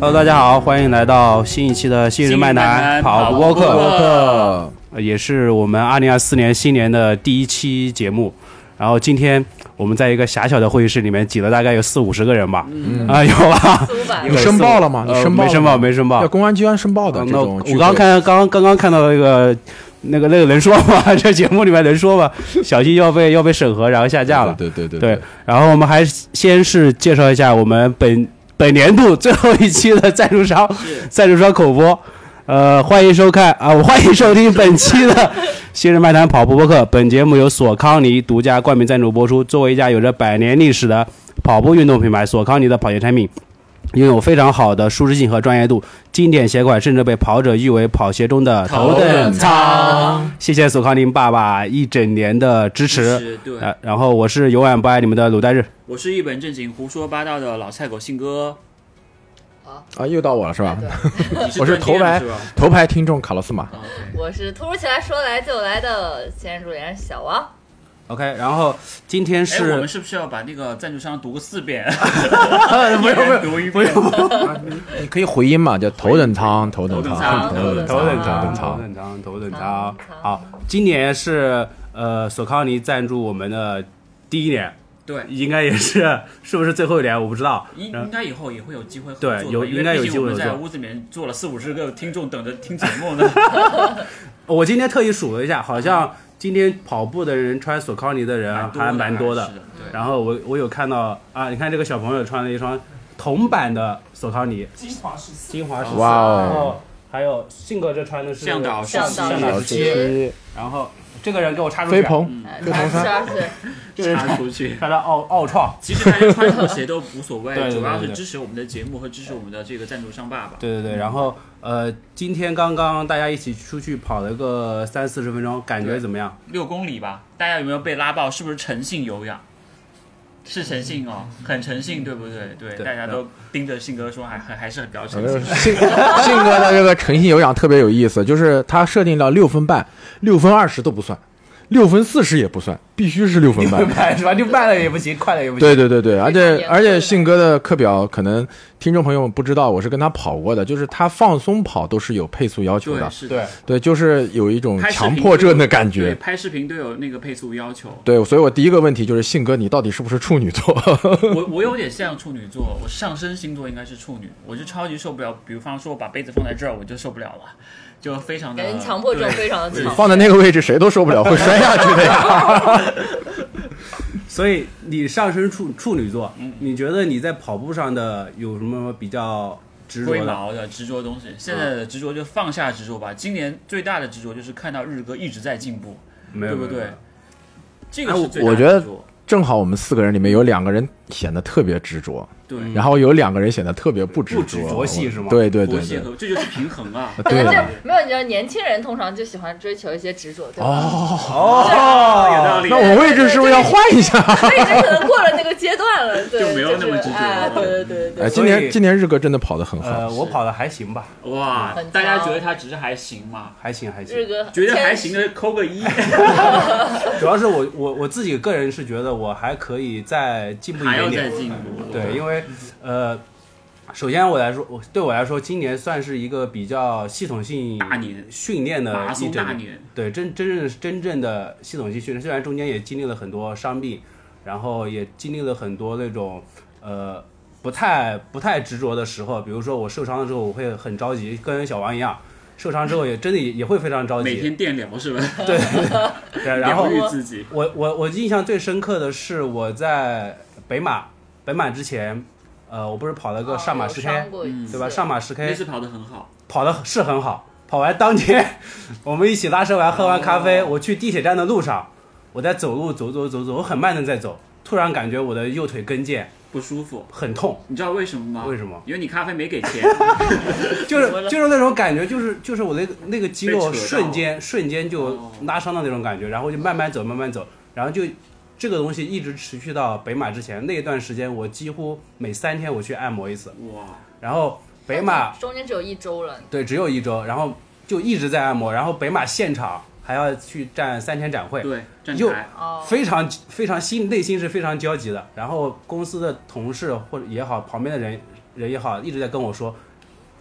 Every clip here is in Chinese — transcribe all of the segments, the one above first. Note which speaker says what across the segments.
Speaker 1: Hello，大家好，欢迎来到新一期的《新日麦
Speaker 2: 新日麦男
Speaker 1: 跑步播客
Speaker 2: 跑步播》
Speaker 1: 呃，也是我们二零二四年新年的第一期节目。然后今天我们在一个狭小的会议室里面挤了大概有四五十个人吧， 啊，有吧？
Speaker 3: 四五百
Speaker 1: 有
Speaker 4: 你申报了吗？啊你
Speaker 1: 呃，
Speaker 4: 申报了吗？
Speaker 1: 没申报，没申报呃
Speaker 4: 要。公安机关申报的这
Speaker 1: 那
Speaker 4: 种
Speaker 1: 我
Speaker 4: 聚会。
Speaker 1: 刚看，刚刚刚看到那个那个那个能说吗？ 这节目里面能说吗？小心要被要被审核，然后下架了。
Speaker 4: 对对对
Speaker 1: 对，然后我们还是先是介绍一下我们本本年度最后一期的赞助商
Speaker 2: 是
Speaker 1: 赞助商口播。呃，欢迎收看啊，我欢迎收听本期的《新人漫谈跑步播客》。本节目由索康尼独家冠名赞助播出。作为一家有着百年历史的跑步运动品牌，索康尼的跑鞋产品拥有非常好的舒适性和专业度，经典鞋款甚至被跑者誉为跑鞋中的头等舱。
Speaker 2: 舱
Speaker 1: 谢谢索康尼爸爸一整年的支持。
Speaker 2: 是对，
Speaker 1: 啊，然后我是永远不爱你们的鲁代日，
Speaker 2: 我是一本正经胡说八道的老菜狗信哥，
Speaker 4: 啊，又到我了是吧？
Speaker 3: 对，
Speaker 2: 你
Speaker 4: 我是
Speaker 2: 断电
Speaker 4: 头牌
Speaker 2: 是吧？
Speaker 4: 头牌听众卡洛斯马，
Speaker 2: 啊
Speaker 3: 我是突如其来说来就来的现任主演小王，
Speaker 1: OK，然后今天
Speaker 2: 哎，我
Speaker 1: 是
Speaker 2: 们是不是要把那个赞助商读个 四遍？
Speaker 1: 不用不用
Speaker 2: 读一遍。
Speaker 4: 你可以回音嘛？叫头等舱，头等
Speaker 2: 头等舱
Speaker 4: 舱，
Speaker 3: 头等舱
Speaker 4: 头等
Speaker 1: 嗯头
Speaker 4: 舱。
Speaker 1: 等舱，头等舱
Speaker 3: 舱。
Speaker 1: 好，今年是呃索康尼赞助我们的第一年，
Speaker 2: 对，
Speaker 1: 应该也是 是不是最后一年我不知道。
Speaker 2: 应
Speaker 1: 然后
Speaker 2: 应该以后也会有机会合
Speaker 1: 对
Speaker 2: 作的
Speaker 1: 有
Speaker 2: 因为
Speaker 1: 应该有
Speaker 2: 毕竟
Speaker 1: 机会
Speaker 2: 我们
Speaker 1: 合
Speaker 2: 在
Speaker 1: 作
Speaker 2: 屋子里面坐了四五十个听众等着听节目呢。
Speaker 1: 我今天特意数了一下，好像今天跑步的人穿索康尼的人啊还蛮多的
Speaker 2: 是。的，对。
Speaker 1: 然后我我有看到啊，你看这个小朋友穿了一双铜版的索康尼，金华是金华是
Speaker 4: 哇
Speaker 1: 然
Speaker 4: 哦！
Speaker 1: 后还有信哥这穿的是
Speaker 2: 向导
Speaker 1: 向
Speaker 3: 向导
Speaker 1: 向导
Speaker 4: 小
Speaker 1: 十
Speaker 3: 十
Speaker 1: 七，
Speaker 4: 七
Speaker 1: 然后这个人给我插出去
Speaker 4: 飞，鹏，
Speaker 2: 嗯
Speaker 3: 呃
Speaker 4: 这
Speaker 3: 他
Speaker 4: 头上
Speaker 3: 是二十，
Speaker 1: 就是
Speaker 2: 插出去。
Speaker 1: 穿的奥奥创，
Speaker 2: 其实大家穿什么鞋都无所
Speaker 1: 对对
Speaker 2: 谓，
Speaker 1: 对
Speaker 2: 主要
Speaker 1: 对
Speaker 2: 是
Speaker 1: 对
Speaker 2: 支持我们的节目和支持我们的这个赞助商爸爸。
Speaker 1: 对对对，然后呃，今天刚刚大家一起出去跑了个三四十分钟，感觉
Speaker 2: 对
Speaker 1: 怎么 样？
Speaker 2: 六公里吧，大家有没有被拉爆？是不是诚信有氧？是诚信哦，很诚信，对不对？对，
Speaker 1: 对
Speaker 2: 大家都盯着信哥说，还还还是很比较诚
Speaker 4: 呃
Speaker 2: 信。
Speaker 4: 信信哥的这个诚信有氧特别有意思，就是他设定到六分半，六分二十都不算，六分四十也不算，必须是六分 半。
Speaker 1: 慢是吧？就慢了也不行，快了也不行。
Speaker 4: 对对对对，而
Speaker 3: 常严
Speaker 4: 且
Speaker 3: 苛
Speaker 4: 而且
Speaker 3: 的
Speaker 4: 信哥的课表，可能听众朋友们不知道，我是跟他跑过的，就是他放松跑都是有配速要求
Speaker 2: 对，
Speaker 4: 的，
Speaker 2: 是
Speaker 1: 对
Speaker 2: 的。
Speaker 4: 对，就是有一种
Speaker 2: 拍视频
Speaker 4: 强迫症的感
Speaker 2: 对，
Speaker 4: 觉。
Speaker 2: 拍视频都有那个配速要求。
Speaker 4: 对，所以我第一个问题就是，信哥，你到底是不是处女座？
Speaker 2: 我我有点像处女座，我上升星座应该是处女，我就超级受不了。比方说，我把杯子放在这儿，我就受不了了，就非常的
Speaker 3: 感觉强迫症
Speaker 2: 对
Speaker 3: 非常的强。
Speaker 4: 放在那个位置，谁都受不了，会摔下去的呀。
Speaker 1: 所以你上升处处女座，你觉得你在跑步上的有什么比较执着
Speaker 2: 龟
Speaker 1: 的？
Speaker 2: 毛的执着的东西。现在的执着就放下执着吧。今年最大的执着就是看到日哥一直在进步，
Speaker 1: 没有，
Speaker 2: 对不
Speaker 1: 没有
Speaker 2: 对？？这
Speaker 4: 哎
Speaker 2: 个是
Speaker 4: 我
Speaker 2: 最大的
Speaker 4: 我觉得
Speaker 2: 执着
Speaker 4: 正好我们四个人里面有两个人显得特别执着，
Speaker 2: 对，
Speaker 3: 嗯
Speaker 4: 然后有两个人显得特别不执着。
Speaker 1: 不执着系是吗
Speaker 4: 对对对
Speaker 2: 佛系
Speaker 4: 对。
Speaker 2: 和这就是平衡啊。
Speaker 3: 可
Speaker 4: 对
Speaker 3: 能 这
Speaker 4: 了
Speaker 3: 没有，你知道年轻人通常就喜欢追求一些执着，对吧？
Speaker 4: 哦，
Speaker 1: 哦，
Speaker 2: 有道理啊
Speaker 4: 那我位置是不是要换一下？
Speaker 3: 所以这可能过了那个阶 段了，对，
Speaker 2: 就没有那么
Speaker 3: 是
Speaker 2: 执着
Speaker 3: 哎
Speaker 2: 了
Speaker 3: 对对对对
Speaker 4: 哎，
Speaker 1: 所
Speaker 4: 今
Speaker 1: 以
Speaker 4: 年今年日哥真的跑得很好。
Speaker 1: 呃，我跑的还行吧，
Speaker 2: 哇
Speaker 3: 很，
Speaker 2: 大家
Speaker 3: 糟
Speaker 2: 觉得他只是还行嘛？
Speaker 1: 还行还行。
Speaker 3: 日哥
Speaker 2: 觉得还行的扣个一。
Speaker 1: 主要是我我我自己个人是觉得我还可以再进步一
Speaker 2: 还
Speaker 1: 点
Speaker 2: 要
Speaker 1: 点
Speaker 2: 再，进步。
Speaker 1: 对，因为呃，首先我来说，我对我来说，今年算是一个比较系统性
Speaker 2: 大年
Speaker 1: 训练的
Speaker 2: 马拉
Speaker 1: 呃一
Speaker 2: 松
Speaker 1: 整
Speaker 2: 大
Speaker 1: 年，
Speaker 2: 年，
Speaker 1: 对，真真正真正的系统性训练，虽然中间也经历了很多伤病，然后也经历了很多那种呃不太不太执着的时候，比如说我受伤了之后，我会很着急，跟小王一样。受伤之后也真的也也会非常着
Speaker 2: 每
Speaker 1: 急，
Speaker 2: 天电疗是吧？
Speaker 1: 对，对然后
Speaker 2: 疗愈自己。
Speaker 1: 我我我印象最深刻的是我在北马北马之前，呃，我不是跑了
Speaker 2: 啊
Speaker 1: 个上马十 K，、，
Speaker 3: 嗯
Speaker 1: 对吧？上马十
Speaker 2: 那
Speaker 1: K
Speaker 2: 次跑得很好，
Speaker 1: 跑的是很好，跑完当天 我们一起拉伸完喝完咖啡，
Speaker 2: 哦
Speaker 1: 我去地铁站的路上，我在走路走走走走，我很慢的在走，突然感觉我的右腿跟腱
Speaker 2: 不舒服，
Speaker 1: 很痛，
Speaker 2: 你知道为什么吗？
Speaker 1: 为什么？
Speaker 2: 因为你咖啡没 给钱，
Speaker 1: 就是
Speaker 3: 怎么了
Speaker 1: 就是那种感觉，就是就是我那个那个肌肉
Speaker 2: 被扯到
Speaker 1: 瞬间瞬间就
Speaker 2: 哦
Speaker 1: 拉伤的那种感觉，然后就慢慢走慢慢走，然后就这个东西一直持续到北马之前那一段时间，我几乎每三天我去按摩一次，
Speaker 2: 哇，
Speaker 1: 然后北马
Speaker 3: 中间只有一周了，
Speaker 1: 对只有一周，然后就一直在按摩，然后北马现场还要去站三天展会，
Speaker 2: 对，站
Speaker 1: 又
Speaker 2: 台，
Speaker 3: 哦，
Speaker 1: 非常非常心内心是非常焦急的。然后公司的同事或者也好，旁边的人人也好，一直在跟我说，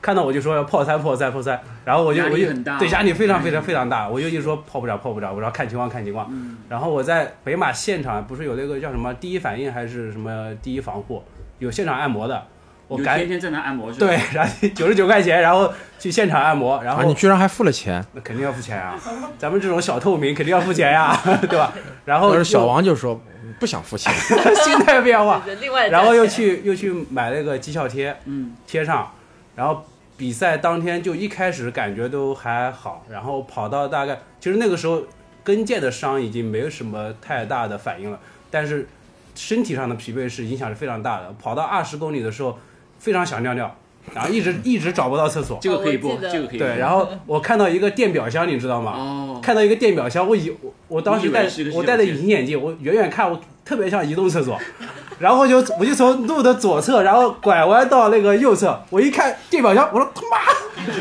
Speaker 1: 看到我就说要破三破三破三， 然后我就
Speaker 2: 压力
Speaker 1: 我就
Speaker 2: 很大
Speaker 1: 对压力非常非常
Speaker 2: 嗯
Speaker 1: 非常大，我就一直说破不着破不着，我说看情况看情况。
Speaker 2: 嗯，
Speaker 1: 然后我在北马现场不是有那个叫什么第一反应还是什么第一防护，有现场按摩的，我
Speaker 2: 你就
Speaker 1: 赶
Speaker 2: 天天在那按摩是吧？
Speaker 1: 对，然后九十九块钱，然后去现场按摩，然
Speaker 4: 啊，
Speaker 1: 后、
Speaker 4: 你居然还付了钱。
Speaker 1: 那肯定要付钱啊，咱们这种小透明肯定要付钱呀、 对吧？然后
Speaker 4: 当时小
Speaker 1: 又
Speaker 4: 王就说嗯不想付钱，
Speaker 1: 心态变化，
Speaker 3: 对另外
Speaker 1: 然后又
Speaker 3: 站起
Speaker 1: 去又去买了个绩效贴
Speaker 2: 嗯，
Speaker 1: 贴上，然后比赛当天就一开始感觉都还好，然后跑到大概其实那个时候跟腱的伤已经没有什么太大的反应了，但是身体上的疲惫是影响是非常大的。跑到二十公里的时候非常想尿尿，然后一直一直找不到厕所。
Speaker 2: 这个可以
Speaker 3: 哦我
Speaker 2: 播，
Speaker 3: 记得
Speaker 2: 这个可以播。
Speaker 1: 对，然后我看到一个电表箱，你知道吗？
Speaker 2: 哦，
Speaker 1: 看到一个电表箱，我以我我当时
Speaker 2: 你以为
Speaker 1: 戴
Speaker 2: 是个洗手
Speaker 1: 我戴的
Speaker 2: 间
Speaker 1: 隐形眼镜，我远远看我特别像移动厕所， 然后就我就从路的左侧，然后拐弯到那个右侧，我一看电表箱，我说他妈，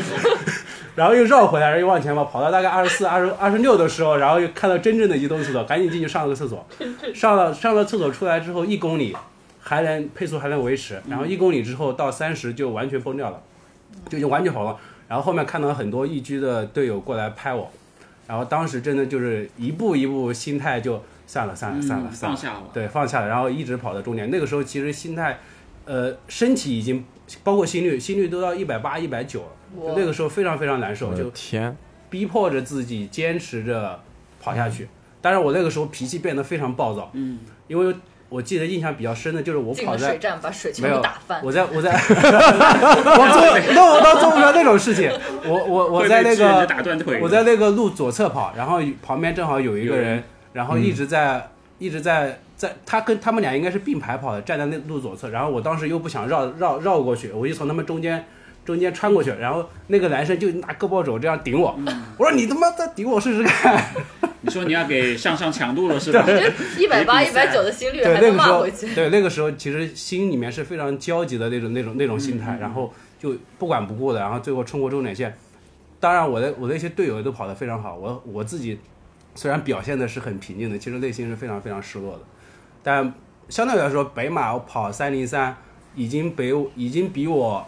Speaker 1: 然后又绕回来，然后又往前跑，跑到大概二十四、二十二十六的时候，然后又看到真正的移动厕所，赶紧进去上了个厕所，上了上了厕所出来之后一公里还能配速还能维
Speaker 2: 嗯
Speaker 1: 持，然后一公里之后到三十就完全崩掉了，就已经完全跑了。然后后面看到很多易居的队友过来拍我，然后当时真的就是一步一步心态就散了散了
Speaker 2: 嗯
Speaker 1: 散了散
Speaker 2: 放
Speaker 1: 了，
Speaker 2: 下了，
Speaker 1: 对，放下了，然后一直跑到终点。那个时候其实心态，呃，身体已经包括心率，心率都到一百八、一百九了，就
Speaker 3: 哇
Speaker 1: 那个时候非常非常难受，
Speaker 4: 我
Speaker 1: 就
Speaker 4: 的天，
Speaker 1: 逼迫着自己坚持着跑下去。当然，我那个时候脾气变得非常暴躁，
Speaker 2: 嗯，
Speaker 1: 因为我记得印象比较深的就是我
Speaker 3: 来进
Speaker 1: 跑
Speaker 3: 了
Speaker 1: 在
Speaker 3: 水站，把水
Speaker 1: 没
Speaker 3: 全
Speaker 1: 有
Speaker 3: 部打翻。
Speaker 1: 我在 我在，我做那我倒做不了那种事情。我我我
Speaker 2: 会
Speaker 1: 在
Speaker 2: 被
Speaker 1: 那
Speaker 2: 巨人就
Speaker 1: 个
Speaker 2: 打断腿，
Speaker 1: 我在那个路左侧跑，然后旁边正好有一个
Speaker 2: 有
Speaker 1: 人
Speaker 2: 人，嗯
Speaker 1: 然后一直在、一直在在他跟他们俩应该是并排跑的，站在那路左侧。然后我当时又不想绕绕绕过去，我就从他们中间中间穿过去，然后那个男生就拿胳膊肘这样顶我，
Speaker 2: 嗯
Speaker 1: 我说你他妈再顶我试试看。
Speaker 2: 你说你要给上上强度了是吧？
Speaker 3: 一 百八、
Speaker 2: 比
Speaker 3: 一
Speaker 2: 赛
Speaker 3: 百九的心率
Speaker 1: 对
Speaker 3: 还
Speaker 1: 那
Speaker 3: 能
Speaker 1: 个时
Speaker 3: 骂
Speaker 1: 候
Speaker 3: 回去，，
Speaker 1: 对那个时候其实心里面是非常焦急的那种那种那种心态，
Speaker 2: 嗯嗯
Speaker 1: 然后就不管不顾的，然后最后冲过终点线。当然，我的我的一些队友都跑得非常好，我我自己虽然表现的是很平静的，其实内心是非常非常失落的。但相对来说，北马我跑三零三已经比我已经比我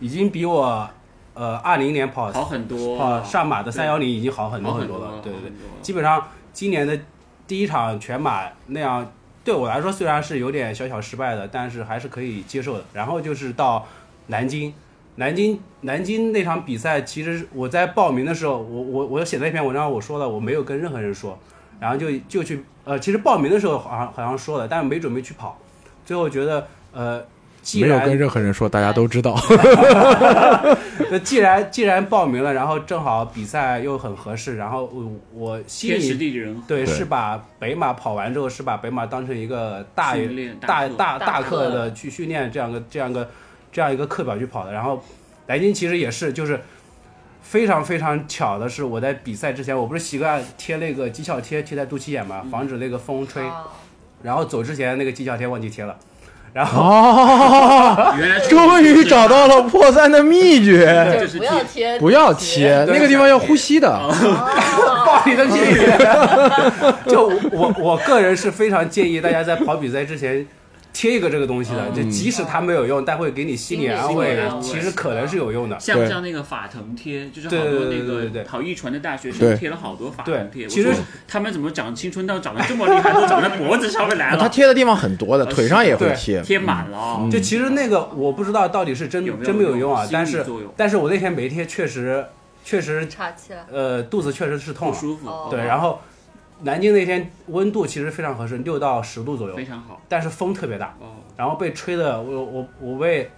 Speaker 1: 已经比我呃二零年跑
Speaker 2: 好很多，
Speaker 1: 跑上马的
Speaker 2: 对
Speaker 1: 三幺零已经好很多
Speaker 2: 好
Speaker 1: 很
Speaker 2: 多
Speaker 1: 多了，对对对。
Speaker 2: 对，
Speaker 1: 基本上今年的第一场全马那样，对我来说虽然是有点小小失败的，但是还是可以接受的。然后就是到南京，南京南京那场比赛，其实我在报名的时候，我我我写那篇文章，我说了我没有跟任何人说，然后就就去呃，其实报名的时候好像好像说了，但没准备去跑，最后觉得呃。既
Speaker 4: 没有
Speaker 1: 然
Speaker 4: 跟任何人说，大家都知道。
Speaker 1: 那呃既然既然报名了，然后正好比赛又很合适，然后我我心
Speaker 2: 天
Speaker 1: 里
Speaker 2: 时地利人和，
Speaker 1: 对，
Speaker 4: 对
Speaker 1: 是把北马跑完之后，是把北马当成一个大
Speaker 2: 训练
Speaker 1: 大
Speaker 2: 大课
Speaker 1: 大
Speaker 3: 大课
Speaker 1: 课的去训练这样个这样个这样一个课表去跑的。然后南京其实也是，就是非常非常巧的是，我在比赛之前，我不是习惯贴那个绩效贴贴在肚脐眼嘛，防止那个风吹。
Speaker 3: 啊
Speaker 1: 然后走之前那个绩效贴忘记贴了，然后
Speaker 4: 哦，
Speaker 2: 原来
Speaker 4: 终于找到了破三的秘诀，
Speaker 2: 这
Speaker 3: 就是是不要
Speaker 2: 贴
Speaker 3: 贴，
Speaker 4: 不要贴，
Speaker 1: 对
Speaker 4: 那个地方要呼吸的。
Speaker 3: 哦，
Speaker 1: 放你的屁！ 就我我个人是非常建议大家在跑比赛之前贴一个这个东西的，
Speaker 2: 嗯
Speaker 1: 就即使它没有用，但会给你心理安
Speaker 2: 心
Speaker 1: 慰啊
Speaker 2: 理安，慰
Speaker 1: 其实可能是有用的。
Speaker 2: 像不像那个法藤贴？就是好多
Speaker 1: 对对
Speaker 2: 那
Speaker 1: 对对对对
Speaker 2: 个跑艺传的大学
Speaker 4: 对
Speaker 2: 生贴了好多法
Speaker 1: 对
Speaker 2: 藤贴。，我
Speaker 1: 其实
Speaker 2: 说他们怎么长青春痘长得这么厉害，都长在脖子上面来
Speaker 4: 啊 他
Speaker 2: 了，
Speaker 4: 贴的地方很多的，
Speaker 2: 呃
Speaker 4: 腿上也会
Speaker 1: 对
Speaker 4: 贴。嗯
Speaker 2: 贴满了哦。
Speaker 1: 就其实那个我不知道到底是真
Speaker 2: 有没有
Speaker 1: 真没有用啊
Speaker 2: 用，
Speaker 1: 但
Speaker 2: 心
Speaker 1: 是
Speaker 2: 理作用
Speaker 1: 但是我那天没贴，确实确实
Speaker 3: 岔气了，
Speaker 1: 呃肚子确实是痛
Speaker 2: 不
Speaker 1: 了，
Speaker 2: 舒服。
Speaker 3: 哦
Speaker 1: 对，然后南京那天温度其实非常合适，六到十度左右
Speaker 2: 哦非，常好
Speaker 1: 但是风特别大，
Speaker 2: 哦。
Speaker 1: 然后被吹的我我我被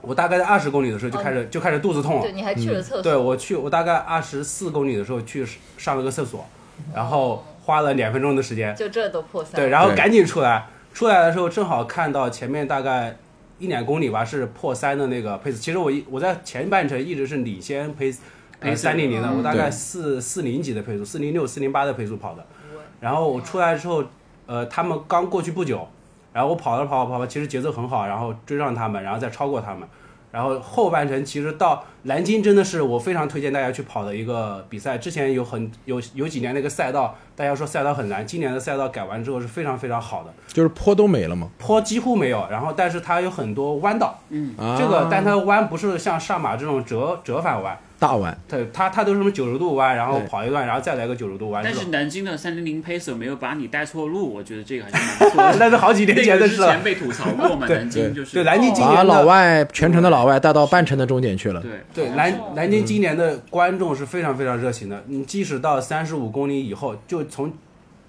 Speaker 1: 我大概在二十公里的时候就开
Speaker 2: 哦
Speaker 1: 始就开始肚子痛了
Speaker 3: 对，，你还去了厕所，
Speaker 1: 对我去，我大概二十四公里的时候去上了个厕所，然后花了两分钟的时间，
Speaker 3: 就这都破三，
Speaker 1: 对，然后
Speaker 4: 对
Speaker 1: 赶紧出来，出来的时候正好看到前面大概一两公里吧是破三的那个配速，其实我一我在前半程一直是领先配
Speaker 2: 配
Speaker 1: 配
Speaker 2: 速
Speaker 1: 三零零的，
Speaker 3: 嗯
Speaker 1: 我大概
Speaker 4: 对
Speaker 1: 四四零几的配速，四零六四零八的配速跑的，
Speaker 3: 我
Speaker 1: 然后我出来之后，呃，他们刚过去不久，然后我跑着跑着跑着，其实节奏很好，然后追上他们，然后再超过他们，
Speaker 5: 然后后半程其实到南京真的是我非常推荐大家去跑的一个比赛。之前有很有有几年那个赛道，大家说赛道很难，今年的赛道改完之后是非常非常好的，
Speaker 4: 就是坡都没了嘛。
Speaker 5: 坡几乎没有，然后但是它有很多弯道，
Speaker 4: 啊，
Speaker 5: 这个但它弯不是像上马这种折折返弯，
Speaker 4: 大碗
Speaker 5: 它它它都是什么九十度弯，然后
Speaker 4: 对
Speaker 5: 跑一段，然后再来个九十度弯，
Speaker 2: 但
Speaker 5: 这
Speaker 2: 是
Speaker 5: 种
Speaker 2: 南京的三零零 Pacer 没有把你带错路，我觉得这个还是蛮不 错的。
Speaker 5: 那是好几年前的
Speaker 2: 之
Speaker 5: 事了
Speaker 2: 前。被吐槽过嘛，
Speaker 5: 对
Speaker 2: 南京就是
Speaker 5: 对南京今
Speaker 4: 把
Speaker 5: 年的
Speaker 4: 啊老外全程的老外带到半程的终点去了。
Speaker 2: 对
Speaker 5: 对，
Speaker 2: 好像是
Speaker 5: 南南京今年的观众是非常非常热情的。你即使到三十五公里以后，就从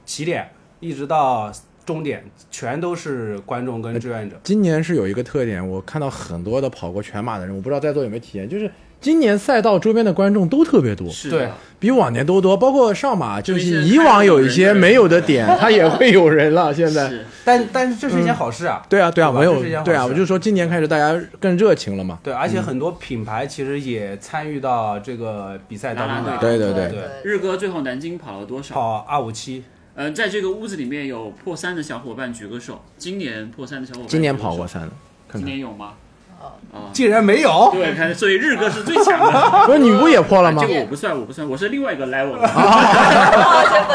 Speaker 5: 起点一直到终点，全都是观众跟志愿者。
Speaker 4: 今年是有一个特点，我看到很多的跑过全马的人，我不知道在座有没有体验，就是今年赛道周边的观众都特别多，
Speaker 2: 是
Speaker 5: 对
Speaker 2: 的，
Speaker 4: 比往年都多，包括上马，就
Speaker 2: 就是是
Speaker 4: 以往有一些没有的点，它也会有人了。现在，
Speaker 2: 是
Speaker 5: 但但是这是一件好事啊，
Speaker 4: 对啊，对啊，
Speaker 5: 对吧
Speaker 4: 没有
Speaker 5: 这是一件好，事
Speaker 4: 对啊，我就说今年开始大家更热情了嘛。
Speaker 5: 对，而且很多品牌其实也参与到这个比赛当中
Speaker 2: 拉
Speaker 5: 来
Speaker 2: 拉。
Speaker 4: 队对对
Speaker 3: 对
Speaker 2: 日哥最后南京跑了多少？
Speaker 5: 跑二五七，
Speaker 2: 嗯、在这个屋子里面有破三的小伙伴举个手。今年破三的小伙伴，
Speaker 4: 今年跑过，三了，看
Speaker 2: 今
Speaker 4: 看，
Speaker 2: 年有吗？
Speaker 5: 竟然没有，
Speaker 2: 对，看，所以日哥是最强的。
Speaker 4: 不是你不也破了吗
Speaker 2: 这？个我不算，我不算，我是另外一个 level 的。
Speaker 4: 啊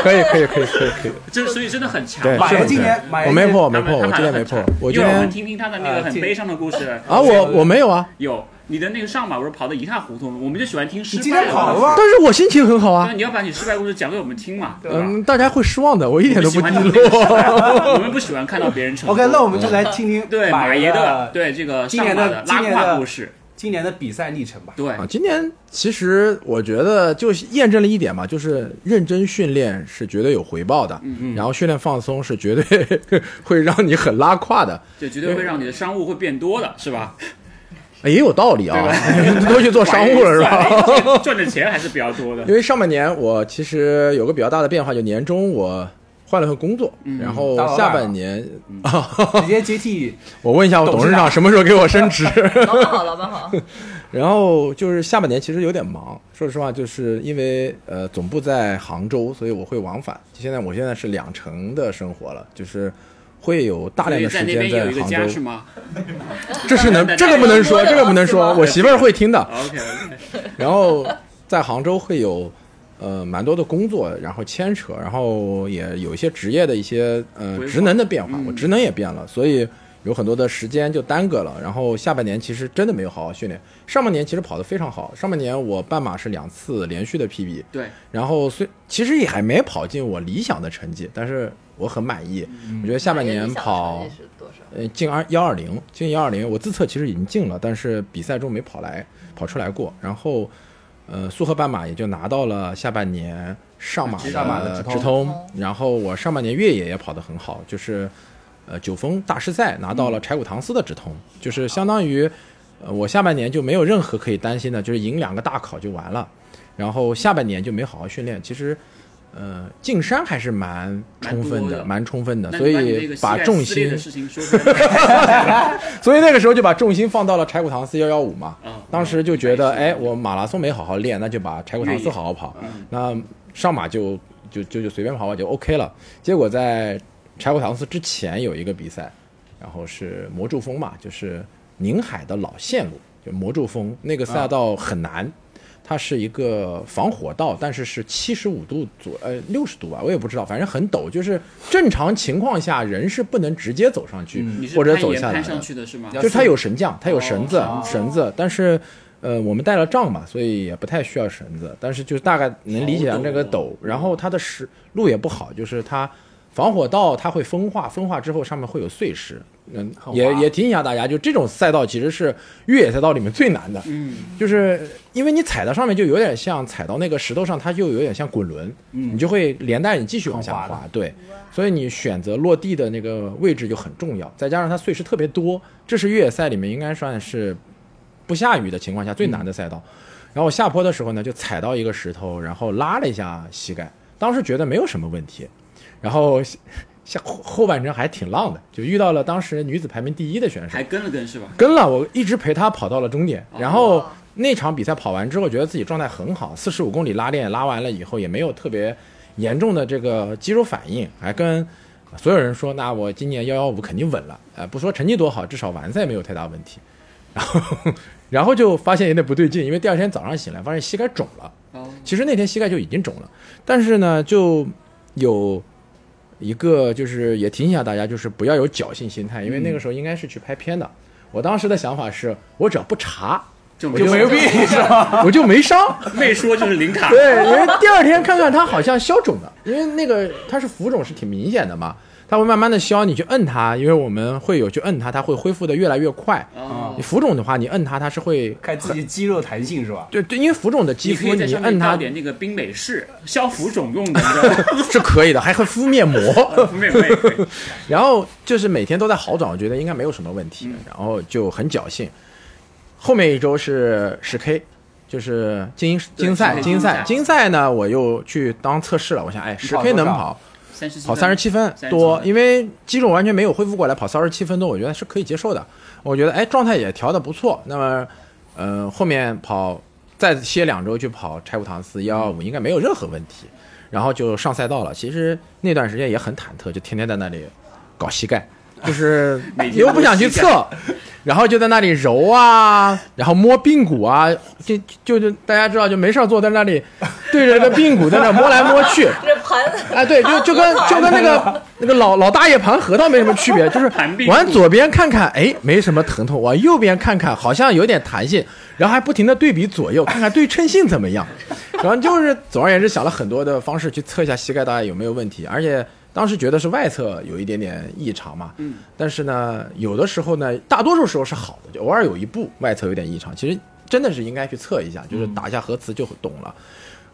Speaker 4: 可以，可以，可以，可以，可以。
Speaker 2: 这所以真的很强。
Speaker 4: 对，
Speaker 5: 马
Speaker 4: 是
Speaker 5: 爷
Speaker 4: 很
Speaker 5: 今年
Speaker 1: 哎
Speaker 4: 强
Speaker 5: 马爷
Speaker 4: 我没破，我
Speaker 2: 他
Speaker 4: 没
Speaker 2: 们
Speaker 4: 破，我今
Speaker 2: 他
Speaker 4: 年
Speaker 2: 们
Speaker 4: 没破
Speaker 2: 很强，
Speaker 4: 我
Speaker 2: 一
Speaker 4: 今
Speaker 2: 会儿我
Speaker 4: 天
Speaker 2: 们听听他的那个很悲伤的故事。
Speaker 4: 啊，我我没有啊，
Speaker 2: 有你的那个上马不是跑得一塌糊涂吗？我们就喜欢听失
Speaker 5: 你今
Speaker 2: 败
Speaker 5: 天
Speaker 2: 的
Speaker 5: 跑
Speaker 2: 故
Speaker 5: 了
Speaker 2: 事。
Speaker 5: 吗？
Speaker 4: 但是我心情很好啊
Speaker 2: 那。你要把你失败故事讲给我们听嘛？对吧？
Speaker 4: 嗯，大家会失望的，我一点
Speaker 2: 我
Speaker 4: 都
Speaker 2: 喜
Speaker 4: 不
Speaker 2: 欢
Speaker 4: 低
Speaker 2: 听这
Speaker 4: 落。
Speaker 2: 个失 败，我们不喜欢看到别人成功。
Speaker 5: OK，那我们就来听 听
Speaker 2: 对马爷
Speaker 5: 的
Speaker 2: 的对这个
Speaker 5: 今
Speaker 2: 上
Speaker 5: 年
Speaker 2: 马
Speaker 5: 的
Speaker 2: 的
Speaker 5: 今
Speaker 2: 拉
Speaker 5: 年
Speaker 2: 胯
Speaker 5: 的
Speaker 2: 故事，
Speaker 5: 今年的比赛历 程吧。
Speaker 2: 对
Speaker 4: 啊，今年其实我觉得就验证了一点嘛，就是认真训练是绝对有回报的，嗯、然后训练放松是绝对 会让你很拉胯的，
Speaker 2: 这绝对会让你的商务会变多的，是吧？
Speaker 4: 也有道理啊， 都去做商务了是吧？
Speaker 2: 吧？ 赚的钱还是比较多的。
Speaker 4: 因为上半年我其实有个比较大的变化，就年终我换了份工作，然后
Speaker 5: 大老板
Speaker 4: 下半年
Speaker 5: 直接接替
Speaker 4: 我问一下我嗯董事长什么时候给我升职。
Speaker 3: 对，老板好，老板好，
Speaker 4: 然后就是下半年其实有点忙，说实话，就是因为呃总部在杭州，所以我会往返。现在我现在是两城的生活了，就是会有大
Speaker 2: 所
Speaker 4: 量
Speaker 2: 以
Speaker 4: 的时
Speaker 2: 在那边
Speaker 4: 间在
Speaker 2: 有一个
Speaker 4: 杭
Speaker 2: 家是
Speaker 4: 州。
Speaker 2: 吗
Speaker 4: 这是能
Speaker 2: 在那边
Speaker 4: 这个不 能说，
Speaker 3: 有
Speaker 4: 这个不能
Speaker 3: 是
Speaker 4: 说，
Speaker 3: 吗
Speaker 4: 我媳妇儿会听的。
Speaker 2: ？OK OK，
Speaker 4: 然后在杭州会有呃蛮多的工作，然后牵扯，然后也有一些职业的一些呃
Speaker 2: 规划
Speaker 4: 职能的变化，
Speaker 2: 嗯
Speaker 4: 我职能也变了，所以有很多的时间就耽搁了。然后下半年其实真的没有好好训练，上半年其实跑得非常好，上半年我半马是两次连续的 PB，
Speaker 2: 对，
Speaker 4: 然后虽其实也还没跑进我理想的成绩，但是我很满意，
Speaker 2: 嗯
Speaker 4: 我觉得下半年跑
Speaker 3: 马爷理想的成绩是多少？
Speaker 4: 呃，进二幺二零，进幺二零，我自测其实已经进了，但是比赛中没跑来，跑出来过。然后，呃，苏荷半马也就拿到了下半年上马
Speaker 5: 上马的直通
Speaker 4: 直通，然后我上半年越野也跑得很好，就是呃九峰大师赛拿
Speaker 2: 嗯
Speaker 4: 到了柴谷唐斯的直通，就是相当于呃我下半年就没有任何可以担心的，就是赢两个大考就完了。然后下半年就没好好训练，其实。呃，进山还是蛮充分
Speaker 2: 蛮多
Speaker 4: 的，
Speaker 2: 的
Speaker 4: 蛮充分的，
Speaker 2: 那
Speaker 4: 所
Speaker 2: 你把你那
Speaker 4: 以
Speaker 2: 个膝
Speaker 4: 把
Speaker 2: 盖
Speaker 4: 重
Speaker 2: 撕裂
Speaker 4: 心
Speaker 2: 的事情说出来。
Speaker 4: 所以那个时候就把重心放到了柴谷唐斯幺幺五嘛
Speaker 2: 嗯，
Speaker 4: 当时就觉得，
Speaker 2: 嗯
Speaker 4: 哎，我马拉松没好好练，那就把柴谷唐斯好好跑，那上马就就就就随便跑跑就 OK 了。结果在柴谷唐斯之前有一个比赛，然后是魔柱峰嘛，就是宁海的老线路，就魔柱峰那个赛道很难。它是一个防火道，但是是七十五度左呃六十度吧，我也不知道，反正很陡。就是正常情况下人是不能直接走上去、
Speaker 2: 嗯你是
Speaker 4: 或者
Speaker 2: 攀
Speaker 4: 走
Speaker 2: 岩
Speaker 4: 下来
Speaker 2: 攀
Speaker 4: 的，
Speaker 2: 上去的是吗？
Speaker 5: 要
Speaker 4: 就是它有绳匠，它有
Speaker 2: 啊哦
Speaker 4: 绳子，
Speaker 2: 哦
Speaker 4: 绳子，但是。呃，我们带了杖嘛，所以也不太需要绳子，但是就大概能理解到这个
Speaker 2: 好陡
Speaker 4: 陡。然后它的石路也不好，就是它防火道它会风化，风化之后上面会有碎石。嗯，也也提醒一下大家，就这种赛道其实是越野赛道里面最难的，
Speaker 2: 嗯，
Speaker 4: 就是因为你踩到上面就有点像踩到那个石头上，它就有点像滚轮，你就会连带你继续往下
Speaker 5: 很滑的
Speaker 4: 滑。对，所以你选择落地的那个位置就很重要，再加上它碎石特别多，这是越野赛里面应该算是不下雨的情况下最难的赛道。然后我下坡的时候呢，就踩到一个石头，然后拉了一下膝盖，当时觉得没有什么问题，然后下下后后半程还挺浪的，就遇到了当时女子排名第一的选手
Speaker 2: 还，跟了跟是吧？
Speaker 4: 跟了我一直陪她跑到了终点，然后
Speaker 3: 哦。
Speaker 4: 那场比赛跑完之后，觉得自己状态很好，四十五公里拉练拉完了以后，也没有特别严重的这个肌肉反应，还跟所有人说，那我今年幺幺五肯定稳了，呃，不说成绩多好，至少完赛没有太大问题。然后 然后就发现有点不对劲，因为第二天早上醒来发现膝盖肿了。
Speaker 2: 哦，
Speaker 4: 其实那天膝盖就已经肿了，但是呢，就有一个就是也提醒一下大家，就是不要有侥幸心态，因为那个时候应该是去拍片的。我当时的想法是，我只要不查，
Speaker 2: 就
Speaker 4: 我就
Speaker 2: 没
Speaker 4: 没有
Speaker 2: 有
Speaker 4: 病， 是吧？我就没伤。
Speaker 2: 没说就是零卡。
Speaker 4: 对，因为第二天看看它好像消肿了，因为那个它是浮肿是挺明显的嘛，它会慢慢的消，你去摁它，因为我们会有去摁它，它会恢复的越来越快。
Speaker 2: 哦
Speaker 4: 你，浮肿的话，你摁它，它是会
Speaker 1: 看自己肌肉弹性是 吧？
Speaker 4: 对对，因为浮肿的肌
Speaker 2: 你可
Speaker 4: 肤
Speaker 2: 以在
Speaker 4: 你
Speaker 2: 上面
Speaker 4: 摁
Speaker 2: 倒
Speaker 4: 它
Speaker 2: 点那个冰美式消浮肿用的，你知道 吗？哦
Speaker 4: 是可以的，还会敷面膜。
Speaker 2: 没有没有，没有
Speaker 4: 然后就是每天都在好转，我觉得应该没有什么问题，
Speaker 1: 嗯
Speaker 4: 然后就很侥幸。后面一周是十 K，就是精英
Speaker 2: 对
Speaker 4: 精赛，
Speaker 2: 精英
Speaker 4: 精
Speaker 2: 赛
Speaker 4: 赛，精赛呢，我又去当测试了。我想，哎，十
Speaker 1: 跑
Speaker 4: K
Speaker 1: 多
Speaker 4: 能
Speaker 1: 少
Speaker 4: 跑
Speaker 2: 三十七
Speaker 4: 跑三十七分
Speaker 2: 37
Speaker 4: 多，
Speaker 2: 分
Speaker 4: 因为肌肉完全没有恢复过来，跑三十七分多，我觉得是可以接受的。我觉得哎，状态也调的不错。那么，呃，后面跑再歇两周去跑柴胡唐四幺二五，应该没有任何问题。然后就上赛道了。其实那段时间也很忐忑，就天天在那里搞膝盖，就是
Speaker 2: 每天
Speaker 4: 又不想去测，然后就在那里揉啊，然后摸髌骨啊，就就就大家知道，就没事儿坐在那里对着这个髌骨在那摸来摸去。
Speaker 3: 这盘子
Speaker 4: 哎，对，就就跟就跟那个那个老老大爷盘核桃没什么区别，就是
Speaker 2: 盘髌骨
Speaker 4: 往左边看看，哎，没什么疼痛；往右边看看，好像有点弹性，然后还不停的对比左右，看看对称性怎么样。然后就是总而言之，想了很多的方式去测一下膝盖大概有没有问题，而且当时觉得是外侧有一点点异常嘛，嗯，但是呢，有的时候呢，大多数时候是好的，就偶尔有一步外侧有点异常，其实真的是应该去测一下，就是
Speaker 3: 嗯
Speaker 4: 打一下核磁就懂了。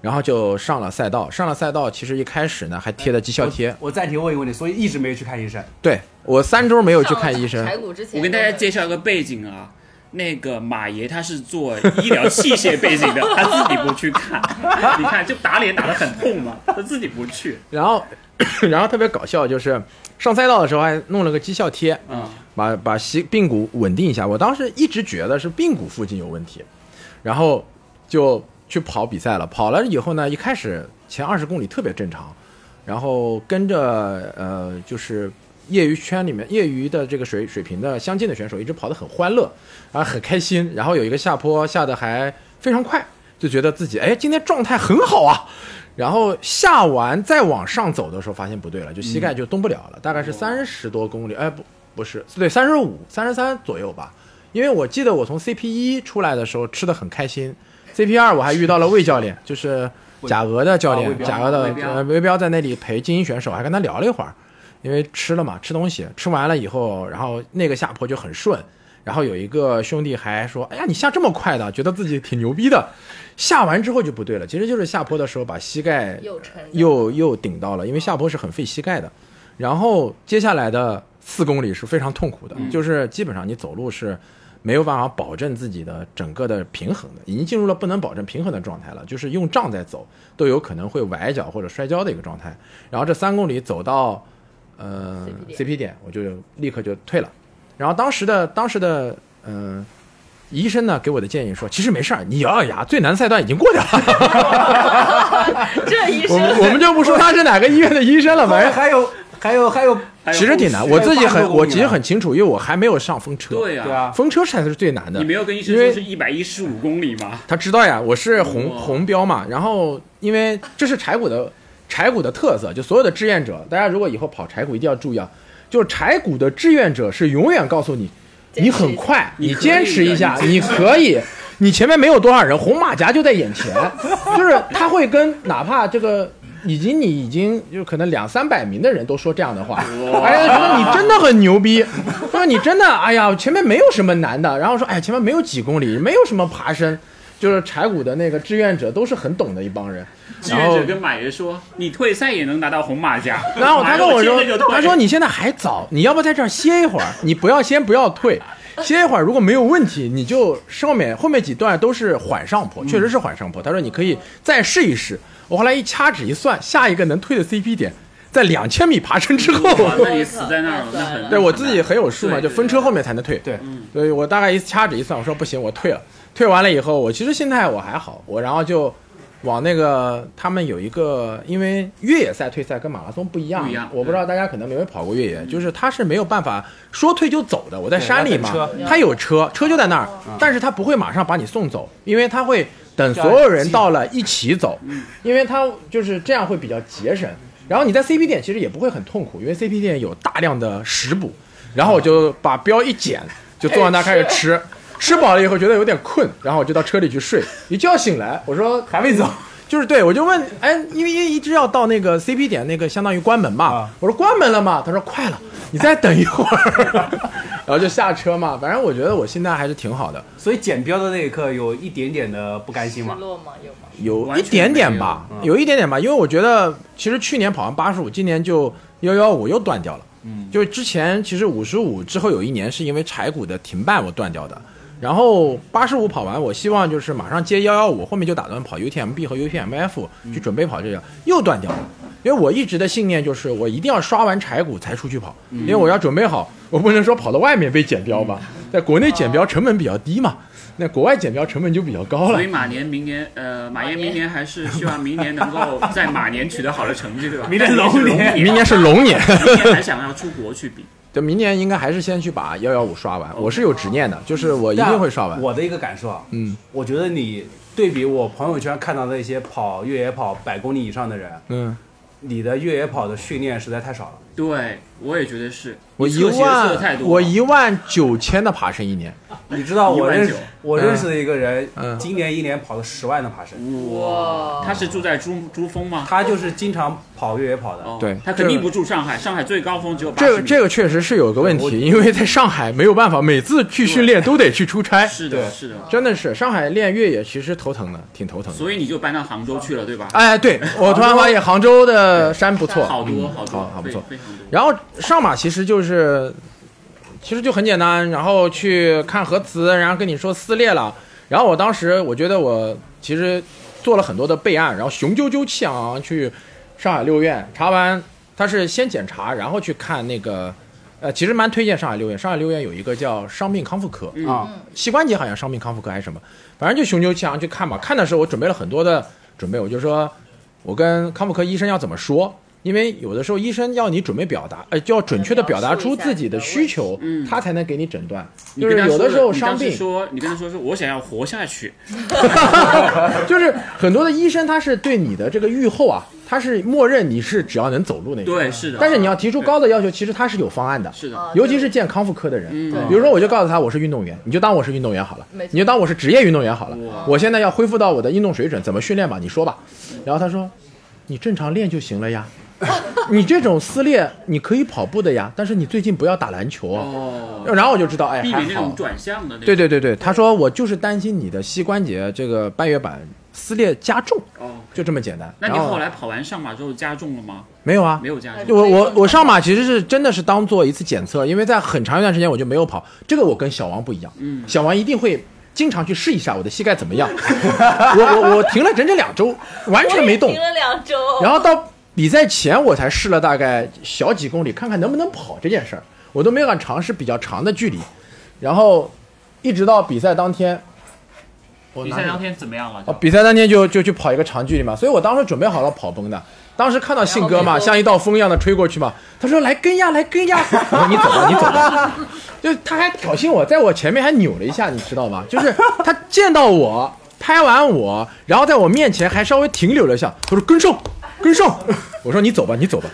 Speaker 4: 然后就上了赛道，上了赛道，其实一开始呢还贴的绩效贴，
Speaker 1: 我暂停问一问你，所以一直没有去看医生。
Speaker 4: 对我三周没有去看医
Speaker 3: 上
Speaker 4: 生
Speaker 3: 了，排骨之前，
Speaker 2: 我跟大家介绍一个背景啊，那个马爷他是做医疗器械背景的， 他自己不去看， 你看就打脸打得很痛嘛， 他自己不去，
Speaker 4: 然后 然后特别搞笑就是上赛道的时候还弄了个绩效贴，
Speaker 2: 嗯，
Speaker 4: 把把膝髌骨稳定一下。我当时一直觉得是髌骨附近有问题，然后就去跑比赛了。跑了以后呢，一开始前二十公里特别正常，然后跟着呃就是业余圈里面业余的这个水水平的相近的选手，一直跑得很欢乐，啊很开心。然后有一个下坡下得还非常快，就觉得自己哎今天状态很好啊。然后下完再往上走的时候，发现不对了，
Speaker 1: 嗯
Speaker 4: 就膝盖就动不了了，大
Speaker 1: 哦
Speaker 4: 概是三十多公里，哎不不是，对三十五、三十三左右吧。因为我记得我从 CP 一出来的时候吃的很开心，CP 二我还遇到了魏教练，就是甲鹅的教
Speaker 1: 啊魏
Speaker 4: 练，
Speaker 1: 彪
Speaker 4: 甲鹅的
Speaker 2: 魏彪
Speaker 4: 呃魏彪在那里陪精英选手，还跟他聊了一会儿，因为吃了嘛，吃东西，吃完了以后，然后那个下坡就很顺，然后有一个兄弟还说，哎呀，你下这么快的，觉得自己挺牛逼的，下完之后就不对了，其实就是下坡的时候把膝盖
Speaker 3: 又沉了
Speaker 4: 又又顶到了，因为下坡是很费膝盖的。然后接下来的四公里是非常痛苦的，就是基本上你走路是没有办法保证自己的整个的平衡的，已经进入了不能保证平衡的状态了，就是用杖在走都有可能会崴脚或者摔跤的一个状态。然后这三公里走到呃
Speaker 3: CP
Speaker 4: CP 点，我就立刻就退了。然后当时的当时的嗯、呃医生呢给我的建议说，其实没事儿，你咬咬牙，最难赛段已经过掉了。
Speaker 3: 这一
Speaker 4: 我
Speaker 3: 生
Speaker 4: 们我们就不说他是哪个医院的医生了，
Speaker 1: 后
Speaker 4: 反
Speaker 1: 来
Speaker 4: 正
Speaker 1: 还有还有啊还有，
Speaker 2: 还有
Speaker 4: 其实挺
Speaker 2: 后
Speaker 4: 难，
Speaker 2: 续
Speaker 4: 我自己很，我其
Speaker 1: 其
Speaker 4: 实
Speaker 1: 实
Speaker 4: 很清楚，因为我还没有上风车。
Speaker 2: 对呀、
Speaker 1: 对啊，
Speaker 4: 风车才是最难的
Speaker 2: 你。没有跟医生
Speaker 4: 因
Speaker 2: 说
Speaker 4: 为
Speaker 2: 是一百一十五公里吗？
Speaker 4: 他知道呀，我是红
Speaker 2: 哇
Speaker 4: 红标嘛，然后因为这是柴谷的柴谷的特色，就所有的志愿者，大家如果以后跑柴谷一定要注意啊，就是柴谷的志愿者是永远告诉你，
Speaker 3: 坚持
Speaker 4: 你很快，
Speaker 2: 你
Speaker 4: 你
Speaker 2: 可以的
Speaker 4: 坚持一下，
Speaker 2: 你
Speaker 4: 你可以。你前面没有多少人，红马甲就在眼前，就是他会跟哪怕这个已经你已经就可能两三百名的人都说这样的话，哎呀，觉得你真的很牛逼， 说你真的，哎呀，前面没有什么难的，然后说，哎，前面没有几公里，没有什么爬升，就是柴谷的那个志愿者都是很懂的一帮人，
Speaker 2: 志
Speaker 4: 然
Speaker 2: 愿
Speaker 4: 后
Speaker 2: 者跟马爷说，你退赛也能拿到红马甲。
Speaker 4: 然后他跟我说
Speaker 2: 马爷接着就，退
Speaker 4: 他说你现在还早，你要不在这儿歇一会儿，你不要先不要 退，歇一会儿，如果没有问题，你就上面后面几段都是缓上
Speaker 2: 嗯
Speaker 4: 坡，确实是缓上坡。他说你可以再试一试。我后来一掐指一算，下一个能退的 CP 点在两千米爬升之后。
Speaker 2: 哇 那你死在那儿了，那很
Speaker 4: 对我自己很有数嘛，
Speaker 2: 对
Speaker 4: 就分车后面才能退。
Speaker 1: 对，
Speaker 4: 所以我大概一掐指一算，我说不行，我退了。退完了以后，我其实心态我还好，我然后就往那个他们有一个，因为越野赛退赛跟马拉松不一样，
Speaker 2: 不一样
Speaker 4: 我不知道大家可能没有跑过越野，就是它是没有办法说退就走的。我在山里嘛
Speaker 1: 对要
Speaker 3: 等，车
Speaker 4: 他有车，车就在那儿，但是他不会马上把你送走，因为他会等所有人到了一起走，因为他就是这样会比较节省。然后你在 CP 店其实也不会很痛苦，因为 CP 店有大量的食补，然后我就把标一剪，就坐在那儿开始吃。吃饱了以后觉得有点困，然后我就到车里去睡。一觉醒来，我说
Speaker 1: 还没走，
Speaker 4: 就是对，我就问，哎，因为因为一直要到那个 CP 点，那个相当于关门嘛。
Speaker 1: 啊
Speaker 4: 我说关门了吗？他说快了，你再等一会儿， 然后就下车嘛。反正我觉得我现在还是挺好的，
Speaker 1: 所以剪标的那一刻有一点点的不甘心
Speaker 3: 失
Speaker 1: 嘛。
Speaker 3: 落吗？有吗？
Speaker 4: 有
Speaker 2: 完
Speaker 4: 一
Speaker 2: 全
Speaker 4: 点点
Speaker 2: 没有嗯
Speaker 4: 吧，有一点点吧，因为我觉得其实去年跑完八十五，今年就幺幺五又断掉了。嗯，就是之前其实五十五之后有一年是因为柴谷的停办我断掉的，然后八十五跑完，我希望就是马上接幺幺五，后面就打算跑 UTMB 和 UTMF
Speaker 2: 嗯
Speaker 4: 去准备跑这个，又断掉了。因为我一直的信念就是我一定要刷完柴谷才出去跑，
Speaker 2: 嗯
Speaker 4: 因为我要准备好，我不能说跑到外面被剪标吧，
Speaker 2: 嗯
Speaker 4: 在国内剪标成本比较低嘛，那国外剪标成本就比较高了
Speaker 2: 啊所以。马年明年，呃，马爷
Speaker 3: 马年
Speaker 2: 明年还是希望明年能够在马年取得好的成绩，对 吧？
Speaker 1: 明年龙年
Speaker 2: 明
Speaker 4: 明年是龙年。
Speaker 2: 年还想要出国去比，
Speaker 4: 就明年应该还是先去把幺幺五刷完，我是有执念的，就是我 一
Speaker 1: 但
Speaker 4: 定会刷完。
Speaker 1: 我的一个感受啊，
Speaker 4: 嗯
Speaker 1: 我觉得你对比我朋友圈看到的一些跑越野跑百公里以上的人，
Speaker 4: 嗯，
Speaker 1: 你的越野跑的训练实在太少了。
Speaker 2: 对我也觉得是。
Speaker 4: 我
Speaker 2: 你
Speaker 4: 一
Speaker 2: 侧写的啊侧太
Speaker 4: 万
Speaker 2: 多了
Speaker 4: 我一万九千的爬升一年，
Speaker 1: 你知道我认识
Speaker 2: 19,000
Speaker 1: 我认识的一个人，
Speaker 4: 嗯
Speaker 1: 今年一年跑了十万的爬升，
Speaker 2: 哇，他是住在珠珠峰吗？
Speaker 1: 他就是经常跑越野跑的。
Speaker 2: 哦，
Speaker 4: 对
Speaker 2: 他肯定不住上海，上海最高峰只有
Speaker 4: 这个
Speaker 2: 80米
Speaker 4: 这个确实是有个问
Speaker 1: 我
Speaker 4: 题，因为在上海没有办法，每次去训练都得去出差，
Speaker 2: 是
Speaker 1: 对
Speaker 2: 的，是的。
Speaker 4: 真的是上海练越野其实头疼的，挺头疼的。
Speaker 2: 所以你就搬到杭州去了，对吧？
Speaker 4: 哎，对我突然发现杭州的山不错，
Speaker 2: 好多
Speaker 4: 嗯
Speaker 2: 好
Speaker 4: 好
Speaker 2: 多，
Speaker 4: 好不
Speaker 2: 非
Speaker 4: 错。
Speaker 2: 非常多。
Speaker 4: 然后上马其实就是，其实就很简单，然后去看核磁，然后跟你说撕裂了。然后我当时我觉得我其实做了很多的备案，然后雄赳赳气昂昂去上海六院查完，他是先检查，然后去看那个，呃，其实蛮推荐上海六院。上海六院有一个叫伤病康复科，
Speaker 2: 嗯
Speaker 1: 啊，
Speaker 4: 膝关节好像伤病康复科还是什么，反正就雄赳气昂去看吧。看的时候我准备了很多的准备，我就说我跟康复科医生要怎么说，因为有的时候医生要你准备表达，呃，就要准确的表达出自己的需求，
Speaker 2: 嗯
Speaker 4: 他才能给你诊断。
Speaker 2: 你
Speaker 4: 就
Speaker 2: 跟
Speaker 4: 是
Speaker 2: 他
Speaker 4: 有的
Speaker 2: 说
Speaker 4: 时候
Speaker 2: 你当
Speaker 4: 伤病，
Speaker 2: 说你跟他说说我想要活下去，
Speaker 4: 就是很多的医生他是对你的这个预后啊，他是默认你是只要能走路那种。
Speaker 2: 对，是的。
Speaker 4: 但是你要哦提出高的要求，其实他是有方案的。
Speaker 2: 是的，
Speaker 3: 啊
Speaker 4: 尤其是见康复科的人，
Speaker 2: 嗯
Speaker 4: 比如说我就告诉他我是运动员，你就当我是运动员好了
Speaker 3: 没，错
Speaker 4: 你就当我是职业运动员好了
Speaker 2: 哇。
Speaker 4: 我现在要恢复到我的运动水准，怎么训练吧？你说吧。然后他说，你正常练就行 了呀。你这种撕裂，你可以跑步的呀，但是你最近不要打篮球哦。
Speaker 2: 哦，
Speaker 4: 然后我就知道，哎，
Speaker 2: 避
Speaker 4: 还
Speaker 2: 免那
Speaker 4: 好
Speaker 2: 种。转向的那种。
Speaker 4: 对对对对，他说我就是担心你的膝关节这个半月板撕裂加重，
Speaker 2: 哦，
Speaker 4: 就这么简单。
Speaker 2: 那你
Speaker 4: 然
Speaker 2: 后来跑完上马之后加重了吗？
Speaker 4: 没有啊
Speaker 2: 没？有加
Speaker 3: 哎
Speaker 2: 重。
Speaker 4: 我我我上马其实是真的是当做一次检测，因为在很长一段时间我就没有跑，这个我跟小王不一样，
Speaker 2: 嗯
Speaker 4: 小王一定会经常去试一下我的膝盖怎么 样，我我我停了整整两周，完全没动
Speaker 3: 我也，停了两周，
Speaker 4: 然后到比赛前我才试了大概小几公里，看看能不能跑这件事儿，我都没敢尝试比较长的距离，然后一直到比赛当天，我
Speaker 2: 比
Speaker 4: 拿
Speaker 2: 赛当天怎么样了？
Speaker 4: 哦，比赛当天就就去跑一个长距离嘛，所以我当时准备好了跑崩的。当时看到信哥嘛，
Speaker 3: 然后没有
Speaker 4: 像一道风一样的吹过去嘛，他说来跟呀，来跟呀， 我说你走吧，你走吧， 就他还挑衅我，在我前面还扭了一下，你知道吗？就是他见到我拍完我，然后在我面前还稍微停留了一下，他说跟上，跟 上，我说你走吧，你 走吧，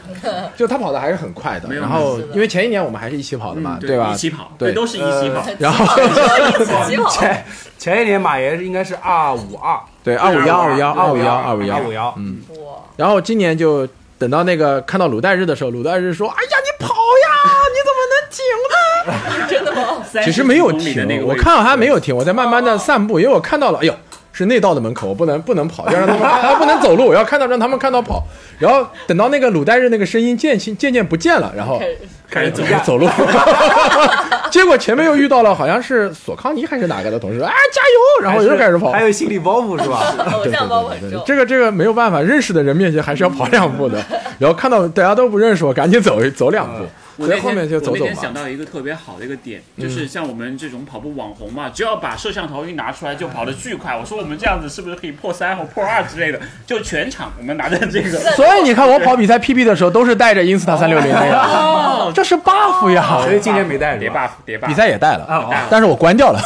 Speaker 4: 就他跑的还是很快的。
Speaker 2: 没有
Speaker 4: 然后
Speaker 3: 是的
Speaker 4: 因为前一年我们还是一起跑的嘛，
Speaker 2: 嗯
Speaker 4: 吧？
Speaker 2: 一起跑，
Speaker 4: 对呃
Speaker 2: 都是一起跑。
Speaker 4: 然后
Speaker 3: 起跑，
Speaker 1: 前前一年马爷应该是二五二，
Speaker 4: 对二五幺二五幺啊二五幺二
Speaker 1: 二
Speaker 4: 五幺
Speaker 1: 二五幺，嗯，
Speaker 3: 哇，
Speaker 4: 然后今年就等到那个看到鲁代日的时候，鲁代日说：“哎呀，你跑呀，你怎么能停啊呢
Speaker 3: 真的吗？？”
Speaker 4: 其实没有
Speaker 2: 30公里的哎那
Speaker 4: 停，
Speaker 2: 个
Speaker 4: 我
Speaker 2: 位置
Speaker 4: 看到他没有停，我在慢慢的散步，因为我看到了，哎呦，是内道的门口，我不能不能跑，要让他们啊不能走路，我要看到让他们看到跑。然后等到那个鲁代日那个声音渐行渐渐不见了，然后
Speaker 3: 开始
Speaker 1: 开始
Speaker 4: 走
Speaker 1: 走下
Speaker 4: 走路，结果前面又遇到了好像是索康尼还是哪个的同事，哎加油，然后又开始跑
Speaker 1: 还。有心理包袱是吧？
Speaker 3: 偶
Speaker 4: 对对
Speaker 3: 像包袱
Speaker 4: 对
Speaker 3: 很
Speaker 4: 对对
Speaker 3: 重，
Speaker 4: 这个这个没 有办法，认识的人面前还是要跑两步的。然后看到大家都不认识我，赶紧走一走两步。
Speaker 2: 我那
Speaker 4: 可以后面就
Speaker 2: 天
Speaker 4: 走
Speaker 2: 我那
Speaker 4: 走
Speaker 2: 天
Speaker 4: 嘛嗯
Speaker 2: 想到一个特别好的一个点，就是像我们这种跑步网红嘛，只要把摄像头一拿出来就跑得巨快。我说我们这样子是不是可以破三或破二之类的？就全场我们拿着这 个，
Speaker 4: 所以你看我跑比赛 PB 的时候都是带着 Insta 三六零哦的呀，哦这是 buff 呀。
Speaker 1: 所以今年没带是
Speaker 2: 叠
Speaker 1: 吧？
Speaker 2: buff 叠 buff，
Speaker 4: 比赛也带了，
Speaker 1: 啊，
Speaker 4: 但是我关掉了。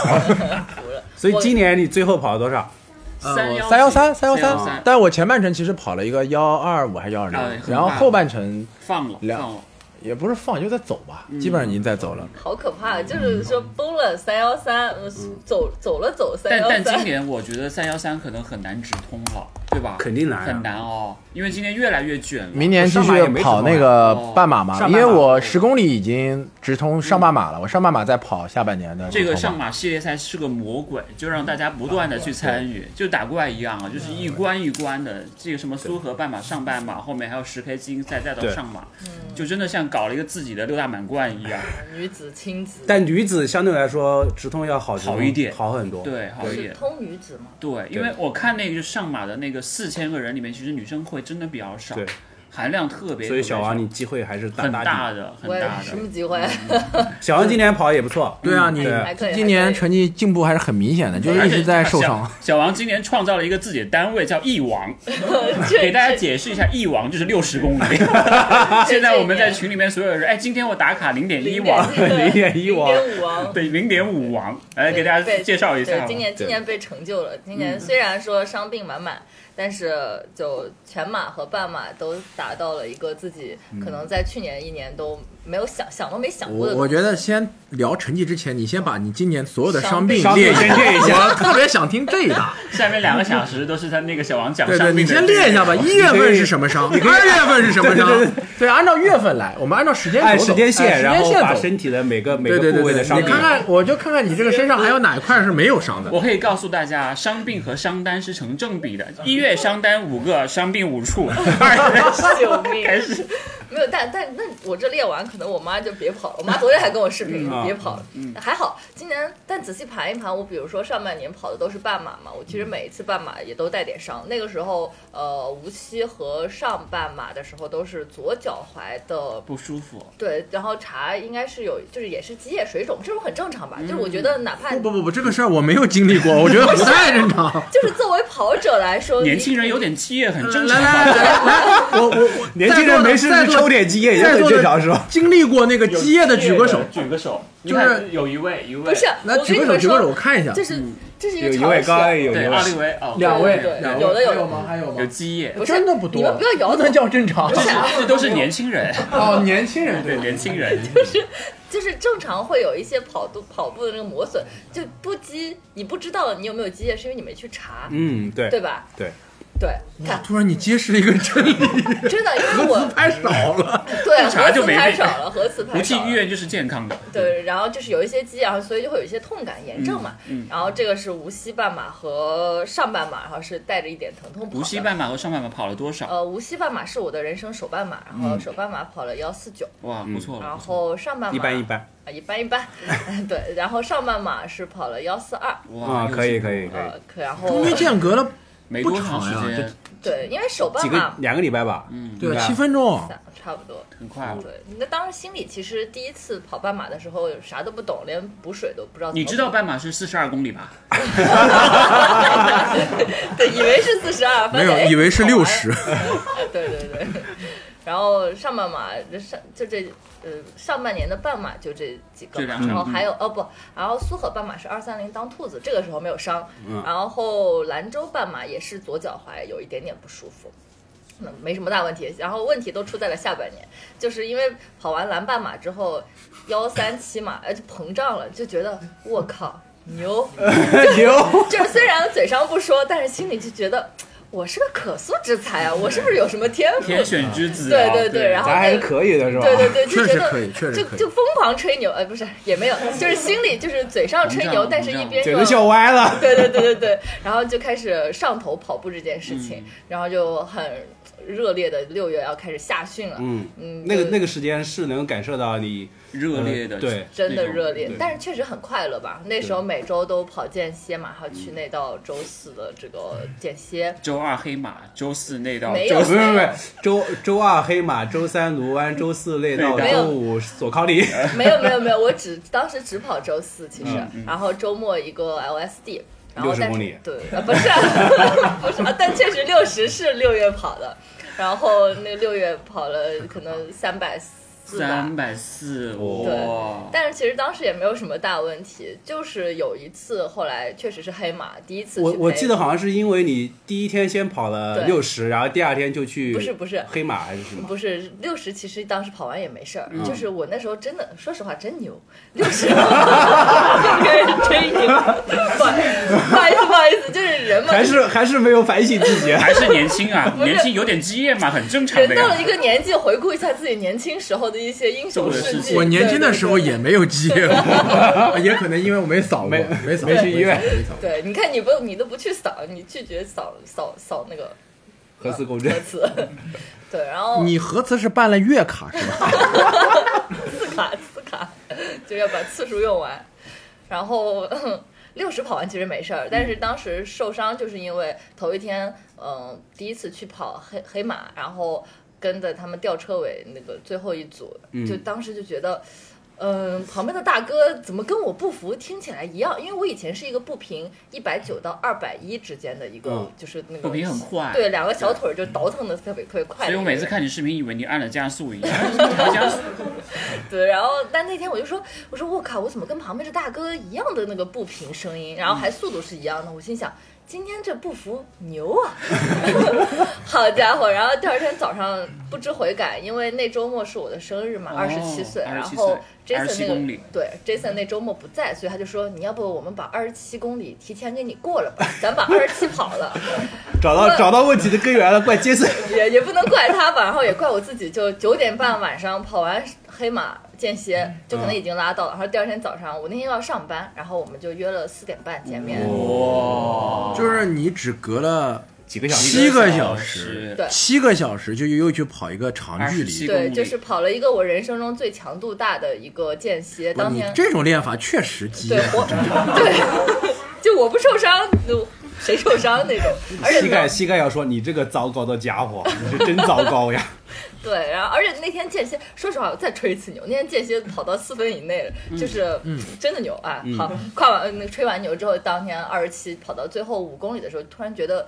Speaker 1: 所以今年你最后跑了多少？
Speaker 2: 三幺
Speaker 4: 呃三幺三三幺
Speaker 2: 幺
Speaker 4: 三，但我前半程其实跑了一个幺二五还是幺二
Speaker 2: 啊很慢
Speaker 4: 零，然后后半程
Speaker 2: 放了
Speaker 4: 两
Speaker 2: 放了，
Speaker 4: 也不是放，就在走吧，基本上已经在走了。
Speaker 3: 好可怕！就是说崩了三幺三，呃走走了走三
Speaker 2: 但
Speaker 3: 幺
Speaker 2: 但今
Speaker 3: 三，
Speaker 2: 年我觉得三幺三可能很难直通了，对吧？
Speaker 1: 肯定难啊
Speaker 2: 很难哦，因为今年越来越卷了。
Speaker 4: 明年继续跑那个半马嘛，
Speaker 1: 哦上半马
Speaker 4: 因为我十公里已经直通上半马了，我上半马再跑下半年的
Speaker 2: 这
Speaker 4: 直
Speaker 2: 个
Speaker 4: 通
Speaker 2: 上
Speaker 4: 嘛
Speaker 2: 马系列赛是个魔鬼，就让大家不断的去参与，就打怪一样啊，就是一关一关的。这个什么苏荷半马、上半马，后面还有十 K 精英赛，再到
Speaker 1: 对
Speaker 2: 上马，
Speaker 3: 嗯
Speaker 2: 就真的像搞了一个自己的六大满贯一样。
Speaker 3: 女子、亲子，
Speaker 1: 但女子相对来说直通要好直通
Speaker 2: 好一点
Speaker 1: 好很多。
Speaker 2: 对，好一
Speaker 3: 是
Speaker 2: 点。
Speaker 3: 通女子嘛？
Speaker 2: 对，因为我看那个就上马的那个四千个人里面，其实女生会真的比较少，
Speaker 1: 对，
Speaker 2: 含量特别。
Speaker 1: 所以小王
Speaker 2: 王
Speaker 1: 你机会还是大
Speaker 2: 很
Speaker 1: 大
Speaker 2: 大的，很
Speaker 3: 我也
Speaker 2: 大
Speaker 3: 什么
Speaker 2: 的。
Speaker 3: 机会？
Speaker 1: 小王今年跑也不错，
Speaker 4: 对啊，
Speaker 1: 嗯
Speaker 4: 你
Speaker 1: 对
Speaker 3: 可以
Speaker 4: 今
Speaker 3: 还
Speaker 4: 年
Speaker 3: 可以
Speaker 4: 成绩进步还是很明显的，就是一直在受伤。
Speaker 2: 啊小。小王今年创造了一个自己的单位，叫翼 王。给
Speaker 3: 这
Speaker 2: 大家解释一下，一网就是六十公 里。现在我们在群里面所有人，哎，今天我打卡零点一网，
Speaker 1: 零点一王
Speaker 3: 零点五 王。
Speaker 2: 对，零点五网，来给大家
Speaker 3: 对
Speaker 2: 介绍一下
Speaker 3: 对，
Speaker 2: 吧。
Speaker 3: 今年今年被成就了。今年虽然说伤病满满，但是就全马和半马都达到了一个自己可能在去年一年都没有想想都没想过的
Speaker 4: 我
Speaker 3: 东西。
Speaker 4: 我觉得先聊成绩之前，你先把你今年所有的伤
Speaker 3: 伤
Speaker 4: 病
Speaker 3: 病
Speaker 4: 列一
Speaker 1: 伤病
Speaker 4: 下，
Speaker 1: 列一下
Speaker 4: 我特别想听这 一档。
Speaker 2: 下面两个小时都是他那个小王讲
Speaker 4: 对
Speaker 2: 上
Speaker 4: 对，你
Speaker 2: 面的
Speaker 4: 先列一下吧。一月份是什么伤？二月份是什么伤？对，按照月份来，我们按照时间
Speaker 1: 按
Speaker 4: 走走
Speaker 1: 时间线，
Speaker 4: 哎
Speaker 1: 然
Speaker 4: 时
Speaker 1: 后
Speaker 4: 间
Speaker 1: 把
Speaker 4: 线走。
Speaker 1: 身体的每个每
Speaker 4: 对
Speaker 1: 个
Speaker 4: 对
Speaker 1: 部位
Speaker 4: 对
Speaker 1: 的
Speaker 4: 对，
Speaker 1: 伤
Speaker 4: 你
Speaker 1: 病
Speaker 4: 看看，我就看看你这个身上还有哪一块是没有伤的。
Speaker 2: 我可以告诉大家，伤病和伤单是成正比 的。一月伤单五个，伤病五处；二月
Speaker 3: 救命
Speaker 2: 开始
Speaker 3: 没有，但但那我这列完，可能我妈就别跑了。我妈昨天还跟我视频，
Speaker 1: 嗯
Speaker 3: 你别跑了。还好，今年但仔细盘一盘，我比如说上半年跑的都是半马嘛，我其实每一次半马也都带点伤。那个时候，呃，无锡和上半马的时候都是左脚踝的
Speaker 2: 不舒服。
Speaker 3: 对，然后查应该是有，就是也是积液水肿，这种很正常吧？就是我觉得哪怕
Speaker 4: 不不不不，这个事儿我没有经历过，我觉得不太正常。
Speaker 3: 就是作为跑者来说，
Speaker 2: 年轻人有点积液很正
Speaker 4: 来
Speaker 2: 常
Speaker 4: 来
Speaker 2: 吧？
Speaker 4: 来来， 我我我，
Speaker 1: 年轻人没事
Speaker 4: 在
Speaker 1: 去
Speaker 4: 座的
Speaker 1: 抽点积液也
Speaker 4: 在
Speaker 1: 很
Speaker 4: 座
Speaker 1: 正
Speaker 4: 的
Speaker 1: 常是吧？
Speaker 4: 经历过那个
Speaker 2: 有
Speaker 4: 积液的举个手，
Speaker 2: 举个手。你
Speaker 4: 就是
Speaker 2: 看有一位，一位
Speaker 3: 不是，
Speaker 4: 来
Speaker 3: 我
Speaker 4: 举
Speaker 3: 跟
Speaker 4: 个
Speaker 3: 你
Speaker 4: 手，
Speaker 3: 们
Speaker 4: 举个手，
Speaker 3: 说
Speaker 4: 我，看一下。
Speaker 3: 这是这是一
Speaker 1: 有
Speaker 3: 个
Speaker 1: 一
Speaker 3: 常
Speaker 1: 位
Speaker 3: 识
Speaker 1: 刚。刚有一
Speaker 2: 对，
Speaker 1: 位
Speaker 2: 奥利维哦，
Speaker 4: 两位
Speaker 3: 对对，对
Speaker 4: 两位
Speaker 3: 有的有
Speaker 4: 还
Speaker 3: 的
Speaker 4: 有吗？还有吗
Speaker 2: 有？积液，
Speaker 3: 不是
Speaker 4: 真的不多，
Speaker 3: 你们不要摇
Speaker 4: 不
Speaker 3: 头啊
Speaker 4: 能叫正常。
Speaker 2: 这是这都是年轻人。
Speaker 4: 哦，年轻人
Speaker 2: 对
Speaker 4: 对，
Speaker 2: 年轻人，
Speaker 3: 就是正常会有一些跑度跑步的那个磨损，就不积，你不知道你有没有积液，是因为你没去查，
Speaker 1: 嗯，对
Speaker 3: 对吧？
Speaker 1: 对，
Speaker 3: 对，
Speaker 4: 哇
Speaker 3: 看
Speaker 4: 突然你揭示了一个真理，
Speaker 3: 真的，因为 我
Speaker 4: 太少了。
Speaker 3: 对啊
Speaker 2: 不查
Speaker 3: 核
Speaker 2: 就
Speaker 3: 磁
Speaker 2: 没
Speaker 3: 拍
Speaker 2: 病
Speaker 3: 少了，核磁
Speaker 2: 不
Speaker 3: 拍
Speaker 2: 进
Speaker 3: 少
Speaker 2: 医
Speaker 3: 了。
Speaker 2: 院就是健康的。
Speaker 3: 对，然后就是有一些积液，然后所以就会有一些痛感、炎症嘛。
Speaker 2: 嗯嗯
Speaker 3: 然后这个是无锡半马和上半马，然后是带着一点疼痛跑的。
Speaker 2: 无锡半马和上半马跑了多少？
Speaker 3: 呃，无锡半马是我的人生首半马，然后首半马跑了幺四九，
Speaker 2: 哇，哦不错了
Speaker 3: 然。后上半马
Speaker 1: 一般一般
Speaker 3: 啊一般一般， 对，然后上半马是跑了幺四二，
Speaker 2: 哇，
Speaker 1: 啊，
Speaker 2: 又是
Speaker 1: 可以可以可以，
Speaker 3: 呃，可然后
Speaker 4: 中间间隔了
Speaker 2: 没多长时
Speaker 4: 不长
Speaker 2: 间
Speaker 4: 呀，
Speaker 3: 对，因为首半
Speaker 1: 几个
Speaker 3: 马
Speaker 1: 两个礼拜吧，
Speaker 3: 嗯
Speaker 4: 对
Speaker 1: 对啊
Speaker 4: 七分钟，
Speaker 3: 差不多。
Speaker 2: 很快啊了。
Speaker 3: 对，那当时心里其实第一次跑半马的时候啥都不懂，连补水都不知道怎么补。
Speaker 2: 你知道半马是四十二公里吧？
Speaker 3: 对，以为是四十二，
Speaker 4: 没有，以为是六十。。
Speaker 3: 对对对。然后上半马这上就这呃上半年的半马就这几
Speaker 2: 这
Speaker 3: 个嘛，
Speaker 2: 两场
Speaker 3: 然后
Speaker 2: 嗯
Speaker 3: 还有哦不，然后苏荷半马是二三零当兔子，这个时候没有伤，
Speaker 1: 嗯
Speaker 3: 然后兰州半马也是左脚踝有一点点不舒服。那没什么大问题，然后问题都出在了下半年，就是因为跑完蓝半马之后，幺三七马呃就膨胀了，就觉得我靠 牛，
Speaker 1: 牛，
Speaker 3: 就是虽然嘴上不说，但是心里就觉得我是个可塑之才啊，我是不是有什么天赋？
Speaker 2: 天选之子啊。
Speaker 3: 对对对，然后
Speaker 1: 咱还是
Speaker 3: 那个。
Speaker 1: 可以的是吧？
Speaker 3: 对对对，就
Speaker 4: 确实
Speaker 3: 觉得
Speaker 4: 可以确实
Speaker 3: 就
Speaker 4: 可以
Speaker 3: 就疯狂吹牛，呃，不是也没有，就是心里就是嘴上吹牛，
Speaker 2: 膨胀
Speaker 3: 但是一边
Speaker 1: 嘴
Speaker 3: 又
Speaker 1: 都笑歪了，
Speaker 3: 对对对对对，然后就开始上头跑步这件事情，
Speaker 2: 嗯
Speaker 3: 然后就很热烈的六月要开始下训了，
Speaker 5: 嗯，
Speaker 3: 嗯，
Speaker 5: 那个
Speaker 3: 就
Speaker 5: 那个时间是能感受到你
Speaker 2: 热烈
Speaker 4: 嗯
Speaker 2: 的，
Speaker 5: 呃对，
Speaker 3: 真的热烈
Speaker 4: 对，
Speaker 3: 但是确实很快乐吧。那时候每周都跑间歇嘛，还要
Speaker 2: 嗯
Speaker 3: 去那道周四的这个间歇，
Speaker 2: 周二黑马，周四那道
Speaker 3: 没
Speaker 2: 周
Speaker 3: 有
Speaker 5: 不是不是不是，周周二黑马，周三卢湾，周四累到，
Speaker 2: 没
Speaker 3: 有
Speaker 5: 周五索康 尼。
Speaker 3: 没有没有没有，我只当时只跑周四，其实
Speaker 2: 嗯嗯，
Speaker 3: 然后周末一个 LSD，然后
Speaker 5: 60
Speaker 3: 但
Speaker 5: 公
Speaker 3: 是
Speaker 5: 里
Speaker 3: 对，呃不是 不是，啊但确实六十是六月跑的，然后那六月跑了可能三百四吧
Speaker 2: 三。百四，
Speaker 3: 对
Speaker 2: 哇，
Speaker 3: 但是其实当时也没有什么大问题，就是有一次后来确实是黑马，第一次
Speaker 5: 我
Speaker 3: 去
Speaker 5: 我
Speaker 3: 黑
Speaker 5: 记得好像是因为你第一天先跑了
Speaker 3: 对
Speaker 5: 六十，然后第二天就去
Speaker 3: 不是不是
Speaker 5: 黑马还是什么？
Speaker 3: 嗯不是六十，60其实当时跑完也没事儿、
Speaker 2: 嗯
Speaker 3: 就是我那时候真的，说实话真牛，六 十， 真牛，不好意思不好意思，就是人嘛，
Speaker 5: 还是还是没有反省 自己。
Speaker 2: 还是年轻啊，
Speaker 3: 是
Speaker 2: 年轻有点基业嘛，很正常
Speaker 3: 人
Speaker 2: 的
Speaker 3: 到了一
Speaker 2: 呀。
Speaker 3: 个年纪，回顾一下自己年轻时候的一些英雄
Speaker 2: 做的
Speaker 3: 事
Speaker 2: 事
Speaker 3: 迹。
Speaker 2: 情
Speaker 4: 我年轻的时候
Speaker 3: 对对
Speaker 4: 也没有基业过， 也可能因为我没扫过，
Speaker 5: 没
Speaker 4: 没扫
Speaker 5: 没
Speaker 4: 过
Speaker 5: 去医院
Speaker 4: 没扫过
Speaker 3: 对，你看你不你都不去扫，你拒绝扫扫扫那个
Speaker 5: 核磁共振
Speaker 3: 歌，词， 对，然后
Speaker 4: 你核磁是办了月卡是吧？
Speaker 3: 次卡次卡，就要把次数用完。然后 六十跑完其实没事儿，但是当时受伤就是因为头一天，嗯、第一次去跑黑黑马，然后跟着他们吊车尾那个最后一组，就当时就觉得。嗯，旁边的大哥怎么跟我步幅听起来一样？因为我以前是一个步频一百九到二百一之间的一个，
Speaker 5: 嗯
Speaker 3: 就是那个
Speaker 2: 步频很快
Speaker 3: 对，两个小腿儿就倒腾的特别特别
Speaker 2: 所
Speaker 3: 快的一
Speaker 2: 以
Speaker 3: 个人。
Speaker 2: 我每次看你视频，以为你按了加速一样， 调加速。
Speaker 3: 对，然后但那天我就说，我说我靠，我怎么跟旁边这大哥一样的那个步频声音，然后还速度是一样的，我心想。今天这步幅牛啊！ 好家伙！然后第二天早上不知悔改，因为那周末是我的生日嘛，
Speaker 2: 哦
Speaker 3: 二十七岁。
Speaker 2: 27
Speaker 3: 然后
Speaker 2: 岁
Speaker 3: Jason 那
Speaker 2: 27公里
Speaker 3: 个对 Jason 那周末不在，所以他就说你要不我们把二十七公里提前给你过了吧，咱把二十七跑了。
Speaker 5: 找
Speaker 3: 我
Speaker 5: 到找到问题的根源了，怪杰森。
Speaker 3: 也也不能怪他吧，然后也怪我自己，就九点半晚上跑完黑马间歇，
Speaker 5: 嗯
Speaker 3: 就可能已经拉到了。然后第二天早上，我那天要上班，然后我们就约了四点半见面。
Speaker 5: 哦
Speaker 2: 哇，
Speaker 4: 就是你只隔了
Speaker 5: 几个小时
Speaker 4: 七个小
Speaker 2: 小
Speaker 4: 时，
Speaker 2: 时
Speaker 3: 对
Speaker 4: 七个小时就又去跑一个长距
Speaker 2: 27
Speaker 4: 离。
Speaker 3: 对，就是跑了一个我人生中最强度大的一个间歇。
Speaker 4: 不是
Speaker 3: 当
Speaker 4: 你
Speaker 3: 天
Speaker 4: 这种练法确实基
Speaker 3: 对
Speaker 4: 业。
Speaker 3: 我对， 就我不受伤，就谁受伤哎那种。而且
Speaker 5: 膝盖膝盖要说你这个糟糕的家伙，你是真糟糕呀！
Speaker 3: 对，然后而且那天间歇，说实话，我再吹一次牛。那天间歇跑到四分以内了，就是真的牛啊！好，跨完那个吹完牛之后，当天二十七跑到最后五公里的时候，突然觉得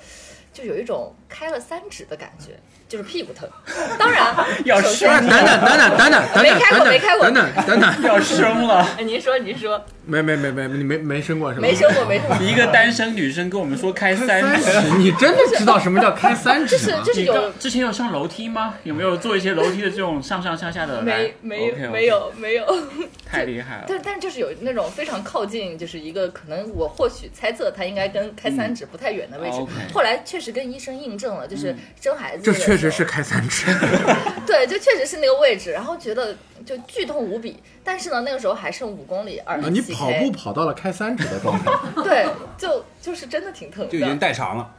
Speaker 3: 就有一种开了三指的感觉，就是屁股疼。当然，
Speaker 2: 要
Speaker 3: 首
Speaker 2: 吃
Speaker 3: 先
Speaker 4: 哎等等等等等等等
Speaker 3: 没开过
Speaker 4: 等
Speaker 3: 没开过
Speaker 4: 等等等等，
Speaker 2: 要生了。
Speaker 3: 哎您说，您说，
Speaker 4: 没没没没你没没生过是吧？
Speaker 3: 没生过，没生过。
Speaker 2: 一个单身女生跟我们说开三指，
Speaker 4: 指， 你真的知道什么叫开三指
Speaker 3: 是
Speaker 4: 吗？
Speaker 3: 就是
Speaker 2: 你
Speaker 3: 有
Speaker 2: 刚之前有上楼梯吗？有没有做一些楼梯的这种上上下下的？
Speaker 3: 没
Speaker 2: 来
Speaker 3: 没
Speaker 2: OK，OK
Speaker 3: 没，有没有，
Speaker 2: 太厉害了。
Speaker 3: 但但就是有那种非常靠近，就是一个可能我或许猜测它应该跟开三指不太远的位置。
Speaker 2: 嗯，OK 嗯
Speaker 3: 后来确实跟医生印证了，就是生孩子、
Speaker 4: 这确实是开三指，
Speaker 3: 对，就确实是那个位置，然后觉得就剧痛无比。但是呢，那个时候还剩五公里，二
Speaker 2: 啊
Speaker 3: 十
Speaker 4: 你
Speaker 3: 七
Speaker 4: 跑
Speaker 3: K，
Speaker 4: 步跑到了开三指的状态。
Speaker 3: 对，就就是真的挺疼的，
Speaker 5: 就已经代偿了，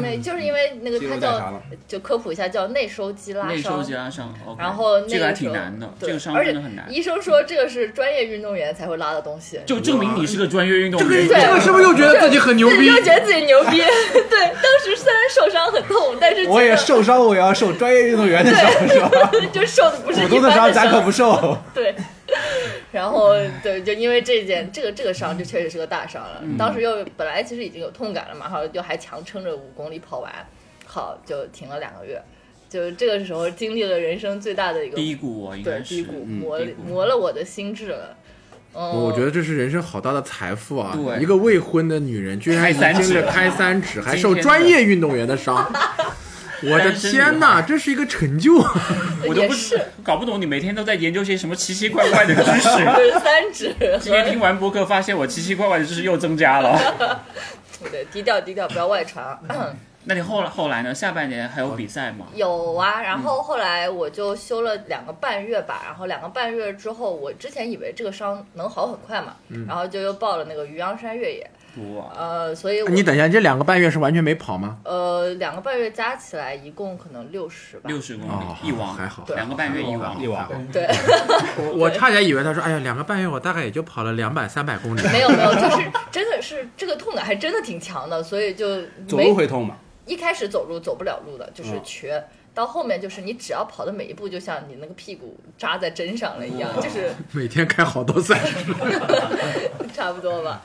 Speaker 3: 没就是因为那个
Speaker 5: 肌
Speaker 3: 它
Speaker 5: 肉代偿
Speaker 3: 叫
Speaker 5: 了。
Speaker 3: 就科普一下叫内收肌拉
Speaker 2: 嗯内收
Speaker 3: 伤。
Speaker 2: 加上，OK，
Speaker 3: 然后那
Speaker 2: 这个还
Speaker 3: 时
Speaker 2: 挺
Speaker 3: 候
Speaker 2: 难的，
Speaker 3: 对
Speaker 2: 这个伤
Speaker 3: 而且
Speaker 2: 真的很难，
Speaker 3: 医生说这个是专业运动员才会拉的东西，
Speaker 2: 就证明你是个专业运动
Speaker 4: 这个
Speaker 2: 员。
Speaker 3: 对
Speaker 4: 这个是不是又觉得自己很牛
Speaker 3: 自己
Speaker 4: 逼
Speaker 3: 又？觉得自己牛逼。 对，当时虽然受伤很痛，但是
Speaker 5: 我也
Speaker 3: 觉得
Speaker 5: 受伤，我也要受专业运动员的伤，是吧？
Speaker 3: 就受的不是
Speaker 5: 普
Speaker 3: 一
Speaker 5: 通
Speaker 3: 般
Speaker 5: 的伤
Speaker 3: 伤，
Speaker 5: 咱可不受。
Speaker 1: 啊
Speaker 3: 对，然后对，就因为这件这个这个伤，就确实是个大伤了。当时又本来其实已经有痛感了嘛，然后又还强撑着五公里跑完，好就停了两个月。就这个时候经历了人生最大的一个
Speaker 2: 低谷哦我应
Speaker 3: 对
Speaker 2: 该
Speaker 3: 低
Speaker 2: 是，嗯
Speaker 3: 谷，磨
Speaker 2: 低谷
Speaker 3: 磨了我的心智了。嗯，
Speaker 4: 我觉得这是人生好大的财富啊！
Speaker 2: 哦对
Speaker 4: 一个未婚的女人居然已
Speaker 2: 开三指
Speaker 4: 经着开 三指，还受专业运动员的伤，我的天哪，这是一个成就啊！
Speaker 2: 我都
Speaker 3: 也
Speaker 2: 不
Speaker 3: 是
Speaker 2: 搞不懂你每天都在研究些什么奇奇怪怪的知 识。
Speaker 3: 就是三指
Speaker 2: 今天听
Speaker 3: 和
Speaker 2: 完播客，发现我奇奇怪怪的知识又增加了。
Speaker 3: 对低调低调，不要外传啊。
Speaker 2: 那你后来后来呢？下半年还有比赛吗？
Speaker 3: 有啊，然后后来我就休了两个半月吧，然后两个半月之后，我之前以为这个伤能好很快嘛，然后就又报了那个渔阳山越野，
Speaker 2: 哇，
Speaker 3: 呃，所以 我
Speaker 4: 啊你等一下，这两个半月是完全没跑吗？
Speaker 3: 呃两个半月加起来一共可能六十吧，
Speaker 2: 六十公
Speaker 4: 哦
Speaker 2: 里一网
Speaker 4: 还好
Speaker 2: 两个半月一网
Speaker 1: 一网
Speaker 3: 对，
Speaker 4: 我 我差点以为他说，哎呀，两个半月我大概也就跑了两百三百公里。
Speaker 3: 没有没有，就是真的是这个痛感还真的挺强的，所以就
Speaker 1: 走
Speaker 3: 没
Speaker 1: 路会痛嘛？
Speaker 3: 一开始走路走不了路的，就是
Speaker 1: 嗯
Speaker 3: 瘸。到后面就是你只要跑的每一步，就像你那个屁股扎在针上了一样，就是
Speaker 4: 每天开好多赛，
Speaker 3: 差不多吧。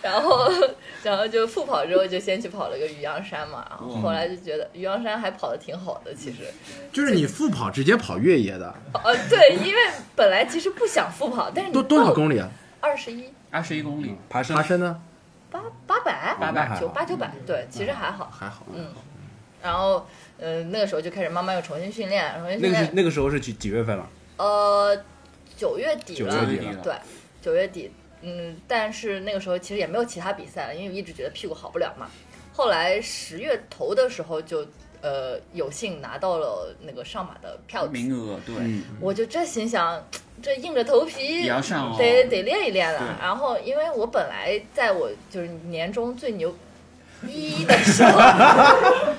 Speaker 3: 然后， 然后就复跑之后，就先去跑了个渔阳山嘛，然后
Speaker 4: 嗯
Speaker 3: 后来就觉得渔阳山还跑的挺好的，其实，
Speaker 4: 就是你复跑直接跑越野的，
Speaker 3: 呃， 对，因为本来其实不想复跑，但是
Speaker 4: 多多少公里啊？
Speaker 3: 二十一
Speaker 2: 二十一公里，
Speaker 1: 嗯爬山
Speaker 4: 爬山呢？
Speaker 3: 八八百
Speaker 4: 八百还好
Speaker 3: 九八九百，对，其实还好。
Speaker 4: 哦还好，
Speaker 3: 嗯，然后，呃，那个时候就开始慢慢又重新训练，重新
Speaker 1: 那
Speaker 3: 训
Speaker 1: 个是
Speaker 3: 练，
Speaker 1: 那个时候是几几月份了？
Speaker 3: 呃，九月底
Speaker 1: 九
Speaker 3: 了，
Speaker 1: 月
Speaker 2: 底
Speaker 1: 底了，
Speaker 3: 对，九月底，嗯，但是那个时候其实也没有其他比赛了，因为我一直觉得屁股好不了嘛。后来十月头的时候就呃有幸拿到了那个上马的票子，
Speaker 2: 名额对，
Speaker 3: 我就这心想，这硬着头皮
Speaker 2: 也要上哦
Speaker 3: 得得练一练了。
Speaker 2: 对
Speaker 3: 然后因为我本来在我就是年终最牛。一的 时候，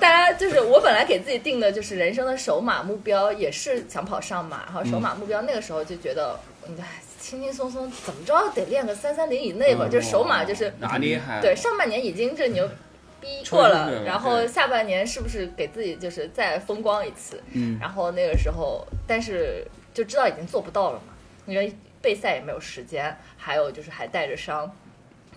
Speaker 3: 大家就是我本来给自己定的就是人生的首马目标，也是想跑上马。然后
Speaker 2: 嗯
Speaker 3: 首马目标那个时候就觉得，哎，轻轻松松怎么着得练个三三零以内吧，
Speaker 2: 嗯
Speaker 3: 就是首马就是
Speaker 2: 哪厉害？
Speaker 3: 对，上半年已经这牛逼
Speaker 2: 超
Speaker 3: 过
Speaker 2: 越
Speaker 3: 了，
Speaker 2: 了
Speaker 3: 然后
Speaker 2: 对
Speaker 3: 下半年是不是给自己就是再风光一次？
Speaker 2: 嗯
Speaker 3: 然后那个时候，但是就知道已经做不到了嘛，因为备赛也没有时间，还有就是还带着伤。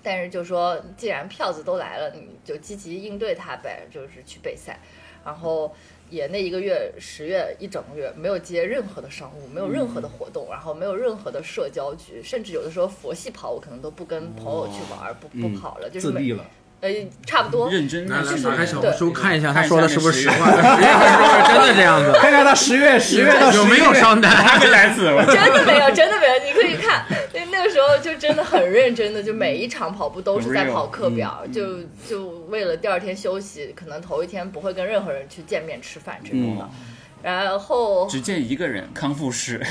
Speaker 3: 但是就说，既然票子都来了，你就积极应对它呗，就是去备赛。然后也那一个月，十月一整个月没有接任何的商务，没有任何的活动，然后没有任何的社交局，甚至有的时候佛系跑，我可能都不跟朋友去玩，不不跑了，就是
Speaker 1: 自
Speaker 3: 每
Speaker 1: 闭了，
Speaker 3: 呃，差不多。
Speaker 2: 认真
Speaker 4: 来
Speaker 2: 的
Speaker 4: 来，
Speaker 2: 是
Speaker 4: 打开小红
Speaker 2: 对
Speaker 4: 书看一下，
Speaker 2: 看
Speaker 4: 他
Speaker 2: 一下
Speaker 4: 说的是不是
Speaker 2: 那
Speaker 4: 实
Speaker 2: 十月
Speaker 4: 话？实际上是不是真的这样子？
Speaker 1: 看看他十月十月到
Speaker 4: 有没有商单？
Speaker 2: 还没来死，我
Speaker 3: 真的没有，真的没有，你可以看，那那个时候就真的很认真的，就每一场跑步都是在跑课
Speaker 2: 嗯
Speaker 3: 表，就就为了第二天休息，可能头一天不会跟任何人去见面吃饭这种
Speaker 2: 嗯
Speaker 3: 的。然 后，
Speaker 2: 只见一个人康复师，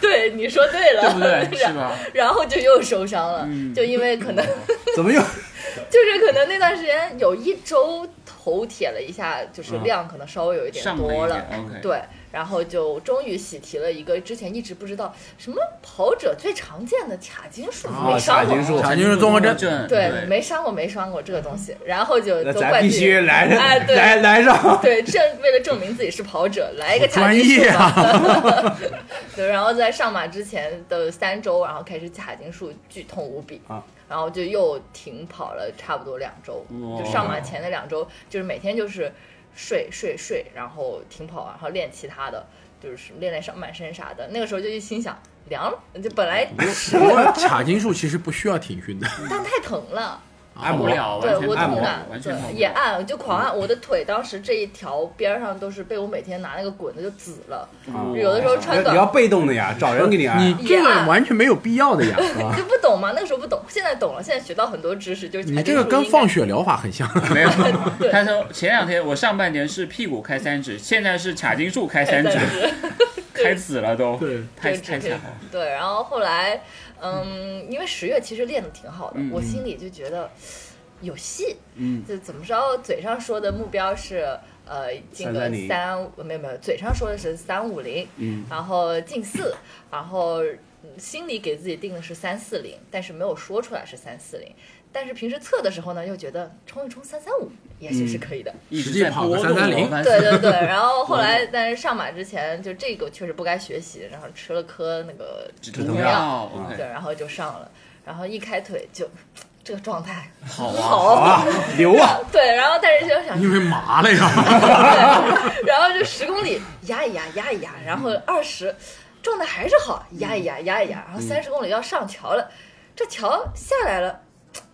Speaker 3: 对你说 对了，
Speaker 2: 对不 对？
Speaker 3: 然
Speaker 2: 是吧？
Speaker 3: 然后就又受伤了，
Speaker 2: 嗯
Speaker 3: 就因为 可能
Speaker 1: 怎么又
Speaker 3: 就是可能那段时间有一周头铁了一下，就是
Speaker 1: 嗯
Speaker 3: 量可能稍微有一点
Speaker 2: 啊上了
Speaker 3: 多
Speaker 2: 一
Speaker 3: 了，
Speaker 2: 点，OK，，
Speaker 1: 哎
Speaker 3: 对，然后就终于喜提了一个之前一直不知道什么跑者最常见的卡金术，
Speaker 1: 啊
Speaker 3: 没伤
Speaker 1: 卡
Speaker 3: 过
Speaker 1: 金术
Speaker 4: 卡金术综合症
Speaker 2: 症，
Speaker 3: 对，没伤过，没伤过这个东西，然后就都
Speaker 1: 咱
Speaker 3: 怪
Speaker 1: 必
Speaker 3: 自己
Speaker 1: 须。来
Speaker 3: 哎对
Speaker 1: 来来上？
Speaker 3: 对，证为了证明自己是跑者，来一个卡
Speaker 4: 专
Speaker 3: 金术
Speaker 4: 业
Speaker 3: 吧。
Speaker 4: 啊！
Speaker 3: 对，然后在上马之前的三周，然后开始卡金术剧痛无比
Speaker 1: 啊，
Speaker 3: 然后就又停跑了差不多两周，就上马前的两周，就是每天就是睡睡睡，然后停跑，啊然后练其他的，就是练练上半身啥的。那个时候就一心想凉了，就本
Speaker 4: 哎
Speaker 3: 来
Speaker 4: 我卡金术其实不需要停 训的，
Speaker 3: 但太疼了，
Speaker 2: 按不了，
Speaker 3: 对
Speaker 2: 哦完全
Speaker 3: 我
Speaker 1: 按
Speaker 2: 跑不
Speaker 3: 痛
Speaker 1: 摩
Speaker 2: 了
Speaker 3: 感，
Speaker 2: 完全跑不
Speaker 3: 对
Speaker 2: 了
Speaker 3: 也按，我就狂按，我的腿当时这一条边儿上都是被我每天拿那个滚子就紫了，
Speaker 2: 哦
Speaker 1: 啊
Speaker 3: 有的时候穿
Speaker 1: 你
Speaker 3: 短
Speaker 1: 要被动的呀，找人给你
Speaker 4: 你
Speaker 3: 啊
Speaker 1: 按。
Speaker 4: 这个完全没有必要的 呀！
Speaker 3: 就不懂嘛，那个时候不懂，现在懂了，现在学到很多知识，就是
Speaker 4: 你这个跟放血疗法 很像，
Speaker 2: 没有，他说前两天我上半年是屁股开三指，现在是卡金术开三指，开紫了都，
Speaker 4: 对
Speaker 2: 太
Speaker 3: 对
Speaker 2: 太
Speaker 3: 对
Speaker 2: 惨了。
Speaker 3: 对，然后后来，嗯，因为十月其实练的挺好的，
Speaker 2: 嗯
Speaker 3: 我心里就觉得有戏，
Speaker 2: 嗯，
Speaker 3: 就怎么着，嘴上说的目标是。呃，进个
Speaker 1: 330
Speaker 3: 三，没有没有，嘴上说的是三五零，
Speaker 2: 嗯，
Speaker 3: 然后进四，然后嗯心里给自己定的是三四零，但是没有说出来是三四零，但是平时测的时候呢，又觉得冲一冲三三五也许是
Speaker 2: 嗯
Speaker 3: 可以的，
Speaker 2: 一直在
Speaker 4: 实际跑个
Speaker 2: 波动
Speaker 4: 330
Speaker 2: 我发现
Speaker 3: 对 对对，然后后
Speaker 2: 嗯
Speaker 3: 来，但是上马之前就这个确实不该学习，然后吃了颗那个
Speaker 2: 止
Speaker 1: 痛
Speaker 2: 痛
Speaker 1: 药
Speaker 2: 药
Speaker 3: 对，
Speaker 2: ，OK，
Speaker 3: 然后就上了，然后一开腿就这个状态
Speaker 2: 好啊，
Speaker 3: 好
Speaker 1: 啊，牛啊！
Speaker 3: 对，然后但是就想
Speaker 4: 因为麻了呀。
Speaker 3: 对，然后就十公里压一压压一压，然后二十状态还是好，压一压压一压，然后三十公里要上桥了，这桥下来了。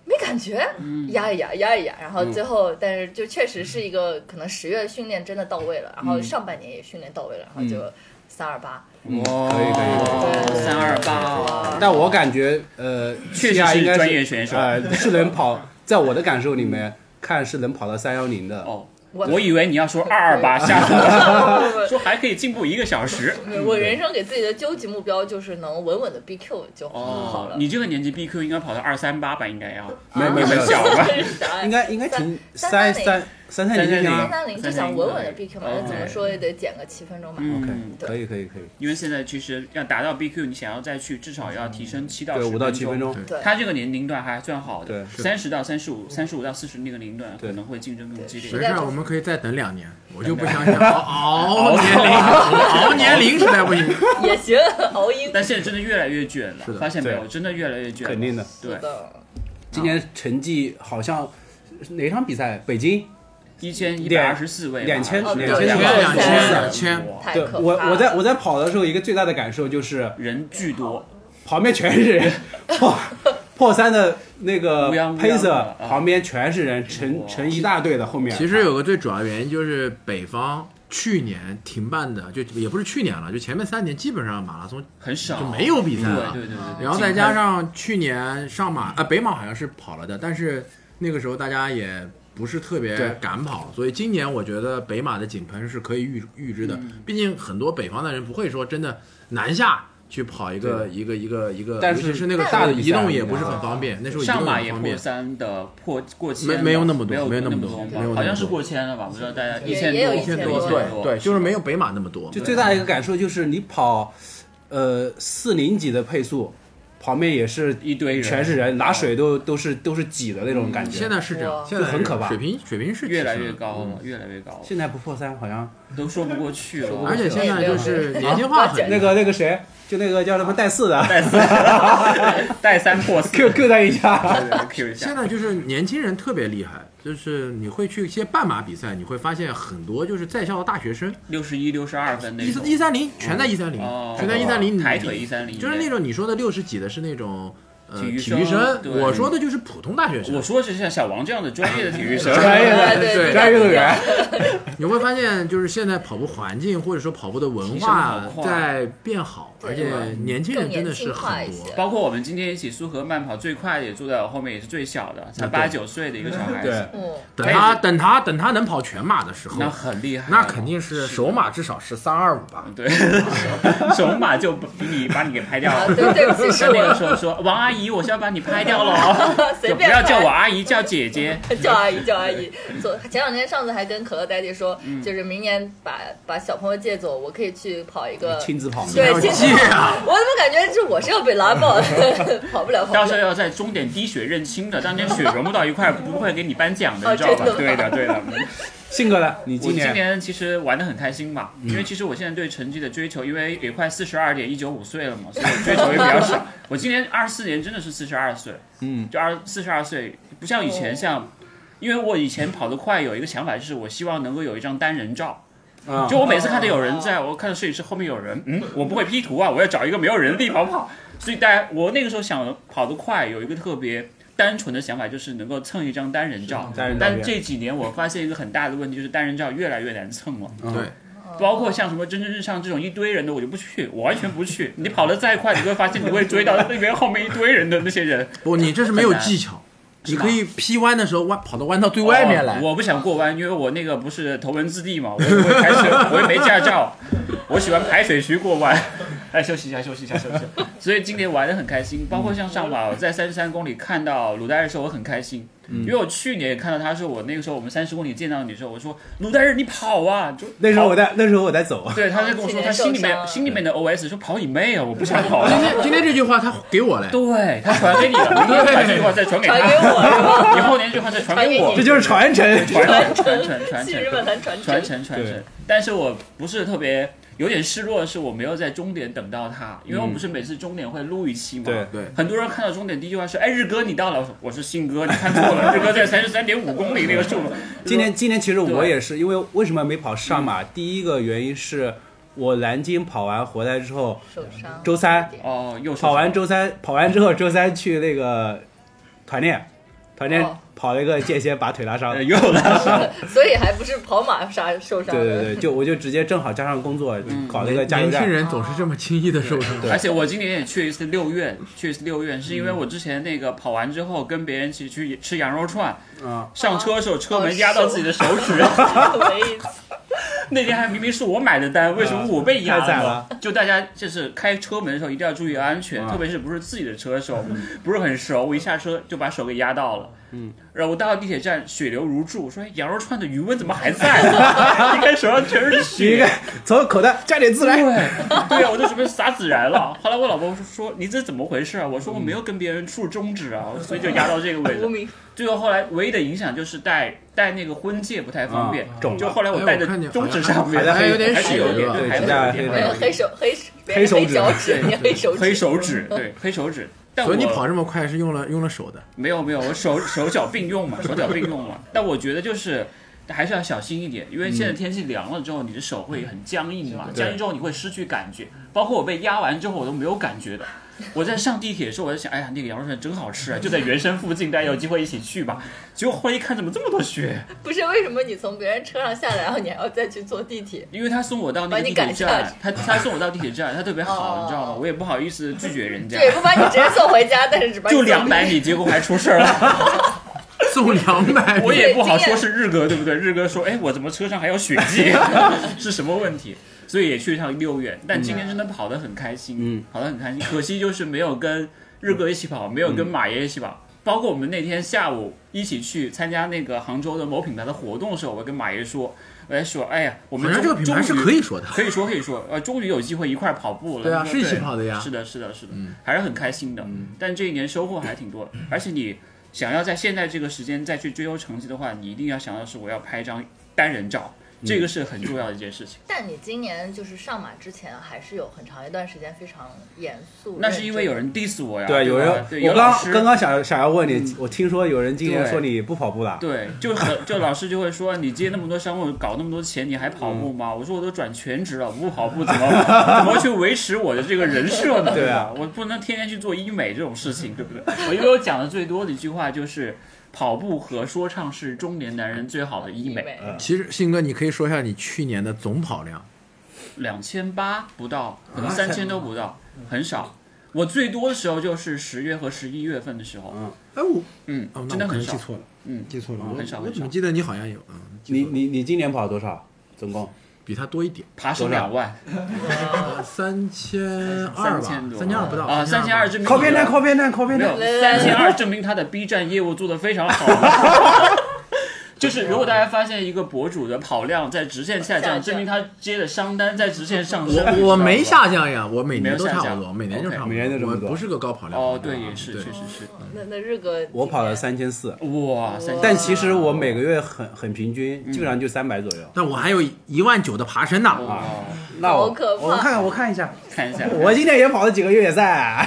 Speaker 3: 没感觉，压一压，压一压，然后最后，但是就确实是一个可能十月训练真的到位了，然后上半年也训练到位了，然后就三二八，
Speaker 2: 哇，
Speaker 1: 嗯可以可以
Speaker 2: 三二八，
Speaker 1: 但我感觉，呃，
Speaker 2: 确实
Speaker 1: 西亚
Speaker 2: 是
Speaker 1: 应该哎
Speaker 2: 专业选手
Speaker 1: 呃，是能跑，在我的感受里面看是能跑到三幺零的，
Speaker 2: 哦，
Speaker 3: 我
Speaker 2: 我以为你要说二二八，吓死我 了，说还可以进步一个小时。
Speaker 3: 我人生给自己的究极目标就是能稳稳的 BQ 就好
Speaker 2: 哦，
Speaker 3: 了。
Speaker 2: 你这个年纪 BQ 应该跑到二三八吧，应该要
Speaker 1: 没有没有没
Speaker 2: 很
Speaker 1: 有，
Speaker 2: 小吧？
Speaker 3: 这是啥呀？
Speaker 1: 应该应该挺
Speaker 3: 三
Speaker 1: 三
Speaker 3: 三
Speaker 1: 三三三零零
Speaker 3: 三
Speaker 1: 啊，
Speaker 3: 三零就想稳稳的 BQ 嘛，
Speaker 2: 哦
Speaker 3: 怎么说也得减个七分钟吧。
Speaker 2: 嗯
Speaker 1: OK，，可以可以可以，
Speaker 2: 因为现在其实要达到 BQ，你想要再去至少要提升七到
Speaker 1: 对
Speaker 2: 十
Speaker 1: 五到七分
Speaker 2: 分
Speaker 1: 钟，
Speaker 3: 对
Speaker 2: 他这个年龄段还算好的，
Speaker 1: 对是
Speaker 2: 三十到三十五、三十五到四十那个年龄段
Speaker 1: 对
Speaker 2: 可能会竞争更激 烈
Speaker 3: 对是。
Speaker 4: 没事儿，我们可以再等两年，我就不相信 熬熬年龄，熬年龄实在不 行。
Speaker 3: 也行，熬鹰。
Speaker 2: 但现在真的越来越卷了
Speaker 4: 是，的
Speaker 2: 发现没有，
Speaker 1: 对
Speaker 2: 真的越来越卷了。
Speaker 1: 肯定的。
Speaker 2: 对
Speaker 3: 是，的，
Speaker 1: 今年成绩好像哪场比赛？北京？
Speaker 2: 一千一百
Speaker 1: 两
Speaker 2: 二十四位吧，
Speaker 1: 两千
Speaker 3: 哦对
Speaker 1: 两千
Speaker 4: 两
Speaker 1: 多
Speaker 4: 千两千
Speaker 1: 哇
Speaker 4: 两千，
Speaker 3: 太
Speaker 1: 对
Speaker 3: 可怕了。
Speaker 1: 我我在我在跑的时候，一个最大的感受 就是
Speaker 2: 人巨多，
Speaker 1: 旁边全是人，破破三的那个
Speaker 2: 乌泱乌泱的
Speaker 1: pacer
Speaker 2: 啊
Speaker 1: 旁边全是人，成
Speaker 2: 哇
Speaker 1: 成一大队的后面。
Speaker 4: 其实有个最主要原因就是北方去年停办的，就也不是去年了，就前面三年基本上马拉松
Speaker 2: 很少，
Speaker 4: 就没有比赛了
Speaker 2: 对对对对对，
Speaker 4: 然后再加上去年上马啊、北马好像是跑了的，但是那个时候大家也不是特别
Speaker 1: 对
Speaker 4: 敢跑，所以今年我觉得北马的井喷是可以预预知的，毕竟很多北方的人不会说真的南下去跑一个一个一个一个，
Speaker 1: 但
Speaker 4: 尤其
Speaker 1: 是
Speaker 4: 是那个
Speaker 3: 大
Speaker 4: 大
Speaker 1: 的
Speaker 4: 的
Speaker 1: 比赛
Speaker 4: 移动也不是很方便，那时候移
Speaker 2: 上
Speaker 4: 动
Speaker 2: 马
Speaker 4: 也
Speaker 2: 也
Speaker 4: 不方
Speaker 2: 破
Speaker 4: 便。
Speaker 2: 三的破过千的，
Speaker 4: 没没有那么
Speaker 2: 没
Speaker 4: 多
Speaker 2: 有
Speaker 4: 没有那么
Speaker 2: 么
Speaker 4: 多
Speaker 2: 吧
Speaker 4: 没有那么多
Speaker 2: 好像是过千了吧？我不知道大家
Speaker 3: 也
Speaker 2: 千
Speaker 3: 也有
Speaker 2: 一
Speaker 3: 一千
Speaker 2: 多，
Speaker 3: 多
Speaker 4: 对对，就是没有北马那么多。
Speaker 1: 就最大的一个感受就是你跑，呃，四零几的配速，旁边也是
Speaker 2: 一堆人啊
Speaker 1: 全是人，拿水都都是都是挤的那种感觉。
Speaker 4: 现在是这样
Speaker 3: 哇，
Speaker 4: 现在是
Speaker 1: 很可怕
Speaker 4: 水平水平是嗯
Speaker 2: 越来
Speaker 4: 提升
Speaker 2: 越
Speaker 4: 了
Speaker 2: 高了，越来越高了，
Speaker 1: 现在不破三好像
Speaker 2: 都说不过去了。
Speaker 4: 而且现在就是年轻化很
Speaker 1: 那个那个谁，就那个叫什么带四的
Speaker 2: 带 三带三破四
Speaker 1: ，Q Q 他一 下。
Speaker 2: 对对对 Q 一
Speaker 4: 现
Speaker 2: 下，
Speaker 4: 在就是年轻人特别厉害，就是你会去一些半马比赛，你会发现很多就是在校的大学生，
Speaker 2: 六十一、六十二分那
Speaker 4: 一
Speaker 2: 种，
Speaker 4: 一三零全在一三零
Speaker 2: 哦，
Speaker 4: 全在一三零，
Speaker 2: 抬腿一三零，
Speaker 4: 就是那种你说的六十几的是那种呃
Speaker 2: 体育
Speaker 4: 体育
Speaker 2: 生
Speaker 4: 生，
Speaker 2: 对
Speaker 4: 我说的就是普通大学
Speaker 2: 我
Speaker 4: 生。
Speaker 2: 说是像小王这样的专业的体育 生，
Speaker 1: 专业
Speaker 3: 哎
Speaker 1: 的
Speaker 3: 对对
Speaker 1: 专业运动员，
Speaker 4: 你会发现就是现在跑步环境或者说跑步的文
Speaker 2: 提升得
Speaker 4: 化
Speaker 2: 好快
Speaker 4: 在变好，
Speaker 3: 对
Speaker 4: 而且年轻人
Speaker 3: 更
Speaker 4: 真的
Speaker 3: 年轻
Speaker 4: 是
Speaker 3: 化
Speaker 4: 很
Speaker 3: 一
Speaker 4: 多
Speaker 3: 些。
Speaker 2: 包括我们今天一起苏荷慢跑，最快也坐在我后面，也是最小的，才
Speaker 4: 嗯对
Speaker 2: 八九岁的一个小孩
Speaker 1: 对
Speaker 2: 子，，
Speaker 3: 嗯，
Speaker 4: 等他等他等他能跑全马的时候，
Speaker 2: 哎那很厉害，
Speaker 4: 那肯定是首马至少是三二五吧。
Speaker 2: 对，手马就比你把你给拍掉
Speaker 3: 啊，
Speaker 2: 了。
Speaker 3: 对对不起，是
Speaker 2: 跟那个
Speaker 3: 我
Speaker 2: 说说，王阿姨，我是要把你拍掉了哦，
Speaker 3: 随
Speaker 2: 就不
Speaker 3: 便
Speaker 2: 要
Speaker 3: 拍
Speaker 2: 叫我阿姨，叫姐姐。
Speaker 3: 叫阿姨叫 阿姨。昨前两天上次还跟可乐 daddy 说，
Speaker 2: 嗯
Speaker 3: 就是明年把把小朋友借走，我可以去跑一个
Speaker 1: 亲子跑，
Speaker 3: 对
Speaker 4: 还有
Speaker 3: 亲子
Speaker 4: 借啊
Speaker 3: 跑。我怎么感觉这我是要被拉爆的？ 跑不了，跑
Speaker 2: 到
Speaker 3: 不
Speaker 2: 时
Speaker 3: 了。
Speaker 2: 候要在终点滴血认亲的，当天血融不到一块，不会给你颁奖的，
Speaker 3: 哦
Speaker 2: 你知道吧？
Speaker 3: 真
Speaker 2: 对
Speaker 3: 的
Speaker 2: 的，
Speaker 3: 吗
Speaker 2: 对的。
Speaker 1: 性格呢？你
Speaker 2: 我 今
Speaker 1: 年
Speaker 2: 年其嗯实玩的很开心嘛，因为其实我现在对成绩的追求，因为也快四十二点一九五岁了嘛，所以我追求也比较 少。我今年二四年真的是四十二岁，
Speaker 1: 嗯，
Speaker 2: 就二四十二岁，不像以前像，因为我以前跑得快，有一个想法就是我希望能够有一张单人照。
Speaker 1: 啊
Speaker 2: 就我每次看到有人在，我看到摄影师后面有人，嗯，我不会 P 图啊，我要找一个没有人的地方跑。所以大家，我那个时候想跑得快，有一个特别单纯的想法，就是能够蹭一张单人照。
Speaker 1: 单人照
Speaker 2: 但
Speaker 1: 片
Speaker 2: 这几年我发现一个很大的问题，就是单人照越来越难蹭了。
Speaker 1: 嗯
Speaker 4: 对，
Speaker 2: 包括像什么蒸蒸日上这种一堆人的，我就不去，我完全不去。你跑得再快，你会发现你会追到那边后面一堆人的那些人。
Speaker 4: 不，你这是没有技巧，
Speaker 2: 是
Speaker 4: 你
Speaker 2: 吧
Speaker 4: 可以劈弯的时候弯跑到 弯道最外面来。
Speaker 2: 哦我不想过弯，因为我那个不是头文字 D 嘛，我 我开始我也没驾照， 我喜欢排水渠过弯。哎，休息一下，休息一下，休息一下。 所以今年玩的很开心，包括像上啊马，我在三十三公里看到鲁代日的时候，我很开心，因为我去年也看到他说我那个时候我们三十公里见到你的时候，我说鲁代日你跑啊，就
Speaker 1: 那时候我在那时候我在走，
Speaker 2: 对，他在跟我 说他心里面心里面的 OS 说跑你妹啊，我不想 跑
Speaker 4: 今
Speaker 2: 了。
Speaker 4: 天今天这句话他给我嘞，
Speaker 2: 对他传给你了，你把这句话再传给
Speaker 3: 传给
Speaker 2: 他，
Speaker 3: 我，
Speaker 2: 你后年这句话再传给我，
Speaker 1: 这就是传承。
Speaker 2: 传传传传
Speaker 3: 去日本
Speaker 2: 承。
Speaker 3: 来传
Speaker 2: 传
Speaker 3: 承。
Speaker 2: 承传承
Speaker 1: 对。
Speaker 2: 但是我不是特别有点失落的是，我没有在终点等到他，因为我不是每次终点会录一期嘛。
Speaker 1: 嗯对
Speaker 4: 对
Speaker 2: 很多人看到终点第一句话说：“哎，日哥你到了。”我说：“我是信哥，你看错了，日哥在三十三点五公里那个 数。”
Speaker 1: 今年今年其实我
Speaker 2: 对
Speaker 1: 也是，因为为什么没跑上马？第一个原因是我南京跑完回来之后，
Speaker 3: 受伤。
Speaker 1: 周三
Speaker 2: 哦，又是
Speaker 1: 跑完周三，跑完之后周三去那个团练，
Speaker 5: 团建
Speaker 3: 哦
Speaker 5: 跑了一个间歇，把腿拉伤了
Speaker 2: 呃。又拉伤，
Speaker 3: 所以还不是跑马啥受伤
Speaker 5: 对
Speaker 3: 的。
Speaker 5: 对对，就我就直接正好加上工作，
Speaker 2: 嗯
Speaker 5: 搞了一个
Speaker 6: 年
Speaker 5: 加油
Speaker 6: 年轻
Speaker 5: 站。
Speaker 6: 人总是这么轻易的受伤。哎
Speaker 2: 而且我今年也去一次六院，去一次六院，是因为
Speaker 1: 嗯
Speaker 2: 我之前那个跑完之后跟别人一起去吃羊肉串，
Speaker 5: 啊
Speaker 2: 上车的时候车门压到自己的手指，
Speaker 3: 没意思。
Speaker 2: 那天还明明是我买的单，为什么我被压
Speaker 5: 太惨
Speaker 2: 呢？就大家就是开车门的时候一定要注意安全，特别是不是自己的车的时候，不是很熟，我一下车就把手给压到了。嗯，然后我到地铁站，血流如注，说哎羊肉串的余温怎么还在？啊 一看手上全是
Speaker 5: 你
Speaker 2: 血
Speaker 5: 看。，从口袋加点孜然。
Speaker 2: 对啊，我就准备撒孜然了。后来我老婆说：“你这怎么回事啊？”我说：“我没有跟别人竖中指啊，所以就压到这个位
Speaker 3: 无
Speaker 2: 置。
Speaker 3: 名”
Speaker 2: 最后后来唯一的影响就是戴戴那个婚戒不太方便
Speaker 5: 啊，肿了
Speaker 2: 就后来我戴在
Speaker 6: 哎我看见
Speaker 2: 中指上面，
Speaker 5: 好像还
Speaker 6: 有点
Speaker 2: 还是有
Speaker 6: 血
Speaker 2: 点，
Speaker 6: 对
Speaker 2: 还是
Speaker 5: 指甲
Speaker 2: 有点
Speaker 5: 黑
Speaker 3: 没有
Speaker 2: 还
Speaker 3: 黑手黑
Speaker 5: 黑手指
Speaker 3: 脚趾，你黑手指，
Speaker 2: 黑手指，对，黑手指。但
Speaker 6: 所
Speaker 2: 我
Speaker 6: 以你跑这么快是用了用了手的，
Speaker 2: 没有没有，我手手脚并用嘛，手脚并用嘛。但我觉得就是还是要小心一点，因为现在天气凉了之后，你的手会很僵硬嘛，僵硬之后你会失去感觉。包括我被压完之后，我都没有感觉的。我在上地铁的时候，我在想，哎呀，那个羊肉串真好吃啊，就在原生附近，大家有机会一起去吧。结果后来一看，怎么这么多血？
Speaker 3: 不是为什么你从别人车上下来，然后你还要再去坐地 铁？
Speaker 2: 因为他送我到那
Speaker 3: 把
Speaker 2: 个
Speaker 3: 哦你
Speaker 2: 地
Speaker 3: 赶
Speaker 2: 铁
Speaker 3: 下
Speaker 2: 站
Speaker 3: 去，哦
Speaker 2: 他他送我到地铁站，他特别好，你知道吗？我也不好意思拒绝人家
Speaker 3: 这，也不把你直接送回家，但是只把 你
Speaker 2: 就
Speaker 3: 送
Speaker 2: 两百米，结果还出事儿了。
Speaker 6: 送两百
Speaker 2: 我也不好说是日哥，对不对？日哥说，哎，我怎么车上还有血迹？ 是什么问题？所以也去一趟六院，但今
Speaker 3: 嗯
Speaker 2: 天真的跑得很开心，
Speaker 5: 嗯，
Speaker 2: 跑得很开心。可惜就是没有跟日哥一起
Speaker 6: 嗯
Speaker 2: 跑，没有跟马爷一起跑。包括我们那天下午一起去参加那个杭州的某品牌的活动的时候，我跟马爷说，我在说，哎呀，我
Speaker 6: 好
Speaker 2: 们
Speaker 6: 像
Speaker 2: 终
Speaker 6: 这个品牌是
Speaker 2: 终于
Speaker 6: 可以说的。
Speaker 2: 可以说可以说，呃，终于有机会一块儿跑步了。
Speaker 6: 对啊
Speaker 2: 说
Speaker 6: 是一起跑的呀
Speaker 2: 是的，是的，是的，
Speaker 5: 嗯
Speaker 2: 还是很开心的。但这一年收获还 挺多，而且你想要在现在这个时间再去追求成绩的话，你一定要想到是我要拍一张单人照，这
Speaker 5: 嗯
Speaker 2: 个是很重要的一件事情。
Speaker 3: 但你今年就是上马之前，还是有很长一段时间非常严肃。
Speaker 2: 那是因为有
Speaker 3: 认
Speaker 2: 人 diss 我呀，
Speaker 5: 对，有
Speaker 2: 吧
Speaker 5: 人
Speaker 2: 对，
Speaker 5: 我
Speaker 2: 有老
Speaker 5: 刚
Speaker 2: 师嗯
Speaker 5: 刚刚想想要问你，我听说有人今年
Speaker 2: 对
Speaker 5: 说你不跑步了，
Speaker 2: 对，就很就老师就会说，你接那么多商务，搞那么多钱，你还跑步吗？我说我都转全职了，不跑步怎么怎么去维持我的这个人设呢？
Speaker 5: 对啊
Speaker 2: 吧？我不能天天去做医美这种事情，对不对？我因为我讲的最多的一句话就是，跑步和说唱是中年男人最好的医
Speaker 3: 真
Speaker 2: 美，
Speaker 3: 美，
Speaker 6: 其实信哥，你可以说一下你去年的总跑量，
Speaker 2: 两千八不到，可能三千都不到，很少。我最多的时候就是十月和十一月份的时候，
Speaker 6: 哎我
Speaker 2: 嗯
Speaker 6: 哦，，那
Speaker 2: 真的
Speaker 6: 我可能
Speaker 2: 很少
Speaker 6: 记。错了，哦
Speaker 2: 嗯
Speaker 6: 记错了，我
Speaker 2: 很少
Speaker 6: 我
Speaker 2: 很
Speaker 6: 怎么
Speaker 2: 少
Speaker 6: 记得你好像有，嗯，记
Speaker 5: 你
Speaker 6: 错了
Speaker 5: 你你今年跑多少？总共
Speaker 6: 比他多一点，
Speaker 2: 爬升
Speaker 5: 多少
Speaker 2: 两万
Speaker 3: 嗯
Speaker 2: 嗯
Speaker 6: 三千二吧
Speaker 2: 三千，多，
Speaker 6: 三千二不到
Speaker 2: 啊，三千二，证明
Speaker 5: 靠边站，靠边站，靠边
Speaker 2: 没
Speaker 5: 站
Speaker 2: 有。三千二，证明他的 B 站业务做得非常好。就是如果大家发现一个博主的跑量在直线下
Speaker 3: 下
Speaker 2: 降，
Speaker 3: 降
Speaker 2: 证明他接的商单在直线上升。
Speaker 6: 我我没
Speaker 2: 你知道吗。
Speaker 6: 下降呀，我每年都差不
Speaker 2: 没有下
Speaker 6: 多，
Speaker 2: 降
Speaker 6: 每年就差不多，
Speaker 2: OK，
Speaker 5: 每年就这么
Speaker 6: 我
Speaker 5: 多
Speaker 6: 不是个高跑量。啊
Speaker 2: 哦，对，也是，
Speaker 6: 对
Speaker 2: 确实是。
Speaker 3: 那那日哥，
Speaker 5: 我跑了，三千四，
Speaker 2: 哇塞！
Speaker 5: 但其实我每个月很很平均，
Speaker 2: 嗯
Speaker 5: 基本上就三百左右。
Speaker 6: 但我还有一万九的爬啊升呢，
Speaker 2: 哇，
Speaker 5: 那
Speaker 3: 好
Speaker 5: 我
Speaker 3: 可怕
Speaker 5: 我看看我看一下，
Speaker 2: 哦看一下，
Speaker 5: 我今年也跑了几个越野赛，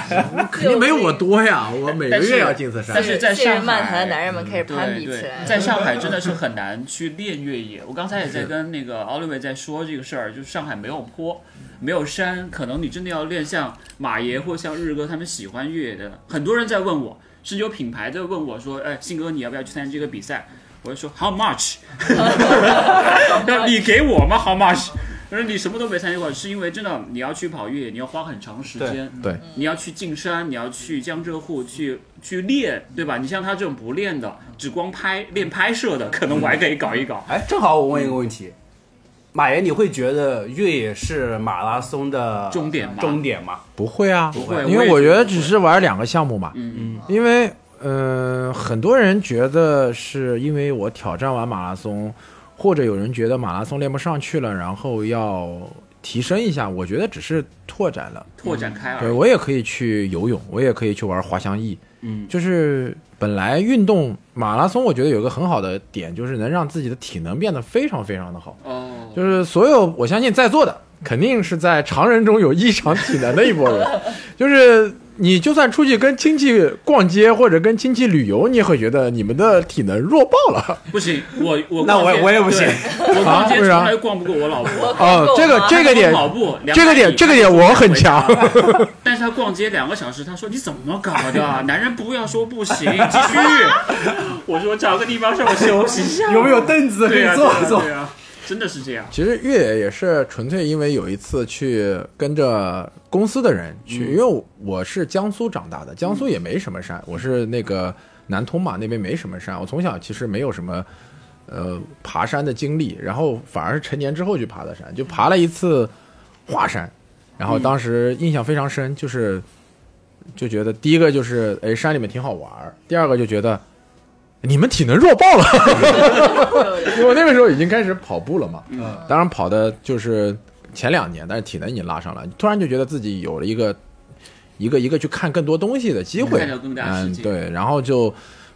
Speaker 6: 肯定没有我多呀，我每个
Speaker 2: 但是
Speaker 6: 月要进次
Speaker 2: 但
Speaker 6: 山
Speaker 2: 是。在
Speaker 3: 信任
Speaker 2: 上
Speaker 3: 漫谈
Speaker 2: 海嗯
Speaker 3: 的男人们开始攀
Speaker 2: 对
Speaker 3: 比起
Speaker 2: 对
Speaker 3: 来，，
Speaker 2: 在上海真的是很难去练越野。我刚才也在跟那个 Oliver 在说这个事儿，就是上海没有坡，没有山，可能你真的要练像马爷或像日哥他们喜欢越野的。很多人在问我，是有品牌在问我说，哎，信哥你要不要去参加这个比赛？我就说 How much？那你给我吗？How much？他说你什么都没参加过，是因为真的你要去跑越野，你要花很长时间，
Speaker 6: 对对
Speaker 2: 你要去进山，你要去江浙沪去去练，对吧？你像他这种不练的，只光拍练拍摄的，可能我还可以搞一
Speaker 4: 嗯
Speaker 2: 搞。
Speaker 5: 哎，正好我问一个问题，马爷，你会觉得越野是马拉松的
Speaker 2: 终点吗
Speaker 5: 终点吗？
Speaker 4: 不会啊，不
Speaker 2: 会
Speaker 4: 因
Speaker 2: 我
Speaker 4: 为
Speaker 2: 也
Speaker 4: 我觉得
Speaker 2: 不会
Speaker 4: 只是玩两个项目嘛。
Speaker 2: 嗯，
Speaker 4: 因为呃，很多人觉得是因为我挑战完马拉松，或者有人觉得马拉松练不上去了，然后要提升一下。我觉得只是拓展了，
Speaker 2: 拓展开
Speaker 4: 对
Speaker 2: 而已。
Speaker 4: 我也可以去游泳，我也可以去玩滑翔翼。
Speaker 5: 嗯，
Speaker 4: 就是本来运动马拉松，我觉得有一个很好的点，就是能让自己的体能变得非常非常的好。
Speaker 2: 哦，
Speaker 4: 就是所有我相信在座的肯定是在常人中有异常体能的一波人，就是你就算出去跟亲戚逛街或者跟亲戚旅游，你也会觉得你们的体能弱爆了。
Speaker 2: 不行，我我
Speaker 1: 那我
Speaker 2: 逛街
Speaker 1: 我也不行
Speaker 2: 对我
Speaker 4: 啊
Speaker 2: 逛街
Speaker 4: 为
Speaker 2: 从
Speaker 4: 啥
Speaker 2: 来逛不过我老婆。
Speaker 4: 哦，这个这个点，
Speaker 2: 跑步，200
Speaker 4: 这个点
Speaker 2: 米
Speaker 4: 这个点我很强。
Speaker 2: 但是他逛街两个小时，他说你怎么搞 的？男人不要说不行，继续。我说找个地方让我休息一下。
Speaker 1: 有没有凳子可
Speaker 2: 对
Speaker 1: 以
Speaker 2: 啊？
Speaker 1: 坐
Speaker 2: 对啊
Speaker 1: 坐？
Speaker 2: 对啊，真的是这样。
Speaker 4: 其实越野也是纯粹因为有一次去跟着公司的人去，因为我我是江苏长大的，江苏也没什么山，我是那个南通嘛，那边没什么山，我从小其实没有什么呃爬山的经历，然后反而是成年之后去爬的山，就爬了一次华山，然后当时印象非常深，就是就觉得第一个就是哎山里面挺好玩儿，第二个就觉得你们体能弱爆了，因为 我那个时候已经开始跑步了嘛，
Speaker 1: 嗯，
Speaker 4: 当然跑的就是前两年，但是体能已经拉上来，突然就觉得自己有了一个一个一个去看更多东西的机会
Speaker 2: 看到更，大的世
Speaker 4: 嗯，
Speaker 2: 界
Speaker 4: 对，然后就。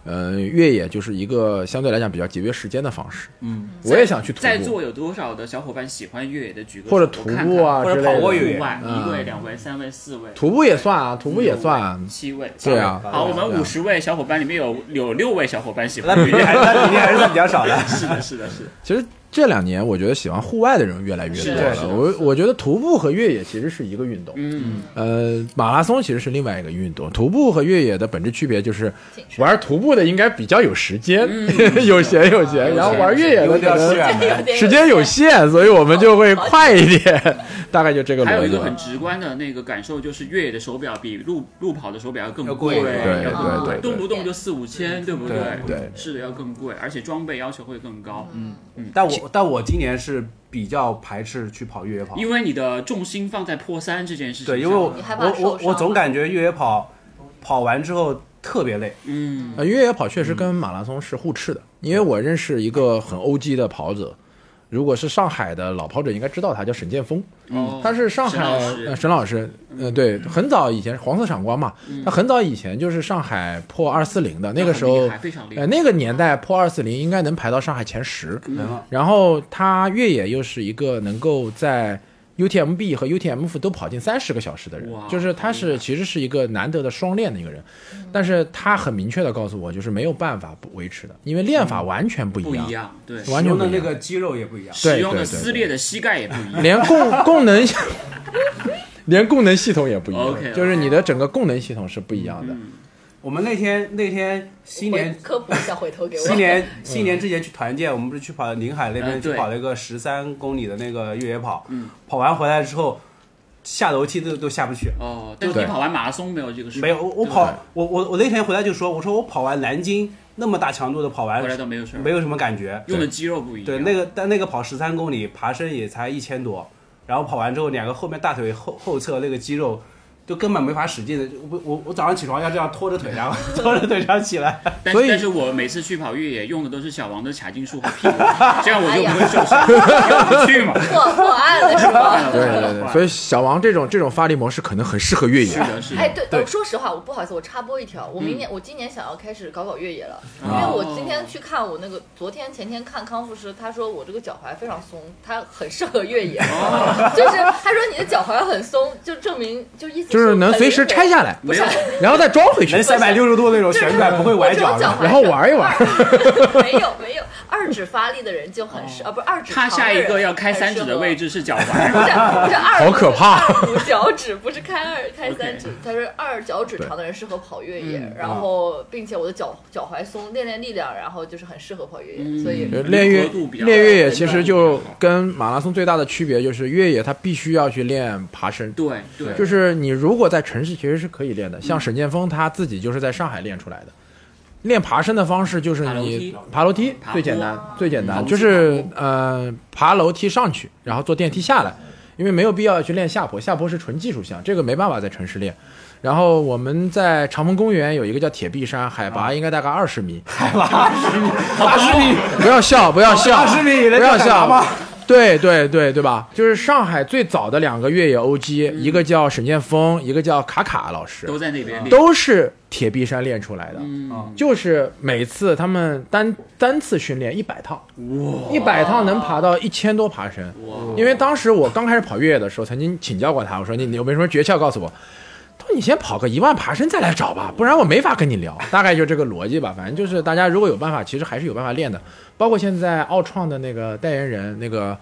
Speaker 4: 呃，越野就是一个相对来讲比较节约时间的方式。
Speaker 1: 嗯，
Speaker 4: 我也想去徒
Speaker 2: 在
Speaker 4: 步
Speaker 2: 座，有多少的小伙伴喜欢越野的？举个手
Speaker 4: 或者徒步，啊
Speaker 1: 或者
Speaker 4: 之类的
Speaker 1: 跑过越野
Speaker 2: 我看看户外
Speaker 4: 嗯
Speaker 2: 一位、两位、三位、四位，
Speaker 4: 徒步也算啊，徒步也算啊。
Speaker 2: 七位。
Speaker 4: 对啊
Speaker 2: 八位好，我们
Speaker 4: 对啊
Speaker 2: 五十位小伙伴里面有有六位小伙伴喜
Speaker 1: 那
Speaker 2: 欢
Speaker 1: 比
Speaker 2: 越
Speaker 1: 例还
Speaker 2: 野。
Speaker 1: 那比例还是比较少的。
Speaker 2: 是的，是的，是的。
Speaker 4: 其实这两年，我觉得喜欢户外的人越来越
Speaker 2: 是
Speaker 4: 多
Speaker 2: 的是
Speaker 4: 了。
Speaker 2: 的
Speaker 4: 我我觉得徒步和越野其实是一个运动。
Speaker 2: 嗯，
Speaker 4: 呃，马拉松其实是另外一个运动，徒步和越野的本质区别就是
Speaker 3: 挺帅
Speaker 4: 玩徒步的应该比较有时间，
Speaker 2: 嗯
Speaker 4: 有闲有闲，然后玩越野的
Speaker 1: 有
Speaker 4: 可
Speaker 1: 点
Speaker 4: 能
Speaker 1: 远
Speaker 3: 有点
Speaker 4: 时间有限，所以我们就会快一点， 大概就这个
Speaker 2: 哦嗯还有
Speaker 4: 逻
Speaker 2: 一
Speaker 4: 辑
Speaker 2: 个
Speaker 4: 吧
Speaker 2: 很。直观的那个感受就是越野的手表比路路跑的手表要更
Speaker 1: 要
Speaker 2: 贵，
Speaker 1: 贵
Speaker 4: 对
Speaker 2: 要更贵
Speaker 4: 对对对
Speaker 2: 动不动就四五千，对不
Speaker 4: 对对
Speaker 2: 是的，要更贵，而且装备要求会更高，嗯，
Speaker 1: 但我但我今年是比较排斥去跑越野跑，
Speaker 2: 因为你的重心放在破三这件事情上，
Speaker 1: 对，因为我
Speaker 3: 你害怕
Speaker 1: 我我
Speaker 3: 受伤
Speaker 1: 我总感觉越野跑跑完之后特别累，
Speaker 2: 嗯，
Speaker 4: 呃，越野跑确实跟马拉松是互斥的，因为我认识一个很 OG 的跑者，如果是上海的老跑者应该知道他叫沈剑锋，
Speaker 2: 哦
Speaker 4: 他嗯是上海
Speaker 2: 沈老
Speaker 4: 呃
Speaker 2: 师，
Speaker 4: 沈老师，呃对，很早以前黄色闪光嘛，他很早以前就是上海破二四零的那个时
Speaker 2: 嗯很
Speaker 4: 候
Speaker 2: 厉害，非常厉害
Speaker 4: 呃那个年代破二四零应该能排到上海前十，
Speaker 1: 能吗？
Speaker 4: 然后他越野又是一个能够在 UTMB 和 UTMF 都跑进三十个小时的人
Speaker 2: 哇，
Speaker 4: 就是
Speaker 2: 好
Speaker 4: 他
Speaker 2: 厉
Speaker 4: 是
Speaker 2: 害嗯
Speaker 4: 其实是一个难得的双练的一个人，但是他很明确的告诉我，就是没有办法不维持的，因为练法完全不
Speaker 2: 嗯不
Speaker 4: 一样，
Speaker 2: 一样，对，
Speaker 4: 完全
Speaker 1: 用
Speaker 4: 不
Speaker 1: 的
Speaker 4: 一
Speaker 1: 那
Speaker 4: 样，
Speaker 1: 个肌肉也不一样。
Speaker 2: 使用的
Speaker 4: 对对对
Speaker 2: 撕裂的膝盖也不一样，
Speaker 4: 连供功能， 连功能系统也不一样
Speaker 2: OK，OK，
Speaker 4: 就是你的整个功能系统是不一样的。
Speaker 2: 嗯，
Speaker 1: 我们那天那天新年
Speaker 3: 回科普一下，回头给我。
Speaker 1: 新年新年之前去团建，我们不是去跑宁海那边
Speaker 2: 嗯对
Speaker 1: 去跑了一个十三公里的那个越野跑
Speaker 2: 嗯，
Speaker 1: 跑完回来之后下楼梯都都下不去。
Speaker 2: 哦，但是你
Speaker 4: 对
Speaker 2: 跑完马拉松没有这个事，
Speaker 1: 没有，我我
Speaker 2: 对吧
Speaker 1: 跑我我我那天回来就说，我说我跑完南京那么大强度的跑完
Speaker 2: 回来都没有事儿，
Speaker 1: 没有什么感觉，
Speaker 2: 用的肌肉不一样，
Speaker 1: 对，那个但那个跑十三公里，爬升也才一千多，然后跑完之后，两个后面大腿后后侧那个肌肉就根本没法使劲的。我我我早上起床要这样拖着腿，然后 拖着腿这样起 来。
Speaker 2: 但
Speaker 4: 所以
Speaker 2: 是但是我每次去跑越野用的都是小王的卡胫术和屁股，这样我就不会受伤，要不去嘛。
Speaker 3: 破破案了是吗？
Speaker 4: 对对对，所以小王这种这种发力模式可能很适合越野
Speaker 2: 是。的，是
Speaker 3: 哎，
Speaker 2: 的，
Speaker 3: 对，
Speaker 1: 对
Speaker 3: 呃说实话，我不好意思，我插播一条，我明
Speaker 4: 嗯
Speaker 3: 年、我今年想要开始搞搞越野了，
Speaker 1: 嗯
Speaker 3: 因为
Speaker 2: 哦
Speaker 3: 我今天去看我那个，昨天前天看康复师，他说我这个脚踝非常松，他很适合越野，
Speaker 4: 哦
Speaker 3: 就是他说你的脚踝很松，就证明就意思
Speaker 4: 就是能随时拆下来，
Speaker 2: 没有
Speaker 4: 然后再装回去
Speaker 1: 能。三百六十度那种旋 转，不会崴脚
Speaker 3: 的
Speaker 1: 的。，
Speaker 4: 然后玩一玩
Speaker 3: 二。没有没有，二指发力的人就很
Speaker 4: 哦
Speaker 3: 适，啊不是二指
Speaker 2: 他
Speaker 3: 长的人
Speaker 2: 下一个要开三指的位置是脚踝，
Speaker 3: 很适合，不是不是二
Speaker 4: 好可怕
Speaker 3: 二五脚趾不是开二开
Speaker 2: OK
Speaker 3: 三指，他说二脚趾长的人适合跑越
Speaker 4: 嗯
Speaker 3: 野，然后并且我的脚脚踝松，练练力量，然后就是很适合跑越野，
Speaker 2: 嗯
Speaker 3: 所以
Speaker 2: 嗯
Speaker 4: 呃练越
Speaker 2: 灵活度比较
Speaker 4: 练越野
Speaker 2: 高
Speaker 4: 其实就跟马拉松最大的区别就是越野它必须要去练爬升，
Speaker 2: 对对，
Speaker 4: 就是你如果在城市其实是可以练的，像沈剑锋他自己就是在上海练出来的。练爬升的方式就是
Speaker 2: 爬楼
Speaker 4: 你
Speaker 2: 梯
Speaker 4: 爬楼梯
Speaker 2: 爬坡
Speaker 4: 最简单，最简
Speaker 2: 爬
Speaker 4: 单
Speaker 2: 楼梯
Speaker 4: 就是呃爬楼梯上去，然后坐电梯下来，因为没有必要去练下坡，下坡是纯技术项，这个没办法在城市练。然后我们在长风公园有一个叫铁壁山，海
Speaker 2: 啊
Speaker 4: 拔应该大概二十米，
Speaker 1: 八十米，
Speaker 4: 不 要笑，不要笑，
Speaker 1: 八十米，
Speaker 4: 不要笑
Speaker 1: 吗？。
Speaker 4: 对对对对吧？就是上海最早的两个越野 OG，、一
Speaker 1: 嗯
Speaker 4: 个叫沈剑锋，一个叫卡卡老师，
Speaker 2: 都在那边练，
Speaker 4: 都是铁壁山练出来的。
Speaker 2: 嗯，
Speaker 4: 就是每次他们单单次训练一百趟，一百趟能爬到一千多爬升。
Speaker 2: 哇，
Speaker 4: 因为当时我刚开始跑越野的时候，曾经请教过他，我说你你有没有什么诀窍告诉我？你先跑个一万爬升再来找吧，不然我没法跟你聊。大概就这个逻辑吧，反正就是大家如果有办法，其实还是有办法练的。包括现在奥创的那个代言人那个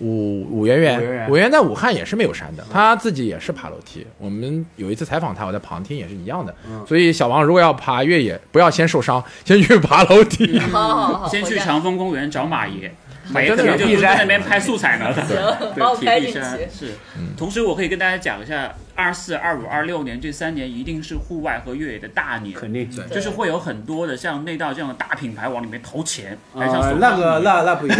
Speaker 4: 武武媛
Speaker 1: 武媛媛
Speaker 4: 媛，武媛媛在武汉也是没有山的，他自己也是爬楼梯。我们有一次采访他，我在旁听也是一样的。
Speaker 1: 嗯
Speaker 4: 所以小王如果要爬越野，不要先受伤，先去爬楼梯。
Speaker 3: 好好好，
Speaker 2: 先
Speaker 3: 哦回
Speaker 2: 去
Speaker 3: 家
Speaker 2: 长风公园找马爷，马爷
Speaker 4: 真
Speaker 2: 特别
Speaker 4: 的有
Speaker 2: 就
Speaker 4: 地
Speaker 2: 蹲在那边拍素材呢。
Speaker 3: 行，把 我
Speaker 2: 对，
Speaker 3: 拍
Speaker 2: 铁壁
Speaker 3: 进
Speaker 2: 山
Speaker 3: 去。
Speaker 2: 是。同时，我可以跟大家讲一下，二四、二五、二六年这三年一定是户外和越野的大年，
Speaker 1: 肯定。
Speaker 3: 对
Speaker 2: 就是会有很多的像内道这样的大品牌往里面投钱，还像
Speaker 1: 呃
Speaker 2: 索，
Speaker 1: 那个那那不一 样，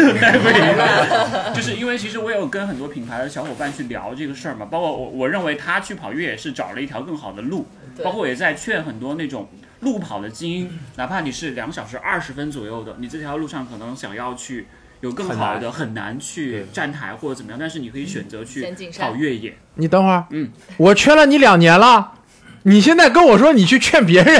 Speaker 2: 就是因为其实我有跟很多品牌的小伙伴去聊这个事儿嘛，包括我我认为他去跑越野是找了一条更好的路，
Speaker 3: 对
Speaker 2: 包括也在劝很多那种路跑的精英，哪怕你是两小时二十分左右的，你这条路上可能想要去有更好的，很难去站台或者怎么样，但是你可以选择去
Speaker 3: 先进山
Speaker 2: 跑越野。
Speaker 4: 你等会儿，
Speaker 2: 嗯，
Speaker 4: 我劝了你两年了。你现在跟我说你去劝别人，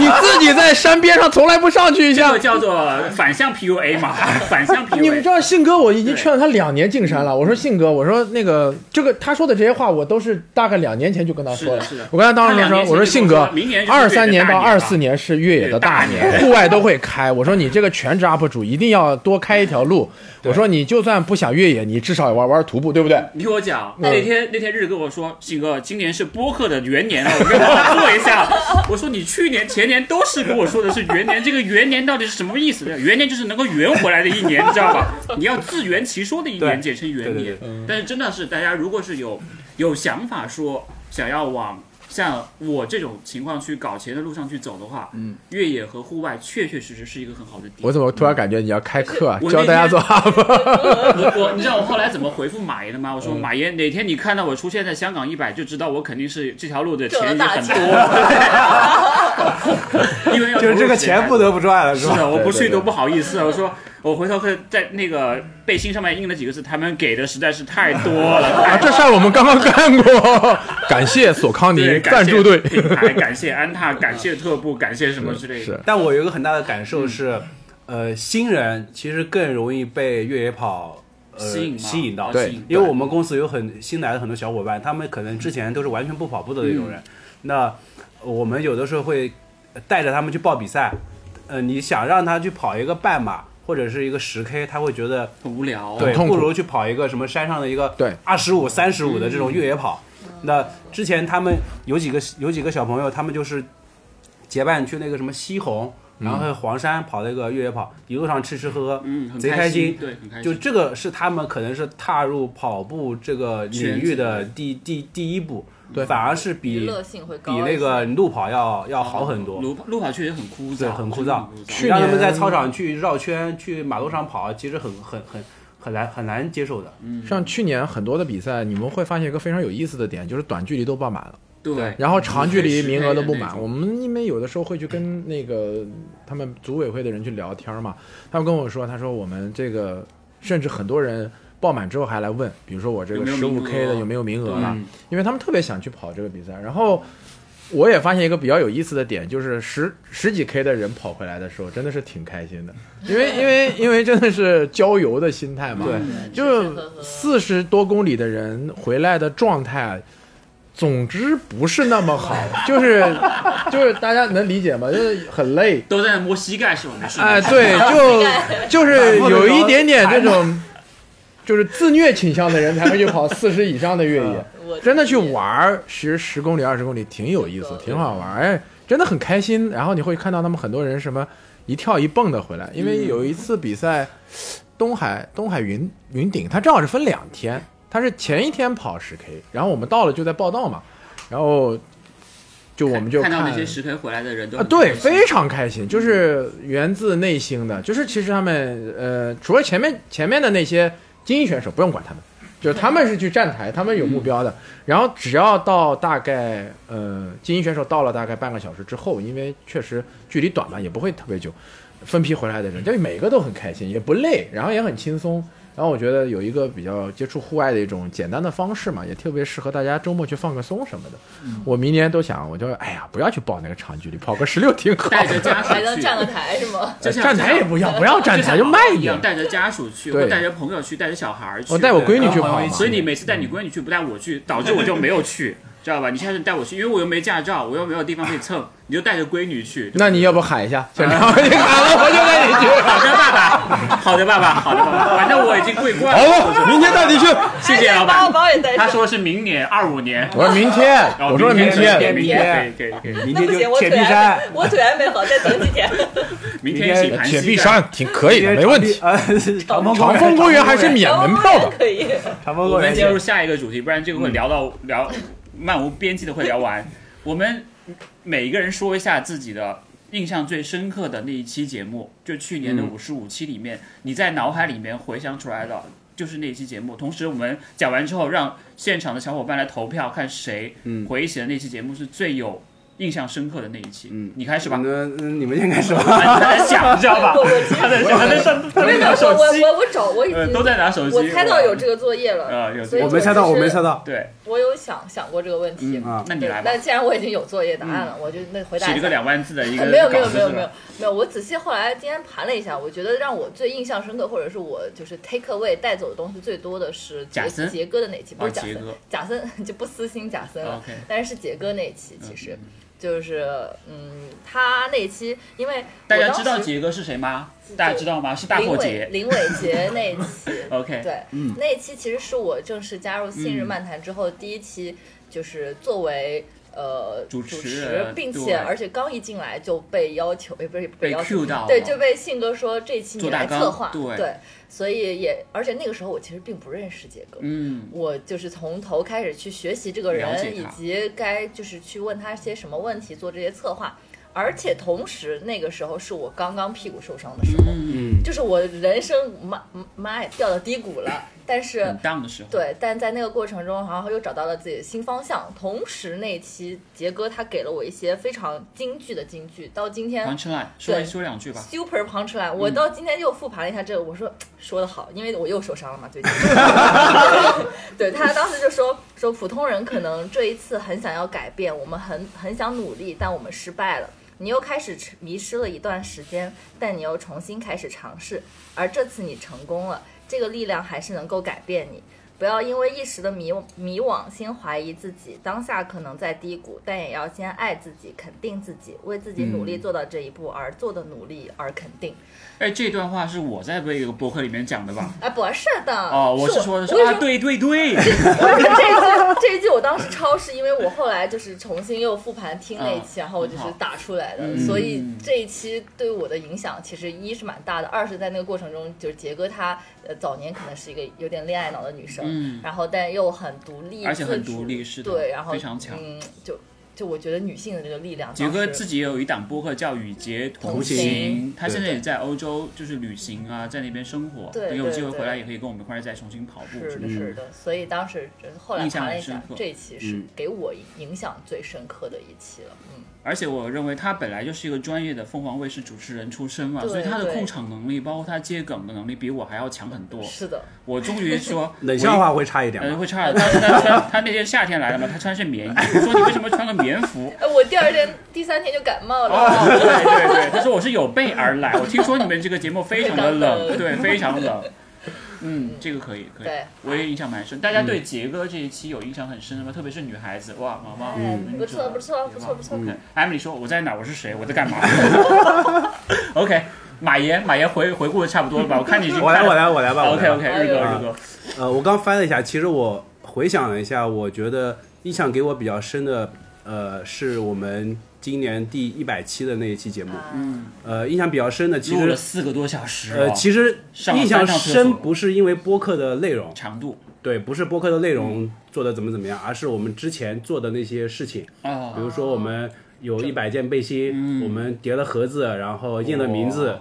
Speaker 4: 你自己在山边上从来不上去一
Speaker 2: 这
Speaker 4: 下
Speaker 2: 个，叫做反向 PUA 嘛，反向
Speaker 4: 你们
Speaker 2: PUA
Speaker 4: 知。道信哥，我已经
Speaker 2: 对
Speaker 4: 劝了他两年进山了。我说信哥，我说那个这个他说的这些话，我都是大概两年前就跟他说了。
Speaker 2: 是的是的
Speaker 4: 我跟他当时
Speaker 2: 他两
Speaker 4: 说，
Speaker 2: 年前
Speaker 4: 我说
Speaker 2: 就
Speaker 4: 信
Speaker 2: 跟我
Speaker 4: 哥
Speaker 2: 说明年，就是
Speaker 4: 二三
Speaker 2: 越野
Speaker 4: 年
Speaker 2: 大
Speaker 4: 到
Speaker 2: 年
Speaker 4: 二四年是越野的大
Speaker 2: 越野大
Speaker 4: 年，户外都会开。我说你这个全职 UP 主一定要多开一条路。我说你就算不想越野，你至少也玩玩徒步，对不对？
Speaker 2: 你听我讲，
Speaker 1: 嗯
Speaker 2: 那天那天日跟我说，信哥，今年是播客的元年了，啊我们要好好做一 下。我说你去年前年都是跟我说的是元年，这个元年到底是什么意思？元年就是能够圆回来的一年，你知道 吧？你要自圆其说的一年，
Speaker 1: 对
Speaker 2: 简称
Speaker 1: 对
Speaker 2: 元
Speaker 1: 嗯
Speaker 2: 年
Speaker 1: 对。
Speaker 2: 但是真的是大家如果是有有想法说想要往像我这种情况去搞钱的路上去走的话，嗯，越野和户外确确实实是一个很好的点。
Speaker 4: 我怎么突然感觉你要开课啊
Speaker 2: 我那
Speaker 4: 教大家
Speaker 2: 天
Speaker 4: 做 UP？
Speaker 2: 我我你知道我后来怎么回复马爷的吗？我说马爷，哪天你看到我出现在香港一百，就知道我肯定是这条路的钱也很多，因为要
Speaker 1: 就是这个
Speaker 2: 投入
Speaker 1: 钱
Speaker 2: 时
Speaker 1: 不
Speaker 2: 间
Speaker 1: 得不赚了，
Speaker 2: 是
Speaker 1: 是吧？
Speaker 2: 的，我不
Speaker 7: 对
Speaker 2: 去
Speaker 7: 对
Speaker 2: 都不好意思。我说我回头可以在那个背心上面印了几个字，他们给的实在是太多了，
Speaker 4: 啊，
Speaker 2: 太
Speaker 4: 这事儿我们刚刚干 过，感谢索康尼
Speaker 2: 对
Speaker 4: 赞
Speaker 2: 感谢
Speaker 4: 助队。
Speaker 2: 品牌，感谢安踏，感谢特步，感谢什么之类
Speaker 4: 是
Speaker 2: 的。呃
Speaker 1: 但我有一个很大的感
Speaker 2: 嗯
Speaker 1: 受是，呃，新人其实更容易被越野跑呃
Speaker 2: 吸引吗
Speaker 1: 吸引到，
Speaker 2: 对
Speaker 1: 因为我们公司有很新来的很多小伙伴，他们可能之前都是完全不跑步的那
Speaker 2: 嗯
Speaker 1: 种人，那我们有的时候会带着他们去报比赛，呃，你想让他去跑一个半马或者是一个十 K，他会觉得
Speaker 2: 很无聊，
Speaker 1: 对，
Speaker 4: 痛苦
Speaker 1: 不如去跑一个什么山上的一个
Speaker 4: 对
Speaker 1: 二十五、三十五的这
Speaker 2: 嗯
Speaker 1: 种越野跑。那之前他们有几个有几个小朋友，他们就是结伴去那个什么西红，然后还有黄山跑那个越野跑，一路上吃吃喝喝，
Speaker 2: 嗯，很
Speaker 1: 贼
Speaker 2: 开
Speaker 1: 心。
Speaker 2: 对，很开
Speaker 1: 就
Speaker 2: 心。
Speaker 1: 这个是他们可能是踏入跑步这个领域的第第第一步，
Speaker 4: 对
Speaker 1: 反而是
Speaker 3: 娱
Speaker 1: 比
Speaker 3: 乐性会高
Speaker 1: 比
Speaker 3: 一些。
Speaker 1: 那个路跑要要好很多。
Speaker 2: 哦路路跑确实很枯燥，
Speaker 1: 对很枯
Speaker 2: 真的
Speaker 1: 燥
Speaker 2: 很
Speaker 1: 你
Speaker 4: 去
Speaker 1: 让他们
Speaker 4: 年
Speaker 1: 在操场去绕圈、去马路上跑，其实很很很很难很难接受的。
Speaker 2: 嗯
Speaker 4: 像去年很多的比赛，你们会发现一个非常有意思的点，就是短距离都报满了，
Speaker 2: 对，
Speaker 4: 然后长距离名额都不
Speaker 2: 嗯
Speaker 4: 满。我们因为有的时候会去跟那个他们组委会的人去聊天嘛，他们跟我说，他说我们这个甚至很多人报满之后还来问，比如说我这
Speaker 2: 有
Speaker 4: 个
Speaker 2: 没有
Speaker 4: 十五
Speaker 2: 名
Speaker 4: K
Speaker 2: 额
Speaker 4: 的有没有名额了，
Speaker 2: 嗯
Speaker 4: 因为他们特别想去跑这个比赛。然后我也发现一个比较有意思的点，就是十十几 K 的人跑回来的时候，真的是挺开心的，因为因为因为真的是郊游的心态嘛。
Speaker 1: 对
Speaker 4: 就四十多公里的人回来的状态，总之不是那么好， 就是就是大家能理解吗？就是很累。
Speaker 2: 都在摸膝盖是吧？没事，
Speaker 4: 哎、
Speaker 2: 没事
Speaker 4: 对，就就是有一点点这种，就是自虐倾向的人才会去跑四十以上的越野。
Speaker 3: 我
Speaker 4: 真的去玩儿，十十公里、二十公里挺有意思，挺好玩儿，哎，真的很开心。然后你会看到他们很多人什么一跳一蹦的回来，因
Speaker 2: 嗯
Speaker 4: 为有一次比赛，东海东海云云顶，它正好是分两天，它是前一天跑十 K，然后我们到了就在报道嘛，然后就我们就
Speaker 2: 看到那些石 K 回来的人都
Speaker 4: 啊，
Speaker 2: 很
Speaker 4: 对，
Speaker 2: 开心
Speaker 4: 非常开心，就是源自内心的，就是其实他们呃，除了前面前面的那些精英选手，不用管他们，就是他们是去站台，他们有目标的。然后只要到大概呃，精英选手到了大概半个小时之后，因为确实距离短嘛，也不会特别久，分批回来的人，就每个都很开心，也不累，然后也很轻松。然后我觉得有一个比较接触户外的一种简单的方式嘛，也特别适合大家周末去放个松什么的。
Speaker 2: 嗯
Speaker 4: 我明年都想，我就哎呀，不要去报那个长距离，跑 个十六挺好。
Speaker 2: 带着家属
Speaker 3: 还能
Speaker 2: 去，
Speaker 3: 站个台是吗？
Speaker 2: 就像
Speaker 4: 站台也不要，不要站
Speaker 2: 就
Speaker 4: 台
Speaker 2: 像
Speaker 4: 就慢
Speaker 2: 一
Speaker 4: 点
Speaker 2: 样，。带着家属去，
Speaker 4: 对
Speaker 2: 或带着朋友去，带着小孩儿去。
Speaker 4: 我带我闺女去
Speaker 1: 对
Speaker 4: 跑
Speaker 1: 然后
Speaker 4: 嘛，
Speaker 2: 所以你每次带你闺女去，不带我去，导致我就没有去。 知道吧？你下次带我去，因为我又没驾照，我又没有地方可以蹭， 你就带着闺女去。
Speaker 6: 那你要不喊一下现
Speaker 2: 嗯
Speaker 6: 场？你喊了我就带 你去。
Speaker 2: 好的，爸爸，好的，爸爸，好的，爸爸。反正我已经跪惯了。
Speaker 4: 了，明天带你去。
Speaker 2: 谢谢老
Speaker 3: 把
Speaker 2: 板
Speaker 3: 我。包也带
Speaker 2: 他
Speaker 3: 上。
Speaker 2: 说是明年二五年。
Speaker 6: 我说明天，
Speaker 2: 然后
Speaker 6: 我说明
Speaker 2: 天，
Speaker 6: 天，
Speaker 2: 明天，可以，可以，可以，
Speaker 1: 明
Speaker 3: 那
Speaker 1: 天
Speaker 3: 不
Speaker 1: 就
Speaker 3: 行，我
Speaker 1: 铁
Speaker 3: 腿
Speaker 1: 壁
Speaker 3: 还
Speaker 1: 山
Speaker 3: 没，我腿还没好，再等几天。
Speaker 2: 明天一起盘膝盖
Speaker 4: 铁壁山挺可
Speaker 6: 哎
Speaker 4: 以的，没 问题。
Speaker 1: 啊， 长风
Speaker 6: 长风公园还是免门票的。
Speaker 3: 可以。
Speaker 1: 长风
Speaker 2: 我
Speaker 1: 公
Speaker 2: 们
Speaker 1: 园
Speaker 2: 进入下一个嗯主题，不然这个会聊到、聊漫无边际的会聊完。我们每一个人说一下自己的印象最深刻的那一期节目，就去年的五十五期里面，你在脑海里面回想出来的就是那一期节目。同时，我们讲完之后，让现场的小伙伴来投票，看谁回忆起的那期节目是最有印象深刻的那一期。嗯，你开始吧。
Speaker 1: 嗯，嗯你们先开始吧。
Speaker 2: 他在想，你知道吧
Speaker 3: 我我？
Speaker 2: 他在想，他在上，他在
Speaker 3: 没有没有，
Speaker 2: 拿
Speaker 3: 我
Speaker 2: 手
Speaker 3: 我
Speaker 2: 机，
Speaker 3: 我我找我已
Speaker 2: 呃，
Speaker 3: 经
Speaker 2: 都在拿手机。
Speaker 3: 我猜到有这个作业了，
Speaker 2: 啊，有这
Speaker 3: 所 以
Speaker 1: 我
Speaker 2: 个，
Speaker 1: 没猜到，
Speaker 3: 就
Speaker 1: 我
Speaker 3: 是
Speaker 1: 没猜 到。
Speaker 2: 对，
Speaker 3: 我有想想过这个问题。
Speaker 2: 嗯
Speaker 1: 啊，
Speaker 2: 那你
Speaker 3: 对
Speaker 2: 来吧
Speaker 3: 那。既然我已经有作业答案了，我就那回答
Speaker 2: 写
Speaker 3: 一
Speaker 2: 了
Speaker 3: 下呃
Speaker 2: 个。两万字的一个
Speaker 3: 没有没
Speaker 2: 稿
Speaker 3: 有
Speaker 2: 子
Speaker 3: 没有
Speaker 2: 是吧
Speaker 3: 没有没有，我仔细后来今天盘了一下，我觉得让我最印象深刻，或者是我就是 take away 带走的东西最多的是杰
Speaker 2: 贾森
Speaker 3: 杰哥的那期，不
Speaker 2: 哦，
Speaker 3: 是贾
Speaker 2: 杰
Speaker 3: 森，
Speaker 2: 哥哦
Speaker 3: 贾森就不私心贾森了，
Speaker 2: ，OK，嗯
Speaker 3: 但是是杰哥那一期其实就是嗯，他那一期因为
Speaker 2: 大
Speaker 3: 我
Speaker 2: 家
Speaker 3: 当
Speaker 2: 知道
Speaker 3: 时
Speaker 2: 杰哥是谁吗？大家知道吗？是大
Speaker 3: 林
Speaker 2: 货
Speaker 3: 伟
Speaker 2: 杰
Speaker 3: 林伟杰那一期
Speaker 2: ，OK，
Speaker 3: 对，
Speaker 1: 嗯
Speaker 3: 那一期其实是我正式加入信日
Speaker 2: 哎嗯
Speaker 3: 漫谈之后、第一期，就是作为呃
Speaker 2: 主
Speaker 3: 持
Speaker 2: 持人
Speaker 3: 并
Speaker 2: 对
Speaker 3: 且而且刚一进来就被要求，也不是被
Speaker 2: 被
Speaker 3: 要求
Speaker 2: Q 到了，
Speaker 3: 对，就被信哥说这期你
Speaker 2: 做大
Speaker 3: 来
Speaker 2: 纲
Speaker 3: 策划，
Speaker 2: 对
Speaker 3: 所以也而且那个时候我其实并不认识杰哥。
Speaker 2: 嗯，
Speaker 3: 我就是从头开始去学习这个
Speaker 2: 了解
Speaker 3: 人，以
Speaker 2: 他
Speaker 3: 及该就是去问他些什么问题，做这些策划。而且同时，那个时候是我刚刚屁股受伤的时候，
Speaker 1: 嗯，
Speaker 3: 就是我人生妈妈也掉到低谷了。但是
Speaker 2: 很 down 的时候，，
Speaker 3: 对，但在那个过程中，然后又找到了自己的新方向。同时，那期杰哥他给了我一些非常京剧的京剧，到今天
Speaker 2: 黄春兰说
Speaker 3: 对
Speaker 2: 说两句吧，
Speaker 3: super punchline，我到今天又复盘了一下这个，我说说的好，因为我又受伤了嘛，最近。 对他当时就说说普通人可能这一次很想要改变，我们很很想努力，但我们失败了。你又开始迷失了一段时间，但你又重新开始尝试，而这次你成功了，这个力量还是能够改变你。不要因为一时的迷迷惘先怀疑自己，当下可能在低谷，但也要先爱自己，肯定自己，为自己
Speaker 2: 嗯
Speaker 3: 努力做到这一步而做的努力而肯定。
Speaker 2: 哎，这段话是我在一个博客里面讲的 吧？
Speaker 3: 哎，不是的，
Speaker 2: 哦，我
Speaker 3: 是
Speaker 2: 是说的是
Speaker 3: 我跟你
Speaker 2: 啊，对对对，
Speaker 3: 我跟你说这一句这一句我当时抄是因为我后来就是重新又复盘听那一期，
Speaker 2: 啊
Speaker 3: 然后我就是
Speaker 2: 很好
Speaker 3: 打出来的，
Speaker 2: 嗯
Speaker 3: 所以这一期对我的影响其实一是蛮大的，二是在那个过程中，就是杰哥她呃早年可能是一个有点恋爱脑的女生，
Speaker 2: 嗯，
Speaker 3: 然后但又很独立，
Speaker 2: 而且很
Speaker 3: 自主
Speaker 2: 独立是的
Speaker 3: 对，然后
Speaker 2: 非常强
Speaker 3: 嗯，就就我觉得女性的这个力量，
Speaker 2: 杰哥
Speaker 3: 当时
Speaker 2: 自己也有一档播客叫《与杰同
Speaker 3: 同行
Speaker 2: 他现在也在欧洲就是旅行啊，在那边生活，
Speaker 3: 对
Speaker 2: 等有
Speaker 3: 对
Speaker 2: 机会
Speaker 3: 对
Speaker 2: 回来也可以跟我们一块儿再重新跑步之
Speaker 3: 是
Speaker 2: 类的。
Speaker 3: 的，是的，所以当时就是后来
Speaker 2: 嗯印象
Speaker 3: 查了
Speaker 2: 很
Speaker 3: 一下
Speaker 2: 深刻，
Speaker 3: 这一期是
Speaker 1: 嗯
Speaker 3: 给我影响最深刻的一期了，嗯。
Speaker 2: 而且我认为他本来就是一个专业的凤凰卫视主持人出身嘛，
Speaker 3: 对
Speaker 2: 所以他的
Speaker 3: 对
Speaker 2: 控场能力，包括他接梗的能力，比我还要强很多。
Speaker 3: 是的，
Speaker 2: 我终 于说
Speaker 1: 冷笑，话会差一点
Speaker 2: 呃，
Speaker 1: 吧。
Speaker 2: 会差点。他他他他那天夏天来了嘛，他穿是棉衣，我说你为什么穿个棉 服？
Speaker 3: 哎，我第二天、第三天就感冒了。
Speaker 2: 哦， 对对对，他说我是有备而来。我听说你们这个节目非常的 冷，对，非常冷。嗯，这个可以，可以。
Speaker 3: 对，
Speaker 2: 我也印象蛮深。大家对杰哥这一期有印象很深的吗？特别是女孩子，哇，毛毛，
Speaker 3: 哎
Speaker 2: 嗯
Speaker 3: 不错不错不错不错。
Speaker 4: 嗯
Speaker 2: OK，艾米丽哎说我在哪儿，我是谁，我在干嘛 ？OK，马爷，马爷回回顾的差不多了吧？我看你已经
Speaker 1: 我来，我来，我来吧。我来
Speaker 2: OK
Speaker 1: 吧
Speaker 2: OK，日哥
Speaker 1: 哎呦
Speaker 2: 日哥，
Speaker 1: 呃，我刚翻了一下，其实我回想了一下，我觉得印象给我比较深的，呃，是我们今年第一百期的那一期节目。
Speaker 3: 啊
Speaker 2: 嗯，
Speaker 1: 呃，印象比较深的，其
Speaker 2: 录了
Speaker 1: 实
Speaker 2: 四个多小时哦，
Speaker 1: 呃，其实
Speaker 2: 上
Speaker 1: 印象
Speaker 2: 上厕所
Speaker 1: 深不是因为播客的内容，
Speaker 2: 长度
Speaker 1: 对，不是播客的内容做的怎么怎么样，而是我们之前做的那些事情，
Speaker 2: 啊
Speaker 1: 比，如说我们有一百件背心，
Speaker 2: 嗯
Speaker 1: 我们叠了盒子，然后印了名字，
Speaker 2: 哦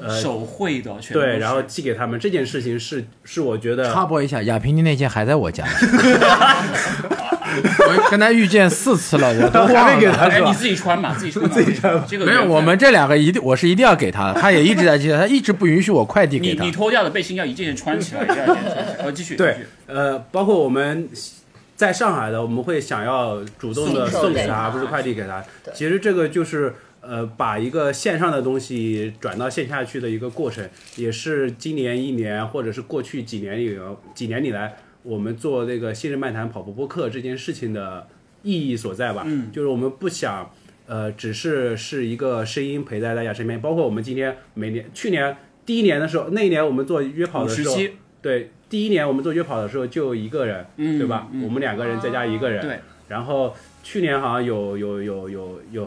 Speaker 1: 呃，
Speaker 2: 手绘的，全部
Speaker 1: 对，
Speaker 2: 是
Speaker 1: 然后寄给他们。这件事情是是我觉得
Speaker 6: 插播一下，亚平尼那件还在我 家，我跟他遇见四次了，我都
Speaker 1: 还
Speaker 6: 忘
Speaker 1: 没给
Speaker 6: 了。
Speaker 1: 他
Speaker 2: 哎
Speaker 1: 是，
Speaker 2: 你
Speaker 1: 吧？
Speaker 2: 自己穿嘛，自 己穿嘛，自己穿。这个
Speaker 6: 没
Speaker 2: 缘
Speaker 6: 有，
Speaker 2: 分
Speaker 6: 我们这两个一定，我是一定要给他的，他也一直在记得，他一直不允许我快递
Speaker 2: 你
Speaker 6: 给他
Speaker 2: 你。脱掉的背心要一件件穿起来，一件件穿起 来。呃，继续，
Speaker 1: 对
Speaker 2: 继续，
Speaker 1: 呃，包括我们在上海的，我们会想要主动的
Speaker 3: 送
Speaker 1: 送
Speaker 3: 给
Speaker 1: 给
Speaker 3: 他
Speaker 1: 他，不是快递给他
Speaker 3: 对。
Speaker 1: 其实这个就是呃，把一个线上的东西转到线下去的一个过程，也是今年一年或者是过去几年里几年以来，我们做那个《信任漫谈跑步播客》这件事情的意义所在吧。
Speaker 2: 嗯
Speaker 1: 就是我们不想呃，只是是一个声音陪在大家身边。包括我们今天每年去年第一年的时候，那一年我们做约跑
Speaker 2: 五
Speaker 1: 的
Speaker 2: 十
Speaker 1: 时候，
Speaker 2: 七，
Speaker 1: 对，第一年我们做约跑的时候就一个人，
Speaker 2: 嗯
Speaker 1: 对吧？
Speaker 2: 嗯
Speaker 1: 我们两个人再加一个人，
Speaker 2: 对，
Speaker 1: 然后去年好像有有有有有，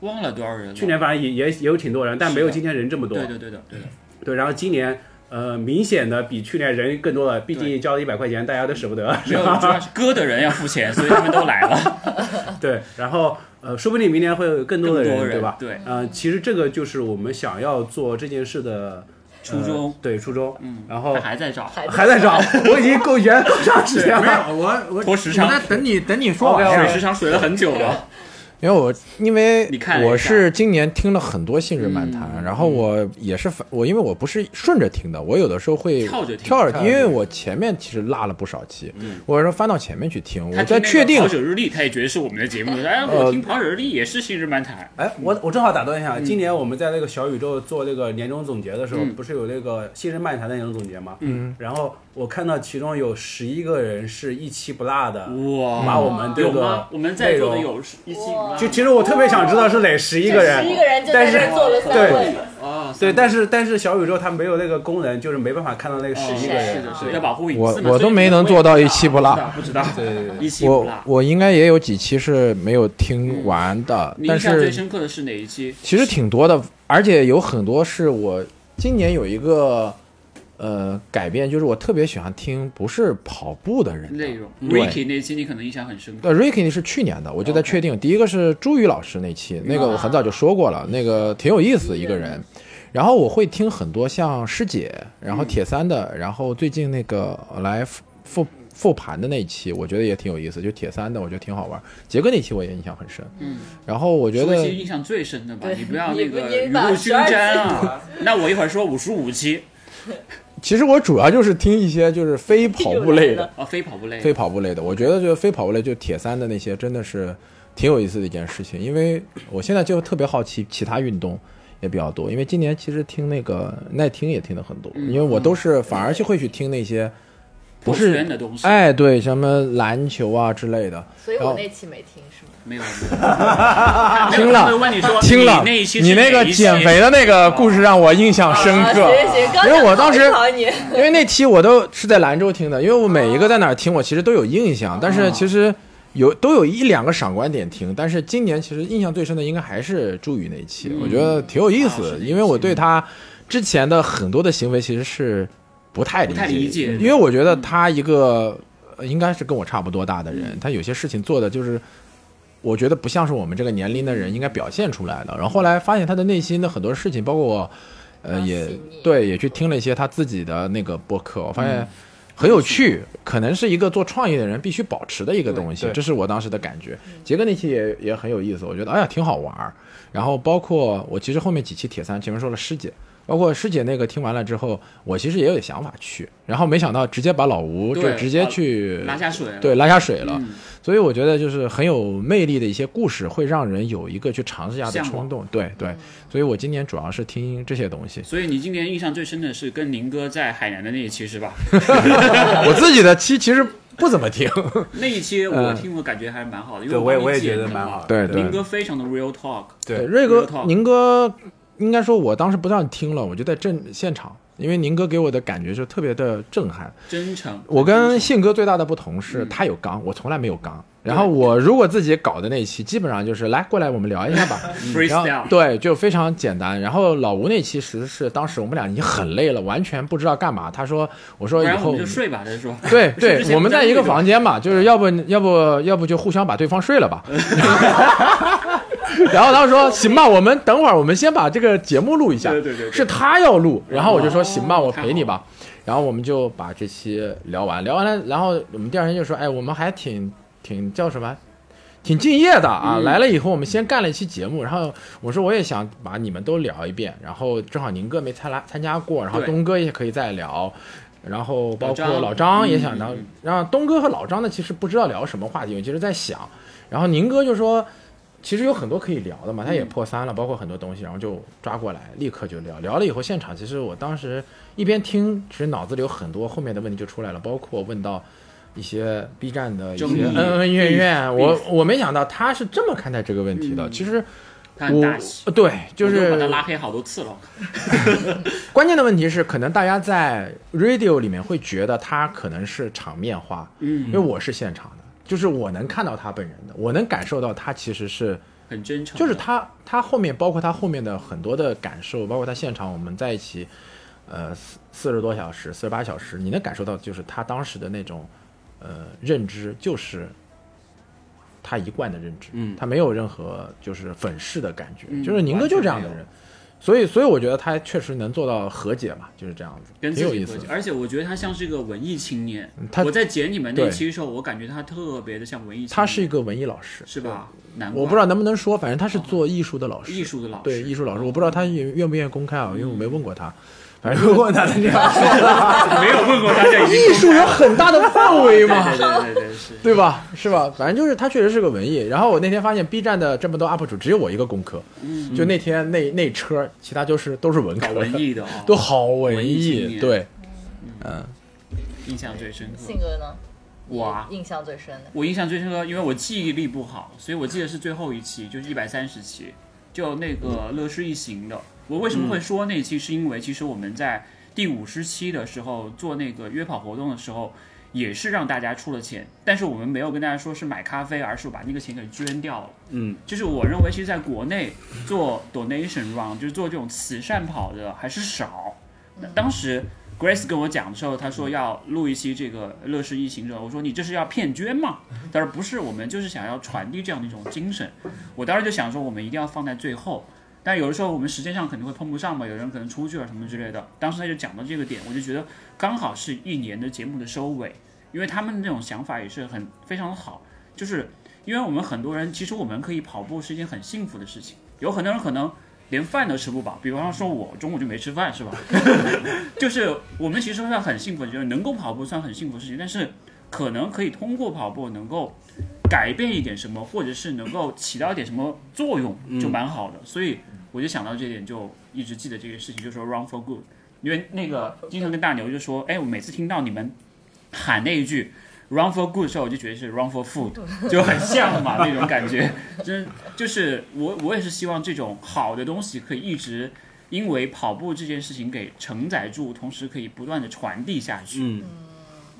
Speaker 2: 忘了多少人了。
Speaker 1: 去年反正也也也有挺多人，但没有
Speaker 2: 是的
Speaker 1: 今天人这么多。
Speaker 2: 对对对的对的，
Speaker 1: 对然后今年呃明显的比去年人更多了，毕
Speaker 2: 对
Speaker 1: 竟交了一百块钱，大家都舍不得，
Speaker 2: 没
Speaker 1: 是
Speaker 2: 有主要
Speaker 1: 吧？
Speaker 2: 是割的人要付钱，所以他们都来了，
Speaker 1: 对，然后呃，说不定明年会有更
Speaker 2: 更
Speaker 1: 多
Speaker 2: 多
Speaker 1: 的人，
Speaker 2: 人
Speaker 1: 对吧？
Speaker 2: 对，
Speaker 1: 呃，其实这个就是我们想要做这件事的
Speaker 2: 初
Speaker 1: 呃
Speaker 2: 衷，
Speaker 1: 对初衷。
Speaker 2: 嗯，
Speaker 1: 然后
Speaker 2: 他还在找，
Speaker 3: 还
Speaker 1: 还在找，我已经够圆够长时间
Speaker 6: 没有
Speaker 1: 了。
Speaker 6: 我我
Speaker 2: 拖时长
Speaker 6: 我在等你等你说完呀。
Speaker 2: 水时长水了很久了，
Speaker 4: 因为我因为
Speaker 2: 你看了一下
Speaker 4: 我是今年听了很多信日漫谈，
Speaker 2: 嗯
Speaker 4: 然后我也是反我因为我不是顺着听的，我有的时候会
Speaker 2: 跳着听
Speaker 4: 跳
Speaker 6: 跳着
Speaker 4: 着，
Speaker 6: 听
Speaker 4: 因为我前面其实落了不少期，
Speaker 2: 嗯
Speaker 4: 我有时候翻到前面去听，
Speaker 2: 他听
Speaker 4: 我在
Speaker 2: 那个
Speaker 4: 确
Speaker 6: 哦
Speaker 4: 定呃
Speaker 2: 跑者日历，他也觉得是我们的节目，说哎，我听跑者日历也是新日漫谈，
Speaker 1: 哎，我我正好打断一下，今年我们在那个小宇宙做那个年终总结的时候，
Speaker 2: 嗯
Speaker 1: 不是有那个新人漫谈的年终总结吗？
Speaker 2: 嗯，
Speaker 1: 然后我看到其中有十一个人是一期不落的，
Speaker 2: 哇，
Speaker 1: 把我们这
Speaker 2: 有吗
Speaker 1: 个？
Speaker 2: 我们在座的
Speaker 1: 内容
Speaker 2: 有一期吗
Speaker 1: 就其实我特别想知道是哪十一个人，
Speaker 3: 十一个人就
Speaker 1: 但
Speaker 3: 在这
Speaker 1: 是
Speaker 3: 儿做了三
Speaker 1: 对
Speaker 3: 位，
Speaker 2: 啊，
Speaker 1: 对，但是但是小宇宙它没有那个功能，就是没办法看到那个十
Speaker 2: 哦是
Speaker 1: 一
Speaker 2: 是
Speaker 1: 个人。啊
Speaker 2: 的，是
Speaker 1: 对
Speaker 2: 的，要保护隐
Speaker 4: 我
Speaker 2: 私嘛所
Speaker 4: 我
Speaker 2: 以
Speaker 4: 都没
Speaker 2: 你们
Speaker 4: 能
Speaker 2: 会
Speaker 4: 做到一期不落
Speaker 2: 不知道，不
Speaker 1: 对对
Speaker 2: 知
Speaker 1: 对
Speaker 2: 道，一期不
Speaker 4: 我
Speaker 2: 落。
Speaker 4: 我应该也有几期是没有听完的，
Speaker 2: 你
Speaker 4: 但
Speaker 2: 印象最
Speaker 4: 是
Speaker 2: 深刻的是哪一期？
Speaker 4: 其实挺多的，而且有很多是我今年有一个呃改变，就是我特别喜欢听不是跑步的人的
Speaker 2: 内容
Speaker 4: 嗯对
Speaker 2: ，Ricky 那期你可能印象很深刻。
Speaker 4: 呃，Ricky 是去年的，我就在
Speaker 2: OK
Speaker 4: 确定。第一个是朱宇老师那期，那个我很早就说过了，那个挺有意思一个人。然后我会听很多像师姐，然后铁三的，然后最近那个来复复复盘的那一期，我觉得也挺有意思，就铁三的我觉得挺好玩。杰哥那期我也印象很深。
Speaker 2: 嗯，
Speaker 4: 然后我觉
Speaker 2: 说一些
Speaker 4: 得
Speaker 2: 印象最深的吧，
Speaker 3: 对
Speaker 2: 你不要
Speaker 3: 你
Speaker 2: 那个
Speaker 3: 你
Speaker 2: 雨
Speaker 3: 把
Speaker 2: 露均
Speaker 3: 12
Speaker 2: 沾啊。那我一会儿说五十五期
Speaker 4: 其实我主要就是听一些就 是非跑步类的，
Speaker 2: 啊，非跑步类
Speaker 4: 非跑步类的，我觉得就是非跑步类，就铁三的那些，真的是挺有意思的一件事情。因为我现在就特别好奇其他运动也比较多，因为今年其实听那个耐听也听的很多，
Speaker 2: 嗯
Speaker 4: 因为我都是反而就会去听那些不
Speaker 2: 破圈
Speaker 4: 是
Speaker 2: 的东西，哦
Speaker 4: 哎对什么篮球啊之类的，
Speaker 3: 所以我那期没听是吗？
Speaker 2: 没有没有。
Speaker 4: 听
Speaker 2: 他们
Speaker 4: 了
Speaker 2: 问你说
Speaker 4: 听了
Speaker 2: 你那一期是
Speaker 4: 你那
Speaker 2: 哪
Speaker 4: 个
Speaker 2: 一期
Speaker 4: 减肥的那个故事让我印象深
Speaker 3: 啊
Speaker 4: 刻。
Speaker 3: 行行，刚
Speaker 4: 因为
Speaker 3: 想
Speaker 4: 我当时
Speaker 3: 考一考 你，
Speaker 4: 因为那期我都是在兰州听的，因为我每一个在哪儿听，我其实都有印象，但是其实有都有一两个闪光点听，但是今年其实印象最深的应该还是朱宇那一期，
Speaker 2: 嗯
Speaker 4: 我觉得挺有意思
Speaker 2: 啊是
Speaker 4: 的，
Speaker 2: 那一期
Speaker 4: 因为我对他之前的很多的行为其实是不太理
Speaker 2: 不太理解嗯的
Speaker 4: 因为我觉得他一个呃应该是跟我差不多大的
Speaker 2: 嗯
Speaker 4: 人，他有些事情做的就是。我觉得不像是我们这个年龄的人应该表现出来的。然后后来发现他的内心的很多事情，包括我，呃，
Speaker 3: 啊
Speaker 4: 也
Speaker 3: 细腻
Speaker 4: 对，也去听了一些他自己的那个播客，我发
Speaker 2: 嗯
Speaker 4: 现很有趣，可能是一个做创意的人必须保持的一个东西
Speaker 1: 对，对
Speaker 4: 这是我当时的感
Speaker 2: 嗯
Speaker 4: 觉。杰哥那期也也很有意思，我觉得哎呀挺好玩儿。然后包括我其实后面几期铁三前面说了师姐。包括师姐那个听完了之后，我其实也有想法去，然后没想到直接把老吴就
Speaker 2: 对
Speaker 4: 直接
Speaker 2: 把
Speaker 4: 去
Speaker 2: 拉下水了。
Speaker 4: 对拉下水了，
Speaker 2: 嗯
Speaker 4: 所以我觉得就是很有魅力的一些故事，会让人有一个去尝试一下的
Speaker 2: 向往
Speaker 4: 冲动。对对，所以我今年主要是听这些东西。
Speaker 2: 所以你今年印象最深的是跟宁哥在海南的那一期是 吧？
Speaker 4: 我自己的期其实不怎么听，
Speaker 2: 那一期我听我感觉还蛮好的，因为
Speaker 1: 对我也
Speaker 2: 帮你
Speaker 1: 我也觉
Speaker 2: 剪
Speaker 1: 得
Speaker 2: 的
Speaker 1: 蛮
Speaker 2: 嘛
Speaker 1: 好的
Speaker 4: 嗯对对
Speaker 2: 宁哥非常的 real talk，
Speaker 1: 对
Speaker 4: 瑞哥
Speaker 2: Real talk，
Speaker 4: 宁哥应该说，我当时不让听了，我就在震现场，因为宁哥给我的感觉就特别的震撼。
Speaker 2: 真诚。
Speaker 4: 我跟信哥最大的不同是
Speaker 2: 嗯
Speaker 4: 他有刚，我从来没有刚。然后我如果自己搞的那一期，基本上就是来过来我们聊一下吧，嗯然后
Speaker 2: freestyle，
Speaker 4: 对，就非常简单。然后老吴那期其实是当时我们俩已经很累了，完全不知道干嘛。他说：“我
Speaker 2: 不
Speaker 4: 说以
Speaker 2: 然我
Speaker 4: 后
Speaker 2: 们就睡吧。他说，
Speaker 4: 对
Speaker 2: 是之
Speaker 4: 对，
Speaker 2: 前
Speaker 4: 我们
Speaker 2: 不在
Speaker 4: 在一个
Speaker 2: 那个
Speaker 4: 房 间嘛，就是要不要不要不就互相把对方睡了吧。 然后他说行吧，我们等会儿我们先把这个节目录一下。
Speaker 2: 对对对对
Speaker 4: 是他要录，然后我就说行吧，
Speaker 2: 哦
Speaker 4: 我陪你吧。然后我们就把这期聊完，聊完了，然后我们第二天就说，哎，我们还挺挺叫什么？挺敬业的啊！
Speaker 2: 嗯
Speaker 4: 来了以后，我们先干了一期节目，然后我说我也想把你们都聊一遍，然后正好宁哥没参来参加过，然后
Speaker 2: 对
Speaker 4: 东哥也可以再聊，然后包括
Speaker 2: 老张
Speaker 4: 老张也想
Speaker 2: 嗯
Speaker 4: 聊
Speaker 2: 嗯嗯，
Speaker 4: 然后东哥和老张呢，其实不知道聊什么话题，我其实在想，然后宁哥就说，其实有很多可以聊的嘛，他也破三了，包括很多东西，然后就抓过来，立刻就聊。聊了以后，现场其实我当时一边听，其实脑子里有很多后面的问题就出来了，包括问到一些 B 站的一些
Speaker 2: 争议
Speaker 4: 恩恩怨怨，
Speaker 2: beef，
Speaker 4: 我我没想到他是这么看待这个问题的。
Speaker 2: 嗯
Speaker 4: 其实
Speaker 2: 他很大气，
Speaker 4: 我对，就
Speaker 2: 我都把
Speaker 4: 是
Speaker 2: 他拉黑好多次了。
Speaker 4: 关键的问题是，可能大家在 radio 里面会觉得他可能是场面化，
Speaker 2: 嗯，
Speaker 4: 因为我是现场的，就是我能看到他本人的，我能感受到他其实是，
Speaker 2: 很真诚的，
Speaker 4: 就是他他后面包括他后面的很多的感受，包括他现场我们在一起，呃，四四十多小时，四十八小时，你能感受到就是他当时的那种，呃，认知就是。他一贯的认知，
Speaker 1: 嗯
Speaker 4: 他没有任何就是粉饰的感觉，
Speaker 2: 嗯
Speaker 4: 就是宁哥就这样的
Speaker 2: 完全没有
Speaker 4: 人，所以所以我觉得他确实能做到和解嘛，就是这样子，
Speaker 2: 跟
Speaker 4: 挺
Speaker 2: 自
Speaker 4: 有
Speaker 2: 己
Speaker 4: 意
Speaker 2: 和
Speaker 4: 思
Speaker 2: 解
Speaker 4: 的，。
Speaker 2: 而且我觉得他像是一个文艺青年。
Speaker 4: 他
Speaker 2: 我在剪你们那
Speaker 4: 对
Speaker 2: 期的时候，我感觉他特别的像文艺青年，
Speaker 4: 他是一个文艺老师，
Speaker 2: 是吧？啊难怪
Speaker 4: 我不知道能不能说，反正他是做艺术的老师，
Speaker 2: 艺术的哦嗯老师，
Speaker 4: 对艺术老师，我不知道他愿愿不愿意公开啊，因为我没问过他。反正如 果他这样，
Speaker 2: 没有问过大家已经
Speaker 4: 艺术有很大的范围
Speaker 2: 对
Speaker 4: 嘛
Speaker 2: 对，对对对是。
Speaker 4: 对吧？是吧？反正就是他确实是个文艺。然后我那天发现 B 站的这么多 UP 主，只有我一个工科，就那天那那车，其他就是都是文科
Speaker 2: 嗯搞，文艺的啊、
Speaker 4: 都好文
Speaker 2: 文艺青年
Speaker 4: 对，
Speaker 2: 印象最深刻。
Speaker 3: 信哥呢？
Speaker 2: 我啊，
Speaker 3: 印象最深的
Speaker 2: 我印象最深刻，因为我记忆力不好，所以我记得是最后一期，就是一百三十期，就那个乐视一行的。我为什么会说那期，是因为其实我们在第五十期的时候做那个约跑活动的时候。也是让大家出了钱，但是我们没有跟大家说是买咖啡，而是把那个钱给捐掉了。
Speaker 1: 嗯，
Speaker 2: 就是我认为，其实在国内做 donation run，就是做这种慈善跑的还是少。那当时 Grace 跟我讲的时候，她说要录一期这个乐视疫情者，我说你这是要骗捐吗？她说不是，我们就是想要传递这样的一种精神。我当时就想说，我们一定要放在最后。但有的时候我们时间上肯定会碰不上嘛，有人可能出去了什么之类的。当时他就讲到这个点，我就觉得刚好是一年的节目的收尾，因为他们那种想法也是很非常好，就是因为我们很多人其实我们可以跑步是一件很幸福的事情，有很多人可能连饭都吃不饱，比方说我中午就没吃饭是吧？就是我们其实算很幸福，就是能够跑步算很幸福的事情，但是可能可以通过跑步能够改变一点什么，或者是能够起到一点什么作用，就蛮好的。所以我就想到这一点，就一直记得这个事情，就说 “run for good”。因为那个经常跟大牛就说，哎，我每次听到你们喊那一句 “run for good” 的时候，我就觉得是 “run for food”，就很像嘛那种感觉。 真就是我我也是希望这种好的东西可以一直因为跑步这件事情给承载住，同时可以不断的传递下去。
Speaker 1: 嗯，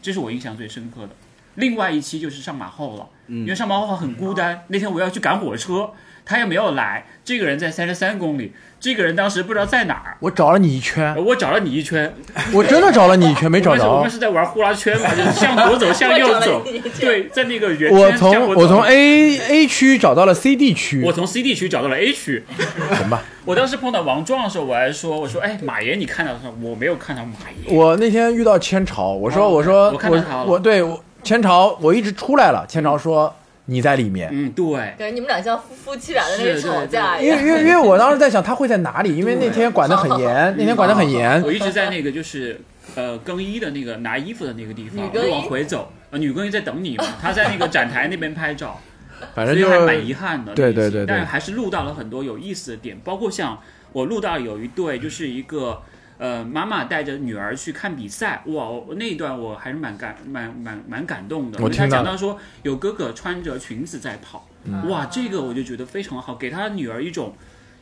Speaker 2: 这是我印象最深刻的。另外一期就是上马后了，
Speaker 4: 嗯
Speaker 2: 因为上马后很孤单。那天我要去赶火车，他也没有来。这个人在三十三公里，这个人当时不知道在哪儿。
Speaker 4: 我找了你一圈，
Speaker 2: 我找了你一圈，
Speaker 4: 我真的找了你 一圈，没
Speaker 2: 我
Speaker 4: 找
Speaker 2: 们是哦我
Speaker 4: 着
Speaker 2: 们。是在玩呼啦圈嘛，就是向左走，向右走
Speaker 3: 我找了你一圈，
Speaker 2: 对，在那个圆
Speaker 4: 我
Speaker 2: 圈
Speaker 4: 从
Speaker 2: 向左走
Speaker 4: 我从 A A 区找到了 C D 区
Speaker 2: 我，从 C D 区找到了 A 区。
Speaker 4: 行吧。
Speaker 2: 我当时碰到王壮的时候，我还说，我说，哎，马爷你看到他吗？我没有看到马爷。
Speaker 4: 我那天遇到千朝，我说、
Speaker 2: 哦
Speaker 4: 我说
Speaker 2: 我看到他
Speaker 4: 我
Speaker 2: 了
Speaker 4: 我对我千朝，我一直出来了，千朝说你在里面，
Speaker 2: 嗯，对，
Speaker 3: 感觉你们俩像夫夫妻俩在那里
Speaker 2: 是
Speaker 3: 吵架一
Speaker 4: 因为
Speaker 3: 样
Speaker 4: 因。为因为我当时在想他会在哪里，因为那天管得很
Speaker 2: 嗯
Speaker 4: 严，那天管得很严
Speaker 2: 我，一直在那个就是呃更衣的那个拿衣服的那个地方，
Speaker 3: 女
Speaker 2: 我
Speaker 3: 更衣
Speaker 2: 就往回走。呃，女更衣在等你嘛，她在那个展台那边拍照，
Speaker 4: 反
Speaker 2: 所
Speaker 4: 正
Speaker 2: 以
Speaker 4: 就
Speaker 2: 还蛮遗憾的。
Speaker 4: 对对
Speaker 2: 那一期
Speaker 4: 对对
Speaker 2: 但还是录到了很多有意思的点，包括像我录到有一对就是一个。呃，妈妈带着女儿去看比赛，哇，我那一段我还是蛮感蛮蛮蛮感动的。
Speaker 4: 我听
Speaker 2: 他
Speaker 4: 到
Speaker 2: 讲
Speaker 4: 了
Speaker 2: 到说有哥哥穿着裙子在跑，
Speaker 4: 嗯
Speaker 2: 哇，这个我就觉得非常好，给他女儿一种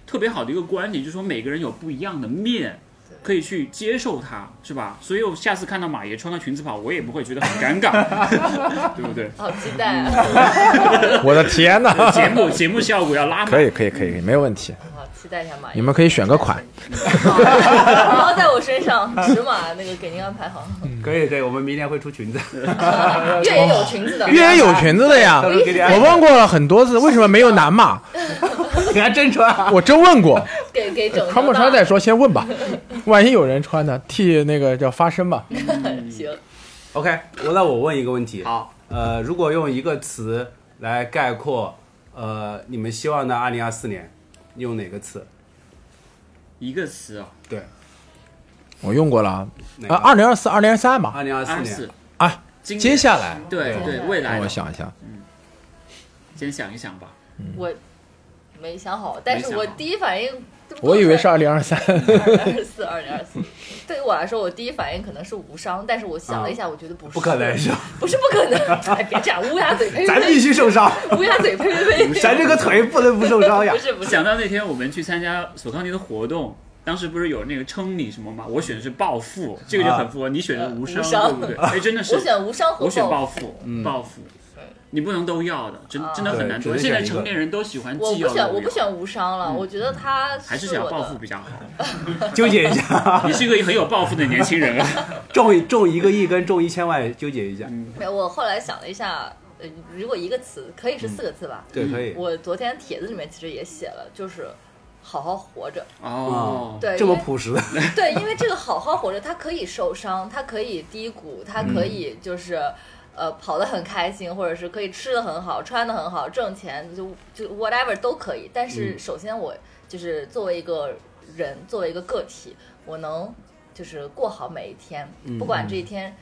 Speaker 2: 特别好的一个观点，就是说每个人有不一样的面，可以去接受它，是吧？所以我下次看到马爷穿个裙子跑，我也不会觉得很尴 尬，对不对？
Speaker 3: 好期待啊！
Speaker 4: 嗯我的 天呐，
Speaker 2: 节目节目效果要拉满
Speaker 4: 可，以可以可以可以，没有问题，
Speaker 2: 哎
Speaker 3: 好期待一下马爷
Speaker 4: 你，们可以选个款，
Speaker 3: 包在我身上，尺码那个给您安 排好。
Speaker 1: 可以可以，我们明天会出裙 子，
Speaker 3: 越野有裙
Speaker 2: 哎
Speaker 3: 子的，
Speaker 4: 越野有裙子的呀，
Speaker 1: 到时候给你安
Speaker 4: 我问过了很多次，为什么没有男码？
Speaker 1: 你还真穿啊？
Speaker 4: 我真问过，
Speaker 3: 给给整
Speaker 4: 穿不穿再说，先问吧， 万一有人穿呢，替那个叫发声吧。嗯
Speaker 3: 再行。
Speaker 1: OK，我那我问一个问题，
Speaker 2: 好，
Speaker 1: 呃，如果用一个词来概括，呃，你们希望的二零二四年，用哪个词？
Speaker 2: 一个词哦，
Speaker 1: 对，
Speaker 4: 我用过了啊，
Speaker 1: 哪
Speaker 4: 啊，
Speaker 1: 个？
Speaker 4: 二零二四、二零二三吧。
Speaker 1: 二零二四
Speaker 2: 二
Speaker 1: 年
Speaker 2: 四
Speaker 4: 啊，
Speaker 2: 今
Speaker 4: 接
Speaker 2: 年
Speaker 4: 下来，
Speaker 2: 对对未来
Speaker 4: 让我
Speaker 2: 的，
Speaker 4: 想一想，
Speaker 2: 先想一想吧。
Speaker 3: 我没想好，但
Speaker 2: 没
Speaker 3: 是
Speaker 2: 想
Speaker 3: 我
Speaker 2: 好
Speaker 3: 第一反应，
Speaker 4: 我以为是二零二三，
Speaker 3: 二零二四，二零二四。对于我来说，我第一反应可能是无伤，但是我想了一下，我觉得不是，
Speaker 1: 不可能是吧？
Speaker 3: 不是不可能。哎，别这样，乌鸦嘴呸
Speaker 1: 咱
Speaker 3: 呸
Speaker 1: 必须受伤，
Speaker 3: 呸，乌鸦嘴呸呸呸。
Speaker 1: 咱这个腿不能不受 伤呀
Speaker 3: 不。是不是，
Speaker 2: 想到那天我们去参加索康尼的活动，当时不是有那个称你什么吗？我选的是暴富，这个就很符
Speaker 1: 啊
Speaker 2: 合你选的无
Speaker 3: 呃
Speaker 2: 伤，
Speaker 3: 无
Speaker 2: 对
Speaker 3: 伤
Speaker 2: 不对？哎，真的是
Speaker 3: 我选无伤和
Speaker 2: 我选
Speaker 3: 报
Speaker 2: 暴
Speaker 3: 复。
Speaker 2: 富，暴富。你不能都要的，真
Speaker 3: 啊
Speaker 2: 真的很难
Speaker 1: 嗯对
Speaker 2: 做。
Speaker 1: 只能选
Speaker 2: 现在
Speaker 1: 一个
Speaker 2: 成年人都喜欢
Speaker 3: 我
Speaker 2: 既
Speaker 3: 不
Speaker 2: 要
Speaker 3: 选，
Speaker 2: 又
Speaker 3: 我不
Speaker 2: 要，
Speaker 3: 选无伤了，我觉得他
Speaker 2: 还是
Speaker 3: 是
Speaker 2: 想要
Speaker 3: 我
Speaker 2: 暴富
Speaker 3: 的。
Speaker 2: 比较好。
Speaker 1: 纠结一下，
Speaker 2: 你是一个很有抱负的年轻人 啊！
Speaker 1: 中中一个亿跟中一千万纠结一下，
Speaker 3: 没有我后来想了一下，呃，如果一个词可以是四个字吧，
Speaker 1: 对，可以。
Speaker 2: 嗯
Speaker 3: 我昨天帖子里面其实也写了，就是好好活着。
Speaker 1: 啊
Speaker 2: 哦，
Speaker 3: 对，
Speaker 1: 这么
Speaker 3: 因为
Speaker 1: 朴实的，
Speaker 3: 对，因为这个好好活着，它可以受伤，它可以低谷，它可
Speaker 2: 嗯
Speaker 3: 以就是。呃，跑得很开心，或者是可以吃得很好，穿得很好，挣钱就就 whatever 都可以。但
Speaker 2: 嗯
Speaker 3: 是首先我就是作为一个人，作为一个个体，我能就是过好每一天，
Speaker 2: 嗯
Speaker 3: 不管这一天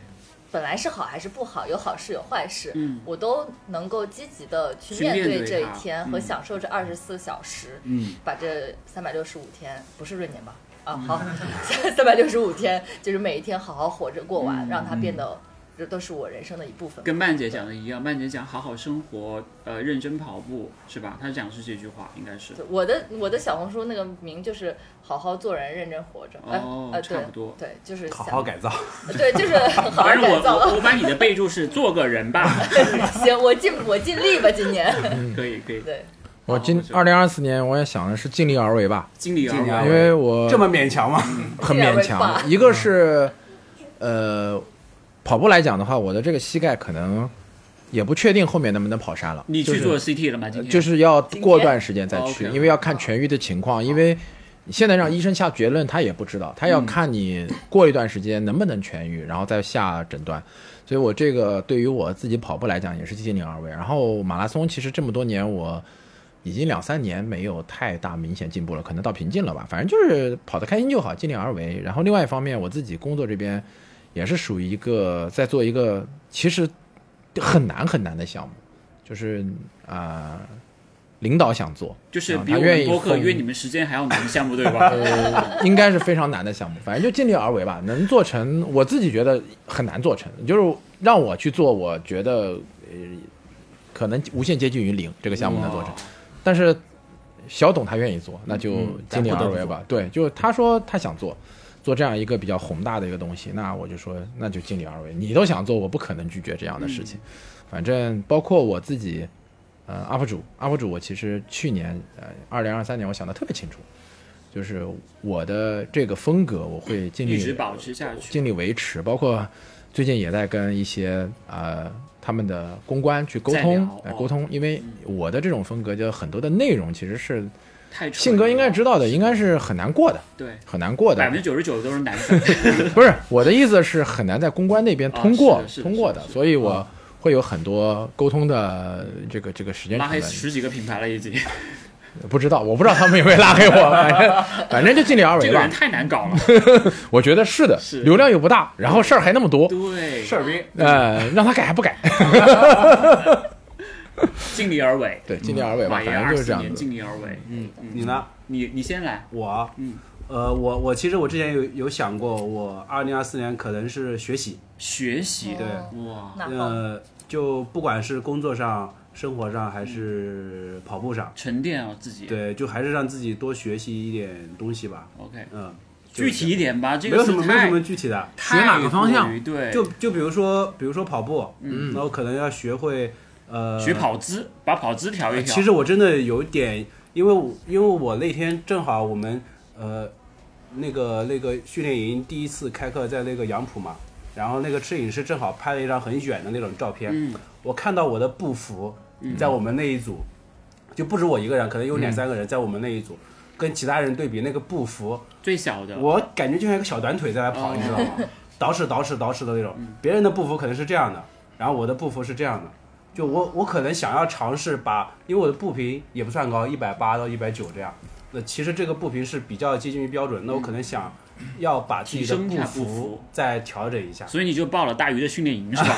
Speaker 3: 本来是好还是不好，有好事有坏事，
Speaker 2: 嗯
Speaker 3: 我都能够积极的去
Speaker 2: 去
Speaker 3: 面
Speaker 2: 面
Speaker 3: 对
Speaker 2: 对
Speaker 3: 这一
Speaker 2: 它
Speaker 3: 天和
Speaker 2: 嗯
Speaker 3: 享受这二十四小时。
Speaker 2: 嗯，
Speaker 3: 把这三百六十五天，不是闰年吧？啊，好，
Speaker 2: 嗯
Speaker 3: 三百六十五天，就是每一天好好活着
Speaker 2: 嗯
Speaker 3: 过完，让它变得，这都是我人生的一部分。
Speaker 2: 跟曼姐讲的一样，曼姐讲好好生活，呃，认真跑步，是吧？她讲的是这句话，应该是
Speaker 3: 对我的我的小红书那个名就是“好好做人，认真活着”哎。
Speaker 2: 哦
Speaker 3: 呃，
Speaker 2: 差
Speaker 3: 对
Speaker 2: 不多
Speaker 3: 对，就是
Speaker 1: 好
Speaker 3: 想
Speaker 1: 好改造。
Speaker 3: 对，就是 好好
Speaker 2: 反正我
Speaker 3: 改造。
Speaker 2: 我我把你的备注是做个人 吧，
Speaker 3: 行，我尽我尽力吧，今年。
Speaker 4: 嗯
Speaker 2: 可以可以，
Speaker 3: 对，
Speaker 4: 我今
Speaker 2: 好
Speaker 4: 二零二四年我也想的是尽力而为吧，
Speaker 2: 尽力而
Speaker 1: 尽力而
Speaker 2: 为
Speaker 1: 为
Speaker 4: 因为我
Speaker 1: 啊这么勉强吗？
Speaker 2: 嗯
Speaker 4: 很勉
Speaker 3: 这样
Speaker 4: 强
Speaker 3: 会。
Speaker 4: 一个
Speaker 1: 嗯
Speaker 4: 是，呃，跑步来讲的话，我的这个膝盖可能也不确定后面能不能跑山了。
Speaker 2: 你
Speaker 4: 就
Speaker 2: 去
Speaker 4: 是
Speaker 2: 做 CT 了吗？今天
Speaker 4: 就是要过段时间再
Speaker 2: 今
Speaker 4: 去，
Speaker 2: 天
Speaker 4: 因为要看痊愈的情况，因为。现在让医生下结论，他也不知道，他要看你过一段时间能不能痊愈，然后再下诊断。所以我这个对于我自己跑步来讲也是尽力而为。然后马拉松其实这么多年我已经两三年没有太大明显进步了，可能到瓶颈了吧。反正就是跑得开心就好，尽力而为。然后另外一方面，我自己工作这边也是属于一个在做一个其实很难很难的项目，就是啊、领导想做，
Speaker 2: 就是
Speaker 4: 嗯
Speaker 2: 比
Speaker 4: 他
Speaker 2: 我
Speaker 4: 愿
Speaker 2: 们
Speaker 4: 意
Speaker 2: 播客
Speaker 4: 疯
Speaker 2: 约你们时间还要难的项目，对吧？
Speaker 4: 应该是非常难的项目，反正就尽力而为吧。能做成，我自己觉得很难做成，就是让我去做，我觉得呃，可能无限接近于零这个项目能
Speaker 2: 哦
Speaker 4: 做成。但是小董他愿意做，那就尽力而为吧。对，就是他说他想做，做这样一个比较宏大的一个东西，那我就说那就尽力而为。你都想做，我不可能拒绝这样的事情。反正包括我自己，呃，UP 主，UP 主，我其实去年呃，二零二三年我想的特别清楚，就是我的这个风格我会尽力
Speaker 2: 一直保持下去。
Speaker 4: 尽力维持，包括最近也在跟一些呃他们的公关去沟
Speaker 2: 在聊
Speaker 4: 通
Speaker 2: 哦，嗯
Speaker 4: 来沟通，因为我的这种风格就很多的内容其实是
Speaker 2: 太蠢
Speaker 4: 信哥应该知道的，
Speaker 2: 了
Speaker 4: 应该是很难过的，
Speaker 2: 对，
Speaker 4: 很难过
Speaker 2: 百
Speaker 4: 的
Speaker 2: 分，之九十九都是男生。
Speaker 4: 不是我的意思是很难在公关那边
Speaker 2: 啊
Speaker 4: 通过
Speaker 2: 是的是的
Speaker 4: 通过
Speaker 2: 是的
Speaker 4: 的
Speaker 2: 是，的嗯
Speaker 4: 所以我会有很多沟通的这个这个时间
Speaker 2: 拉
Speaker 4: 成
Speaker 2: 黑
Speaker 4: 本，
Speaker 2: 十几个品牌了已经，
Speaker 4: 不知道我不知道他们有没有拉黑我，反正 反正就尽力而
Speaker 2: 这
Speaker 4: 为
Speaker 2: 个
Speaker 4: 吧
Speaker 2: 人，太难搞 了。
Speaker 4: 我觉得是的
Speaker 2: 是，
Speaker 4: 流量又不大，然后事儿还那么多，
Speaker 2: 对，
Speaker 1: 事儿逼，
Speaker 4: 呃，让他改还不改。
Speaker 2: 尽力而为，
Speaker 4: 对，尽力而为吧，
Speaker 2: 马爷
Speaker 4: 反正
Speaker 2: 二
Speaker 4: 就是这
Speaker 2: 四
Speaker 4: 样
Speaker 2: 年
Speaker 4: 子。
Speaker 2: 尽力而为。嗯嗯，
Speaker 1: 你呢？
Speaker 2: 你你先来，
Speaker 1: 我，
Speaker 2: 嗯，
Speaker 1: 呃，我我其实我之前有有想过，我二零二四年可能是学习，
Speaker 2: 学习
Speaker 1: 对
Speaker 2: 哇，
Speaker 3: 那好，
Speaker 1: 呃，就不管是工作上、生活上还是跑步上，
Speaker 2: 沉淀啊自己。
Speaker 1: 对，就还是让自己多学习一点东西吧，
Speaker 2: OK，
Speaker 1: 嗯，就
Speaker 2: 具
Speaker 1: 是
Speaker 2: 体一点吧，这
Speaker 1: 没有
Speaker 2: 个
Speaker 1: 什
Speaker 2: 是
Speaker 1: 么没有
Speaker 2: 太
Speaker 1: 什么具体的，
Speaker 2: 太
Speaker 4: 学哪个方向
Speaker 2: 过于对，
Speaker 1: 就就比如说比如说跑步，嗯，然后可能要学会呃
Speaker 2: 学跑姿，把跑姿调一调。
Speaker 1: 其实我真的有点，因为我因为我那天正好我们呃那个那个训练营第一次开课在那个杨浦嘛，然后那个摄影师正好拍了一张很远的那种照片，
Speaker 2: 嗯
Speaker 1: 我看到我的步幅在我们那一组，就不止我一个人，可能
Speaker 2: 嗯
Speaker 1: 有两三个人在我们那一组。跟其他人对比，那个步幅，
Speaker 2: 最小的，
Speaker 1: 我感觉就像一个小短腿在那跑，你知道吗？
Speaker 2: 哦
Speaker 1: 倒饬倒饬倒饬的那种。
Speaker 2: 嗯
Speaker 1: 别人的步幅可能是这样的，然后我的步幅是这样的。就我我可能想要尝试把，因为我的步频也不算高，一百八到一百九这样，那其实这个步频是比较接近于标准，那我可能想要把自己的
Speaker 2: 提升一
Speaker 1: 步
Speaker 2: 下
Speaker 1: 幅
Speaker 2: 步幅
Speaker 1: 再调整一下。
Speaker 2: 所以你就报了大鱼的训练营是 吧？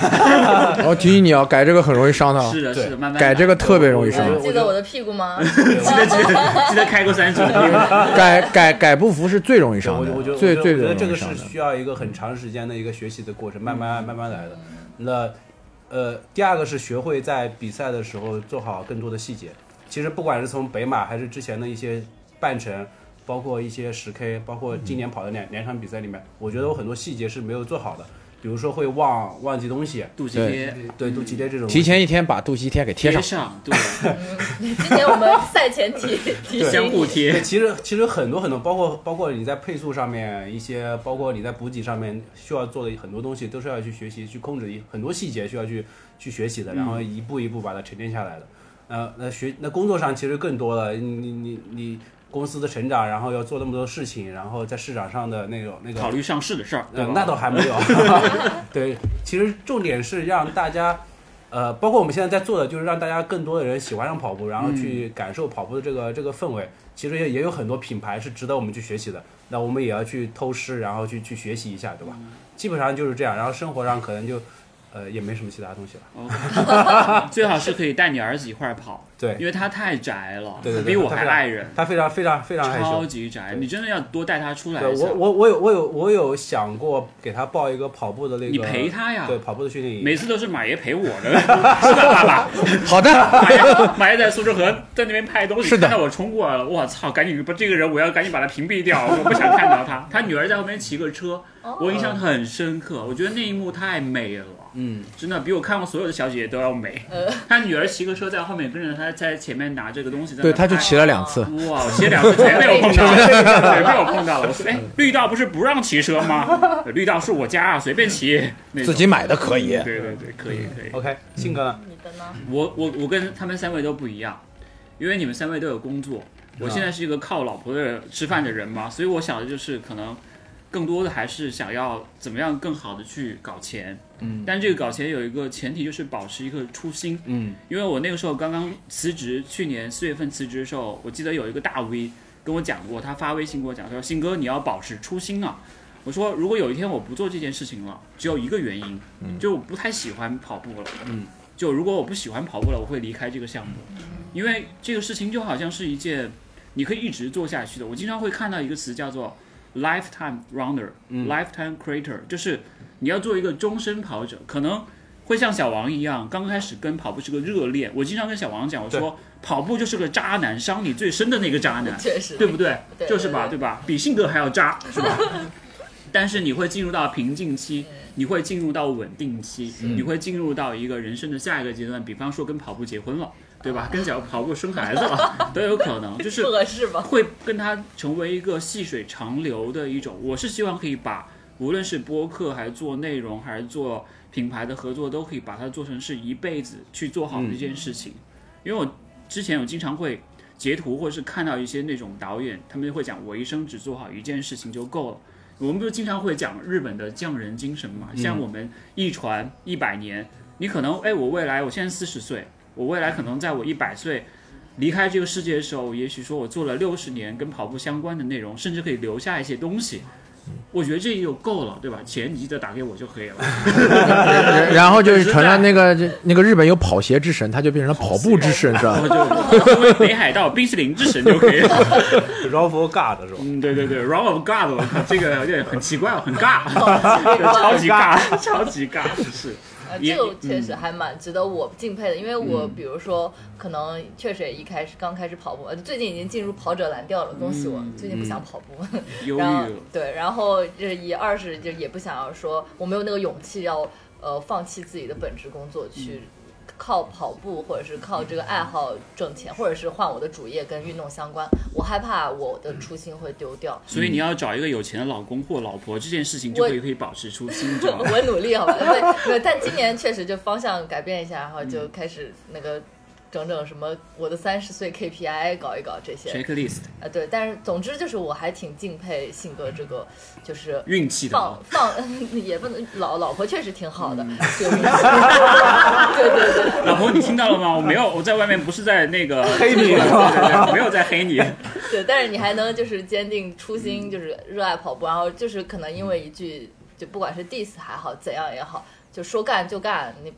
Speaker 6: 我提醒你啊，改这个很容易伤他，
Speaker 2: 是的，
Speaker 1: 对
Speaker 2: 是的，慢慢
Speaker 6: 改这个
Speaker 2: 来
Speaker 6: 特别容易伤。
Speaker 1: 我
Speaker 3: 记得我的屁股吗？
Speaker 2: 记得记得记得开过三十天，
Speaker 6: 改改改不服是最容易
Speaker 1: 对
Speaker 6: 伤
Speaker 1: 我
Speaker 6: 的，
Speaker 1: 我觉得
Speaker 6: 最
Speaker 1: 我觉得
Speaker 6: 最容
Speaker 1: 我觉得
Speaker 6: 易
Speaker 1: 这个
Speaker 6: 伤
Speaker 1: 是
Speaker 6: 的。嗯
Speaker 1: 需要一个很长时间的一个学习的过程，慢慢慢慢来的。那呃，第二个是学会在比赛的时候做好更多的细节。其实不管是从北马还是之前的一些半程，包括一些十 K，包
Speaker 6: 嗯
Speaker 1: 括今年跑的两两场比赛里面，我觉得我很多细节是没有做好的，比如说会忘忘记东西，
Speaker 2: 肚脐贴
Speaker 1: 对肚脐贴这
Speaker 6: 嗯
Speaker 1: 种
Speaker 6: 提前一天把肚脐贴给贴上
Speaker 2: 贴，上，对，
Speaker 3: 今年我们赛前提提
Speaker 2: 相
Speaker 3: 醒
Speaker 2: 互
Speaker 3: 你，
Speaker 1: 对，
Speaker 2: 贴，
Speaker 1: 其实其实很多很多，包括包括你在配速上面一些，包括你在补给上面需要做的很多东西，都是要去学习、去控制一很多细节需要去去学习的，然后一步一步把它沉淀下来的。呃，那学那工作上其实更多了，你你你你公司的成长，然后要做那么多事情，然后在市场上的那种那个
Speaker 2: 考虑上市的事儿，对
Speaker 1: 呃
Speaker 2: 吧，
Speaker 1: 那倒 还没有。对，其实重点是让大家，呃，包括我们现在在做的，就是让大家更多的人喜欢上跑步，然后
Speaker 2: 嗯
Speaker 1: 去感受跑步的这个这个氛围。其实也也有很多品牌是值得我们去学习的，那我们也要去偷师，然后去去学习一下，对吧？
Speaker 2: 嗯
Speaker 1: 基本上就是这样。然后生活上可能就，呃，也没什么其他东西了。
Speaker 2: 最好是可以带你儿子一块儿跑，
Speaker 1: 对
Speaker 2: 因为他太宅了，
Speaker 1: 对对对
Speaker 2: 比我
Speaker 1: 他
Speaker 2: 还
Speaker 1: 非常
Speaker 2: 爱人，
Speaker 1: 他非常非常非常害羞
Speaker 2: 超。级宅，你真的要多带他出来
Speaker 1: 对
Speaker 2: 一下
Speaker 1: 我，我我有我有我有想过给他报一个跑步的那个，
Speaker 2: 你陪他呀
Speaker 1: 对跑步的训练营。
Speaker 2: 每次都是马爷陪我的， 是吧，爸爸？
Speaker 6: 好的，
Speaker 2: 马爷马爷在苏州河在那边拍东西，
Speaker 6: 是的
Speaker 2: 看到我冲过来了，我操，赶紧把这个人，我要赶紧把他屏蔽掉，我不想看到他。他女儿在后面骑个车，我印象很深刻，我觉得那一幕太美了。
Speaker 1: 嗯，
Speaker 2: 真的比我看过所有的小姐姐都要美
Speaker 3: 呃。
Speaker 2: 他女儿骑个车在后面跟着他，在前面拿这个东西在那
Speaker 6: 对，他就
Speaker 2: 拍
Speaker 6: 骑了两 次，
Speaker 2: 哇，我骑两次全被我碰到了，全被我碰到了。我说，哎，绿道不是不让骑车吗？绿道是我家啊，随便骑。那种
Speaker 6: 自己买的可以。
Speaker 2: 对对对，可以可以。
Speaker 1: OK，性格呢？
Speaker 3: 你的呢？
Speaker 2: 我我我跟他们三位都不一样，因为你们三位都有工作，我现在是一个靠老婆的吃饭的人嘛，所以我想的就是可能更多的还是想要怎么样更好的去搞钱。嗯，但这个搞钱有一个前提就是保持一个初心。嗯，因为我那个时候刚刚辞职，去年四月份辞职的时候，我记得有一个大 V 跟我讲过，他发微信跟我讲，他说：“信哥，你要保持初心啊。”我说：“如果有一天我不做这件事情了，只有一个原因，就我不太喜欢跑步了。”就如果我不喜欢跑步了，我会离开这个项目，因为这个事情就好像是一件你可以一直做下去的。我经常会看到一个词叫做 lifetime runner、lifetime creator，就是你要做一个终身跑者，可能会像小王一样，刚开始跟跑步是个热恋。我经常跟小王讲，我说跑步就是个渣男，伤你最深的那个渣男。
Speaker 3: 确实，
Speaker 2: 对不对？
Speaker 3: 对
Speaker 2: 就是吧，
Speaker 3: 对
Speaker 2: 对吧？比性格还要 渣，是吧？但是你会进入到瓶颈期，
Speaker 3: 嗯
Speaker 2: 你会进入到稳定期，你会进入到一个人生的下一个阶段，比方说跟跑步结婚了，对吧？跟小跑步生孩子 了，都有可能，就是
Speaker 3: 啊不合适吧？
Speaker 2: 会跟它成为一个细水长流的一种。我是希望可以把，无论是播客还是做内容，还是做品牌的合作，都可以把它做成是一辈子去做好的一件事情。因为我之前有经常会截图，或者是看到一些那种导演，他们会讲我一生只做好一件事情就够了。我们不是经常会讲日本的匠人精神嘛？像我们一传一百年，你可能哎，我未来我现在四十岁，我未来可能在我一百岁离开这个世界的时候，也许说我做了六十年跟跑步相关的内容，甚至可以留下一些东西。我觉得这就够了，对吧？钱你记得打给我就可以了。
Speaker 6: 然 然后就是成了那个那个日本有跑鞋之神，他就变成了跑步之神，是吧？
Speaker 2: 然后就成为北海道冰淇淋之神就可以了。
Speaker 1: Ralph God 是吧？
Speaker 2: 嗯，对对对，Round of God，我靠，这个有点很奇怪，很尬，对超级 尬，超级尬，是。
Speaker 3: 啊，
Speaker 2: 也嗯
Speaker 3: 这个确实还蛮值得我敬佩的，因为我比如说，可能确实也一开始刚开始跑步，呃最近已经进入跑者蓝调了，恭喜我！
Speaker 2: 嗯
Speaker 3: 最近不想跑步，
Speaker 2: 忧郁
Speaker 3: 然后
Speaker 2: 了。
Speaker 3: 对，然后这也二是就也不想要说我没有那个勇气要呃放弃自己的本职工作去
Speaker 2: 嗯
Speaker 3: 靠跑步或者是靠这个爱好挣钱，或者是换我的主业跟运动相关，我害怕我的初心会丢掉。
Speaker 2: 所以你要找一个有钱的老公或老婆，这件事情就
Speaker 3: 我
Speaker 2: 可以可以保持初心，你知道吗？
Speaker 3: 我努力好吧？对，没有但今年确实就方向改变一下，然后就开始那个整整什么我的三十岁 KPI 搞一搞这些
Speaker 2: checklist
Speaker 3: 啊，对。但是总之就是我还挺敬佩信哥这个，就是
Speaker 2: 运气的
Speaker 3: 放
Speaker 2: 哦，
Speaker 3: 放 也不能老老婆确实挺好的，
Speaker 2: 嗯
Speaker 3: 对 对 对
Speaker 2: 老婆你听到了吗？我没有，我在外面不是在那个黑你，对对对，没有在黑你。
Speaker 3: 对 对，但是你还能就是坚定初
Speaker 1: 嗯
Speaker 3: 心，就是热爱跑步，然后就是可能因为一句就不管是 diss 还好怎样也好，就说干就干。你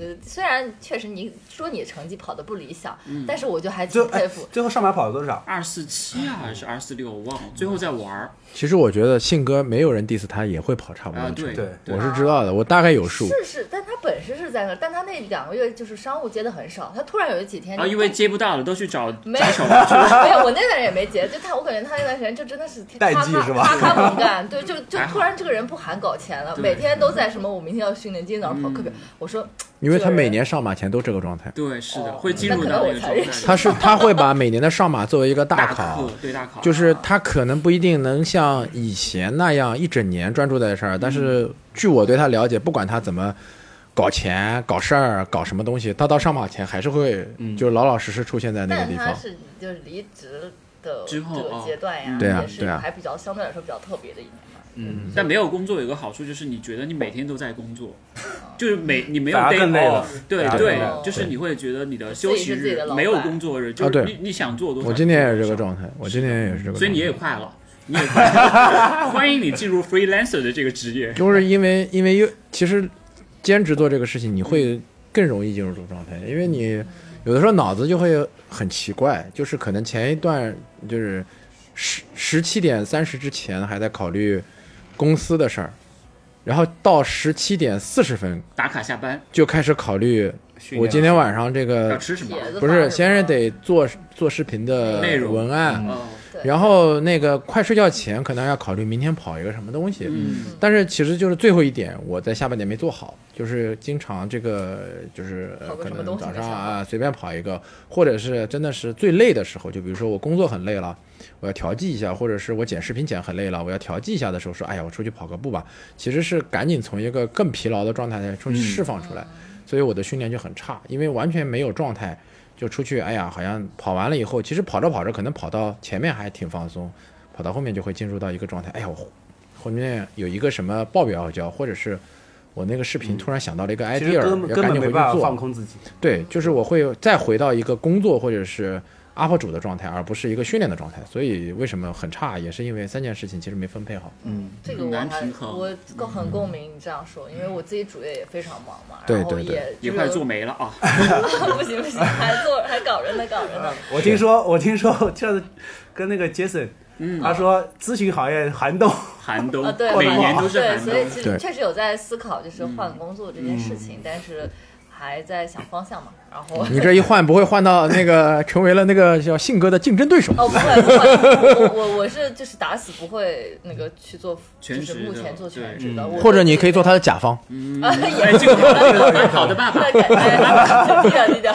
Speaker 3: 呃，虽然确实你说你成绩跑的不理想，但是我就还
Speaker 1: 最
Speaker 3: 挺
Speaker 1: 后嗯哎
Speaker 3: 佩服，。
Speaker 1: 最后上马跑了多少？
Speaker 2: 二四七啊，还是二四六，我忘了。最后再玩儿
Speaker 4: 其实我觉得信哥没有人 diss 他也会跑差不多
Speaker 2: 啊，
Speaker 4: 的程
Speaker 2: 对
Speaker 4: 度，
Speaker 1: 对
Speaker 2: 对
Speaker 4: 嗯我是知道的，我大概有数。
Speaker 3: 是是，但他本事是在那儿，但他那两个月就是商务接的很少，他突然有几天就
Speaker 2: 啊，因为接不到了，都去找
Speaker 3: 没
Speaker 2: 斩首了。
Speaker 3: 没有，我那段也没结，就他，我感觉他那段时间就真的是
Speaker 1: 代
Speaker 3: 咔
Speaker 1: 际
Speaker 3: 咔
Speaker 1: 是吧
Speaker 3: 咔 咔猛干，对，就就
Speaker 2: 还好
Speaker 3: 突然这个人不喊搞钱了，
Speaker 2: 对
Speaker 3: 每天都在什么我明天要训练，今天早上
Speaker 1: 嗯
Speaker 3: 跑课表，我说
Speaker 4: 因为他每年上马前都这个状态，
Speaker 2: 对，是的，
Speaker 3: 哦
Speaker 2: 会进
Speaker 3: 那
Speaker 2: 入
Speaker 3: 可
Speaker 2: 到
Speaker 3: 能
Speaker 2: 那
Speaker 3: 我
Speaker 2: 个
Speaker 3: 才
Speaker 2: 状
Speaker 3: 认
Speaker 2: 态
Speaker 3: 识。
Speaker 4: 他是他会把每年的上马作为一个大考
Speaker 2: 课，，对大考，
Speaker 4: 就是他可能不一定能像以前那样一整年专注在事儿，但
Speaker 2: 嗯
Speaker 4: 是据我对他了解，不管他怎么搞钱、搞事儿、搞什么东西，他到上马前还是会
Speaker 2: 嗯
Speaker 4: 就老老实实出现在那个
Speaker 3: 但
Speaker 4: 地
Speaker 3: 他
Speaker 4: 方。
Speaker 3: 是就是离职的
Speaker 2: 之
Speaker 3: 这
Speaker 2: 后
Speaker 3: 个
Speaker 2: 哦
Speaker 3: 阶段呀，
Speaker 2: 嗯
Speaker 4: 对啊
Speaker 3: 也是
Speaker 4: 对啊
Speaker 3: 还比较相对来说比较特别的一年嘛，
Speaker 2: 嗯，但没有工作有个好处就是，你觉得你每天都在工作，
Speaker 3: 哦
Speaker 2: 就是每你没有
Speaker 1: 反而
Speaker 2: day
Speaker 1: 更累了
Speaker 2: off，对
Speaker 1: 反而
Speaker 2: 对
Speaker 3: 更累了，
Speaker 2: 就是你会觉得你的休
Speaker 3: 自己
Speaker 2: 息
Speaker 3: 是自己
Speaker 2: 日
Speaker 3: 的老板
Speaker 2: 没有工作日，
Speaker 4: 啊
Speaker 2: 就是
Speaker 4: 对
Speaker 2: 你你想做多少，
Speaker 4: 我今年也是这
Speaker 2: 态，
Speaker 4: 个状态，我今年也是这个状态。
Speaker 2: 所以你也快了，你也快 了，欢迎你进入 freelancer 的这个职业。
Speaker 4: 就是因为因为又其实兼职做这个事情，你
Speaker 2: 嗯
Speaker 4: 会更容易进入这种状态，因为你有的时候脑子就会很奇怪，就是可能前一段就是十十七点三十之前还在考虑公司的事儿，然后到十七点四十分
Speaker 2: 打卡下班
Speaker 4: 就开始考虑
Speaker 1: 训练
Speaker 4: 我今天晚上这
Speaker 2: 要
Speaker 4: 个
Speaker 2: 吃什么？
Speaker 3: 帖子
Speaker 4: 不
Speaker 3: 发
Speaker 4: 是
Speaker 3: 什
Speaker 4: 先
Speaker 3: 么
Speaker 4: 是得做做视频的
Speaker 2: 内容
Speaker 4: 文案，
Speaker 2: 哦，
Speaker 3: 对
Speaker 4: 然后那个快睡觉前可能要考虑明天跑一个什么东西，
Speaker 2: 嗯，
Speaker 4: 但是其实就是最后一点，我在下半年没做好，就是经常这个就是、呃
Speaker 3: 跑个
Speaker 4: 可
Speaker 3: 什么
Speaker 4: 能
Speaker 3: 东西
Speaker 4: 早
Speaker 3: 没
Speaker 4: 上
Speaker 3: 想好
Speaker 4: 啊随便跑一个，或者是真的是最累的时候，就比如说我工作很累了，我要调剂一下，或者是我剪视频剪很累了，我要调剂一下的时候说，哎呀，我出去跑个步吧，其实是赶紧从一个更疲劳的状态出去释放出来，所以我的训练就很差，因为完全没有状态。就出去，哎呀，好像跑完了以后，其实跑着跑着，可能跑到前面还挺放松，跑到后面就会进入到一个状态，哎呀，我后面有一个什么报表要交，或者是我那个视频突然想到了一个
Speaker 1: 嗯其实
Speaker 4: idea，、
Speaker 1: 根本根
Speaker 4: 要赶
Speaker 1: 本没
Speaker 4: 紧回去
Speaker 1: 办法放
Speaker 4: 做。
Speaker 1: 空自己。
Speaker 4: 对，就是我会再回到一个工作或者是 UP 主的状态，而不是一个训练的状态。所以为什么很差，也是因为三件事情其实没分配好。
Speaker 3: 嗯这个
Speaker 2: 很
Speaker 3: 我
Speaker 2: 难
Speaker 3: 还
Speaker 2: 平衡
Speaker 3: 我够很共鸣你这样说，因为我自己主业也非常忙嘛，
Speaker 4: 嗯对
Speaker 3: 然后
Speaker 4: 对对
Speaker 3: 也
Speaker 2: 也
Speaker 3: 这
Speaker 2: 快
Speaker 3: 个
Speaker 2: 做没了啊！
Speaker 3: 不行不行，还做还搞着呢搞着呢，
Speaker 1: 我听说，我听说上次跟那个 Jason，他
Speaker 3: 嗯
Speaker 1: 说咨询行业寒冬，
Speaker 2: 寒冬
Speaker 3: 啊，对，，
Speaker 2: 每
Speaker 3: 反
Speaker 2: 年都是嗯
Speaker 3: 对，
Speaker 2: 寒
Speaker 3: 所以
Speaker 2: 冬。
Speaker 3: 其
Speaker 4: 对嗯
Speaker 3: 实确实有在思考，就是换工作这件事情，但是还在想方向嘛。然后。
Speaker 1: 哦
Speaker 4: 你这一换，不会换到那个 成为了那个叫信哥的竞争对手
Speaker 3: 哦，不会不 会，我我我是就是打死不会那个去做，
Speaker 2: 全
Speaker 3: 就是
Speaker 2: 职的
Speaker 3: 目前做
Speaker 2: 对
Speaker 3: 全职的，我
Speaker 4: 嗯或者你可以做他的甲方，
Speaker 3: 啊也
Speaker 2: 哎，这个很好的 爸爸，
Speaker 3: 那感 觉低调低调。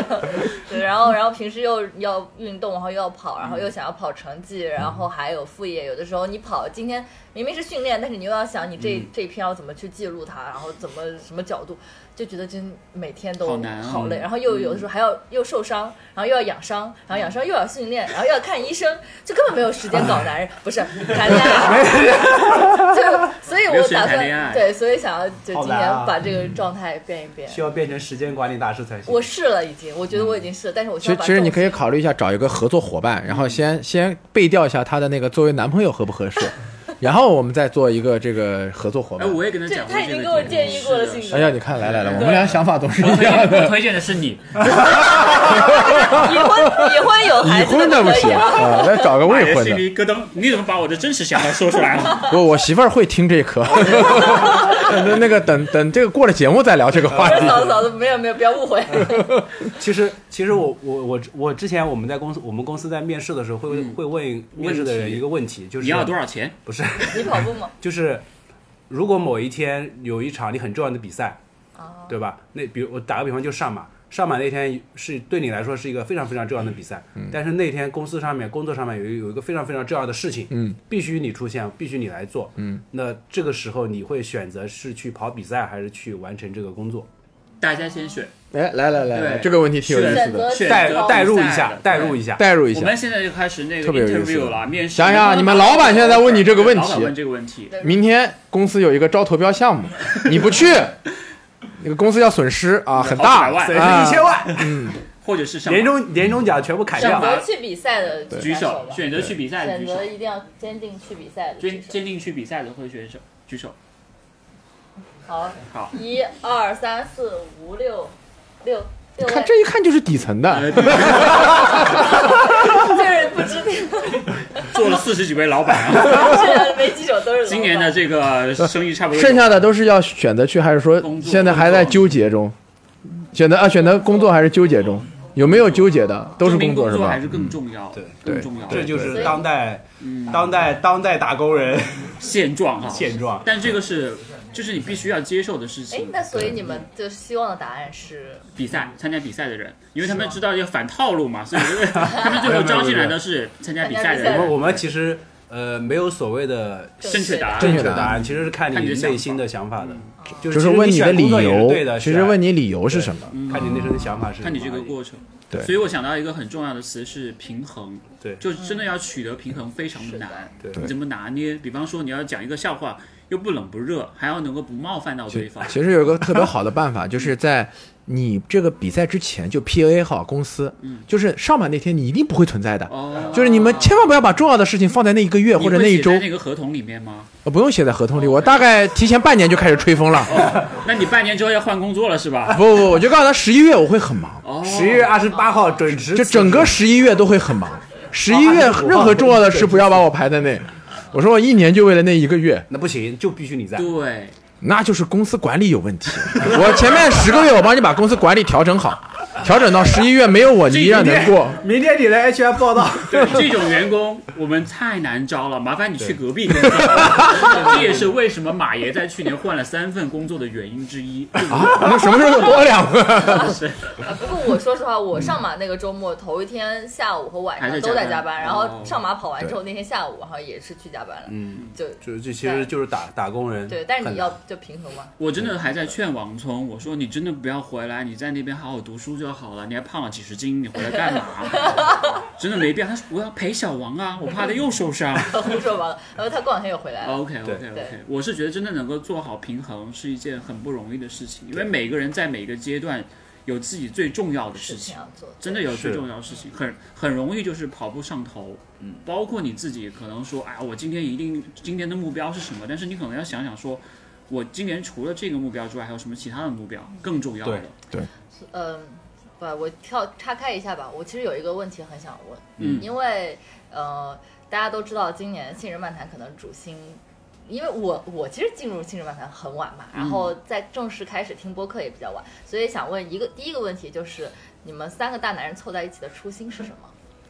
Speaker 3: 对，然后然后平时又要运动，然后又要跑，然后又想要跑成绩，然后还有副业。有的时候你跑，今天明明是训练，但是你又要想你
Speaker 2: 嗯
Speaker 3: 这、这一篇要怎么去记录它，然后怎么什么角度，就觉得真每天都
Speaker 2: 好难啊
Speaker 3: 好累。然后又有的时候还要又受伤，然后又要养伤，然后养伤又要训练，然后又要看医生，就根本没有时间搞男人，不是谈恋爱。 就所以
Speaker 2: 没有
Speaker 3: 我
Speaker 2: 时间
Speaker 3: 打
Speaker 2: 谈恋爱
Speaker 3: 算对，所以想要就
Speaker 1: 好
Speaker 3: 今
Speaker 1: 难
Speaker 3: 年
Speaker 1: 啊
Speaker 3: 把这个
Speaker 2: 嗯
Speaker 3: 状态变一变。
Speaker 1: 需要变成时间管理大师才行。
Speaker 3: 我试了，已经，我觉得我已经试了，但是我
Speaker 4: 其实其实你可以考虑一下找一个合作伙伴，然后先先背调一下他的那个作为男朋友合不合适，然后我们再做一个这个合作伙
Speaker 2: 哎，
Speaker 4: 伴。
Speaker 2: 我也跟他
Speaker 3: 这
Speaker 2: 讲过
Speaker 3: 他已
Speaker 2: 这
Speaker 3: 经
Speaker 2: 个
Speaker 3: 给我
Speaker 2: 点
Speaker 3: 建议过了，
Speaker 2: 是的哎
Speaker 3: 性格。
Speaker 4: 哎呀，你看来来来，我们俩想法都是一样
Speaker 2: 推
Speaker 4: 的。
Speaker 2: 荐推荐的是 你，
Speaker 3: 已婚已婚有孩
Speaker 4: 已
Speaker 3: 子的
Speaker 4: 婚的不
Speaker 3: 可以
Speaker 4: 行
Speaker 3: 啊，
Speaker 4: 啊，来找个
Speaker 2: 我
Speaker 4: 未婚
Speaker 2: 心
Speaker 4: 的。
Speaker 2: 里咯噔，你怎么把我的真实想法说出来 了？
Speaker 4: 我我媳妇儿会听这 一课，等那个等等这个过了节目再聊这个话
Speaker 3: 不 是
Speaker 4: 题。
Speaker 3: 嫂子嫂子，没有没有，不要误会。
Speaker 1: 其实，其实我我我我之前我们在公司，我们公司在面试的时候会、
Speaker 3: 嗯
Speaker 1: 会问面试的人一个问题，就是
Speaker 2: 你要多少钱？
Speaker 1: 不是，
Speaker 3: 你跑 步吗？
Speaker 1: 就是如果某一天有一场你很重要的比赛，
Speaker 3: 啊，
Speaker 1: 对吧？那比如我打个比方，就上马，上马那天是对你来说是一个非常非常重要的比赛，
Speaker 4: 嗯
Speaker 1: 但是那天公司上面工作上面有一有一个非常非常重要的事情，
Speaker 4: 嗯，
Speaker 1: 必须你出现，必须你来做，
Speaker 4: 嗯，
Speaker 1: 那这个时候你会选择是去跑比赛，还是去完成这个工作？
Speaker 2: 大家先选，
Speaker 4: 哎，来来来来，
Speaker 2: 对
Speaker 4: 这个问题挺有意思
Speaker 3: 选
Speaker 4: 的，
Speaker 3: 择
Speaker 2: 选
Speaker 1: 代
Speaker 2: 择
Speaker 1: 代入
Speaker 2: 比
Speaker 1: 一
Speaker 2: 赛
Speaker 1: 下
Speaker 2: 的，
Speaker 1: 代入一下，
Speaker 4: 代入一
Speaker 2: 我
Speaker 4: 下。
Speaker 2: 们现在就开始那个
Speaker 4: 特别有意思
Speaker 2: interview 了，面试。
Speaker 4: 想想啊你们老板现在在问你这个问题
Speaker 2: 老板问这个问题，
Speaker 4: 明天公司有一个招投标项目，你不去，那个公司要损失啊，
Speaker 2: 好几
Speaker 4: 很
Speaker 2: 百
Speaker 4: 大，
Speaker 2: 万
Speaker 1: 损失
Speaker 4: 啊
Speaker 1: 一千万，
Speaker 2: 或者是上
Speaker 1: 年终年终奖全部砍
Speaker 3: 选
Speaker 1: 掉，
Speaker 3: 择去比赛的
Speaker 2: 举
Speaker 3: 举
Speaker 2: 手，
Speaker 3: 吧，
Speaker 2: 选择去比赛的
Speaker 3: 选
Speaker 2: 举手
Speaker 3: 择，一定要坚定去比赛的举
Speaker 2: 坚
Speaker 3: 手。
Speaker 2: 坚定去比赛的会选手举手。
Speaker 3: 好，
Speaker 2: 好，
Speaker 3: 一二三四五六六六
Speaker 4: 看
Speaker 3: 位，
Speaker 4: 这一看就是底层的，
Speaker 3: 就是不 知名
Speaker 2: 做了四十几位老板 啊，
Speaker 3: 的没几手都是
Speaker 2: 今年的
Speaker 3: 的
Speaker 2: 这 个生意差不多有。
Speaker 4: 剩下的都是要选择去，还是说
Speaker 2: 工作
Speaker 4: 现在还在纠结中？选择啊，选择工作还是纠结中？有没有纠结的？都是
Speaker 2: 证明
Speaker 4: 工
Speaker 2: 工
Speaker 4: 作是吧
Speaker 2: 还？是嗯更重要，
Speaker 1: 对
Speaker 2: 更重要。
Speaker 1: 这就
Speaker 3: 所
Speaker 1: 是
Speaker 3: 以
Speaker 1: 当代
Speaker 2: 嗯
Speaker 1: 当代当代打工人
Speaker 2: 现状哈，
Speaker 1: 现状。
Speaker 2: 但这个是就是你必须要接受的事
Speaker 3: 哎
Speaker 2: 情，。
Speaker 3: 那所以你们就希望的答案是
Speaker 2: 比赛参加比赛的人，因为他们知道要反套路嘛，所以 他们最后招进来的是参加比赛的
Speaker 3: 参加比赛的
Speaker 1: 我
Speaker 2: 人。
Speaker 1: 我们其实呃没有所谓的
Speaker 2: 正确答
Speaker 1: 正
Speaker 2: 案，
Speaker 1: 确的答案，其实是看
Speaker 2: 看你的想法嗯
Speaker 1: 内心的想法的，就
Speaker 4: 就是
Speaker 1: 其实
Speaker 4: 问
Speaker 1: 你
Speaker 4: 的
Speaker 1: 选
Speaker 4: 理
Speaker 1: 工作也是啊
Speaker 4: 由
Speaker 1: 对的，，
Speaker 4: 其实问
Speaker 1: 你
Speaker 4: 你理由是什么？
Speaker 1: 看你内心的想法是什么
Speaker 2: 嗯看你这个过程。
Speaker 4: 对
Speaker 2: 所以我想到一个很重要的词是平衡，
Speaker 1: 对
Speaker 2: 就真的要取得平衡非常的难，
Speaker 1: 对
Speaker 2: 你怎么拿捏？比方说你要讲一个笑话，又不冷不热，还要能够不冒犯到对方，
Speaker 4: 其实有一个特别好的办法，就是在你这个比赛之前就 PAA 好公司，就是上马那天你一定不会存在的，
Speaker 2: 嗯哦，
Speaker 4: 就是你们千万不要把重要的事情放在那一个月或者那一周
Speaker 2: 你会写在，那个合同里面吗？
Speaker 4: 呃不用写在合同里。我大概提前半年就开始吹风了，
Speaker 2: 那你半年之后要换工作了是吧？
Speaker 4: 不不不，我就告诉他十一月我会很忙，
Speaker 2: 哦，
Speaker 1: 十一月二十八号准时
Speaker 4: 就
Speaker 1: 辞职，
Speaker 4: 整个十一月都会很忙。十一月任何重要的事不要把我排在内。我说我一年就为了那一个月，
Speaker 1: 那不行，就必须你在。
Speaker 2: 对，
Speaker 4: 那就是公司管理有问题。我前面十个月我帮你把公司管理调整好，调整到十一月没有我你依然能过。
Speaker 1: 明天你来 HR 报道，
Speaker 2: 对这种员工，我们太难招了，麻烦你去隔壁公司。这也是为什么马爷在去年换了三份工作的原因之 一。对不对
Speaker 4: 那什么时候多两个？
Speaker 3: 啊，不过我说实话，我上马那个周末头一天下午和晚
Speaker 2: 还在
Speaker 3: 上
Speaker 2: 加
Speaker 3: 都在
Speaker 2: 班
Speaker 3: 加班，然
Speaker 2: 哦
Speaker 3: 后上马跑完之后那天下午，然后也是去加班了，
Speaker 1: 嗯，
Speaker 3: 就
Speaker 1: 就这其实就是打打工人。
Speaker 3: 对，但是你要就平衡嘛，
Speaker 2: 我真的还在劝王聪，我说你真的不要回来，你在那边好好读书就好了。你还胖了几十斤，你回来 干嘛？真的没必要。他说我要陪小王啊，我怕他又受伤。
Speaker 3: 胡说八道。然后他过两天又回来了，
Speaker 2: OK OK
Speaker 1: 对
Speaker 2: OK，我是觉得真的能够做好平衡是一件很不容易的事情，因为每个人在每个阶段有自己最重要的事
Speaker 3: 事
Speaker 2: 情
Speaker 3: 情。要做，
Speaker 2: 真的有最
Speaker 1: 是
Speaker 2: 重要的事情，很很容易就是跑步上头，嗯，包括你自己可能说，哎呀，我今天一定今天的目标是什么？但是你可能要想想说，我今年除了这个目标之外，还有什么其他的目标更重要的？
Speaker 3: 嗯，不，我跳岔开一下吧。我其实有一个问题很想问，
Speaker 2: 嗯
Speaker 3: 因为呃，大家都知道今年信人漫谈可能主心，因为我我其实进入信人漫谈很晚嘛，然后在正式开始听播客也比较晚，所以想问一个第一个问题就是，你们三个大男人凑在一起的初心是什么？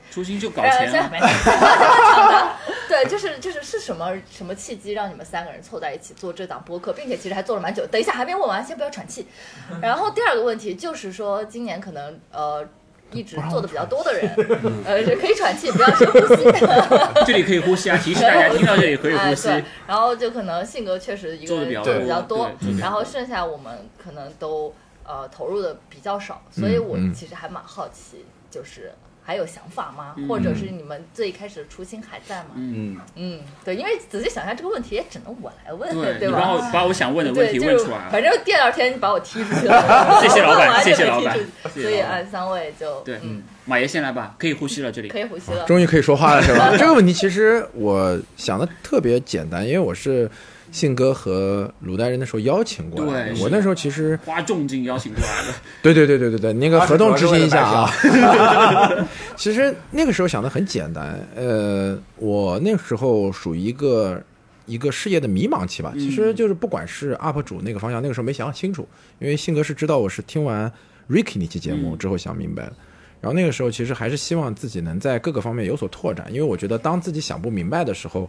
Speaker 2: 初心就搞
Speaker 3: 呃
Speaker 2: 钱
Speaker 3: 这
Speaker 2: 了，
Speaker 3: 没抢答 对，就是就是是什么什么契机让你们三个人凑在一起做这档播客，并且其实还做了蛮久。等一下还没问完，先不要喘气。
Speaker 2: 嗯
Speaker 3: 然后第二个问题就是说，今年可能呃。一直做的比较多的人， 呃，是可以喘气，不要深呼吸。
Speaker 2: 这里可以呼吸啊！提示大家听到这里可以呼
Speaker 3: 哎，
Speaker 2: 吸，
Speaker 3: 呃对，然后就可能性格确实一个
Speaker 2: 做得
Speaker 3: 人
Speaker 2: 比较
Speaker 3: 做得比
Speaker 2: 多
Speaker 3: 较多
Speaker 2: 对做得比较多，
Speaker 3: 然后剩下我们可能都呃投入的比较少，所
Speaker 2: 嗯
Speaker 3: 以我其实还蛮好奇，就是还有想法吗？或
Speaker 2: 嗯
Speaker 3: 者是你们最开始的初心还在吗？
Speaker 1: 嗯，
Speaker 3: 嗯，对，因为仔细想一下，这个问题也只能我来问，
Speaker 2: 对你帮我
Speaker 3: 吧？
Speaker 2: 把我想问的问
Speaker 3: 对，
Speaker 2: 题
Speaker 3: 就
Speaker 2: 问
Speaker 3: 是
Speaker 2: 出来了。，
Speaker 3: 反正第二天你把我踢出去了
Speaker 2: 谢谢老板
Speaker 3: 我完全
Speaker 2: 谢谢
Speaker 3: 被
Speaker 2: 老
Speaker 3: 踢
Speaker 2: 板
Speaker 3: 出去
Speaker 2: 谢
Speaker 3: 所
Speaker 2: 谢
Speaker 3: 以
Speaker 2: 老板
Speaker 3: 啊，三位就
Speaker 2: 对嗯
Speaker 3: 嗯，
Speaker 2: 马爷先来吧，可以呼吸了，这里
Speaker 3: 可以呼吸了。
Speaker 4: 终于可以说话了，是吧？这个问题其实我想的特别简单，因为我是信哥和鲁代人的时候邀请过来的
Speaker 2: 对。
Speaker 4: 我那时候其实
Speaker 2: 花重金邀请过来的，
Speaker 4: 对对对对对对，那个合同执行一下啊
Speaker 1: 主。
Speaker 4: 其实那个时候想的很简单，呃，我那个时候属于一个一个事业的迷茫期吧。其实就是不管是 UP 主那个方向，那个时候没想清楚，因为性格是知道我是听完 Ricky 那期节
Speaker 2: 嗯
Speaker 4: 目之后想明白的。然后那个时候其实还是希望自己能在各个方面有所拓展，因为我觉得当自己想不明白的时候，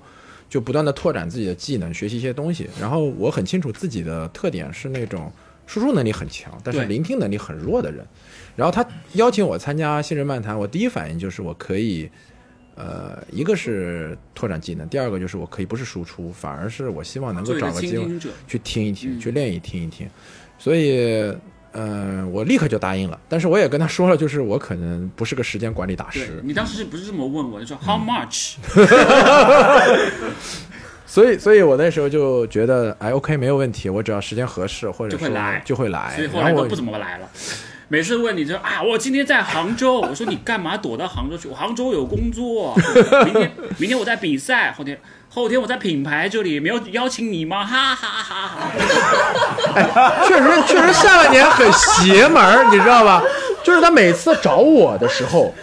Speaker 4: 就不断的拓展自己的技能，学习一些东西。然后我很清楚自己的特点是那种输出能力很强，但是
Speaker 2: 对
Speaker 4: 聆听能力很弱的人。然后他邀请我参加新人漫谈，我第一反应就是我可以，呃，一个是拓展技能，第二个就是我可以不是输出，反而是我希望能
Speaker 2: 做
Speaker 4: 够
Speaker 2: 一
Speaker 4: 找
Speaker 2: 个
Speaker 4: 个
Speaker 2: 倾
Speaker 4: 机会
Speaker 2: 听者，
Speaker 4: 去听一听，
Speaker 2: 嗯
Speaker 4: 去练一听一听。所以，呃，我立刻就答应了。但是我也跟他说了，就是我可能不是个时间管理大
Speaker 2: 对
Speaker 4: 师，
Speaker 2: 你当时是不是这么问我？你说 How much？
Speaker 4: 所以，所以我那时候就觉得，哎，OK，没有问题，我只要时间合适，或者
Speaker 2: 就会
Speaker 4: 说
Speaker 2: 来
Speaker 4: 就会来
Speaker 2: 所以。后
Speaker 4: 然
Speaker 2: 来
Speaker 4: 后
Speaker 2: 都
Speaker 4: 我
Speaker 2: 不怎么来了。每次问你就啊，我今天在杭州，我说你干嘛躲到杭州去？我杭州有工作，明天明天我在比赛，后天后天我在品牌这里，没有邀请你吗？哈哈哈哈！
Speaker 4: 确 实确实下半年很邪门儿，你知道吧？就是他每次找我的时候，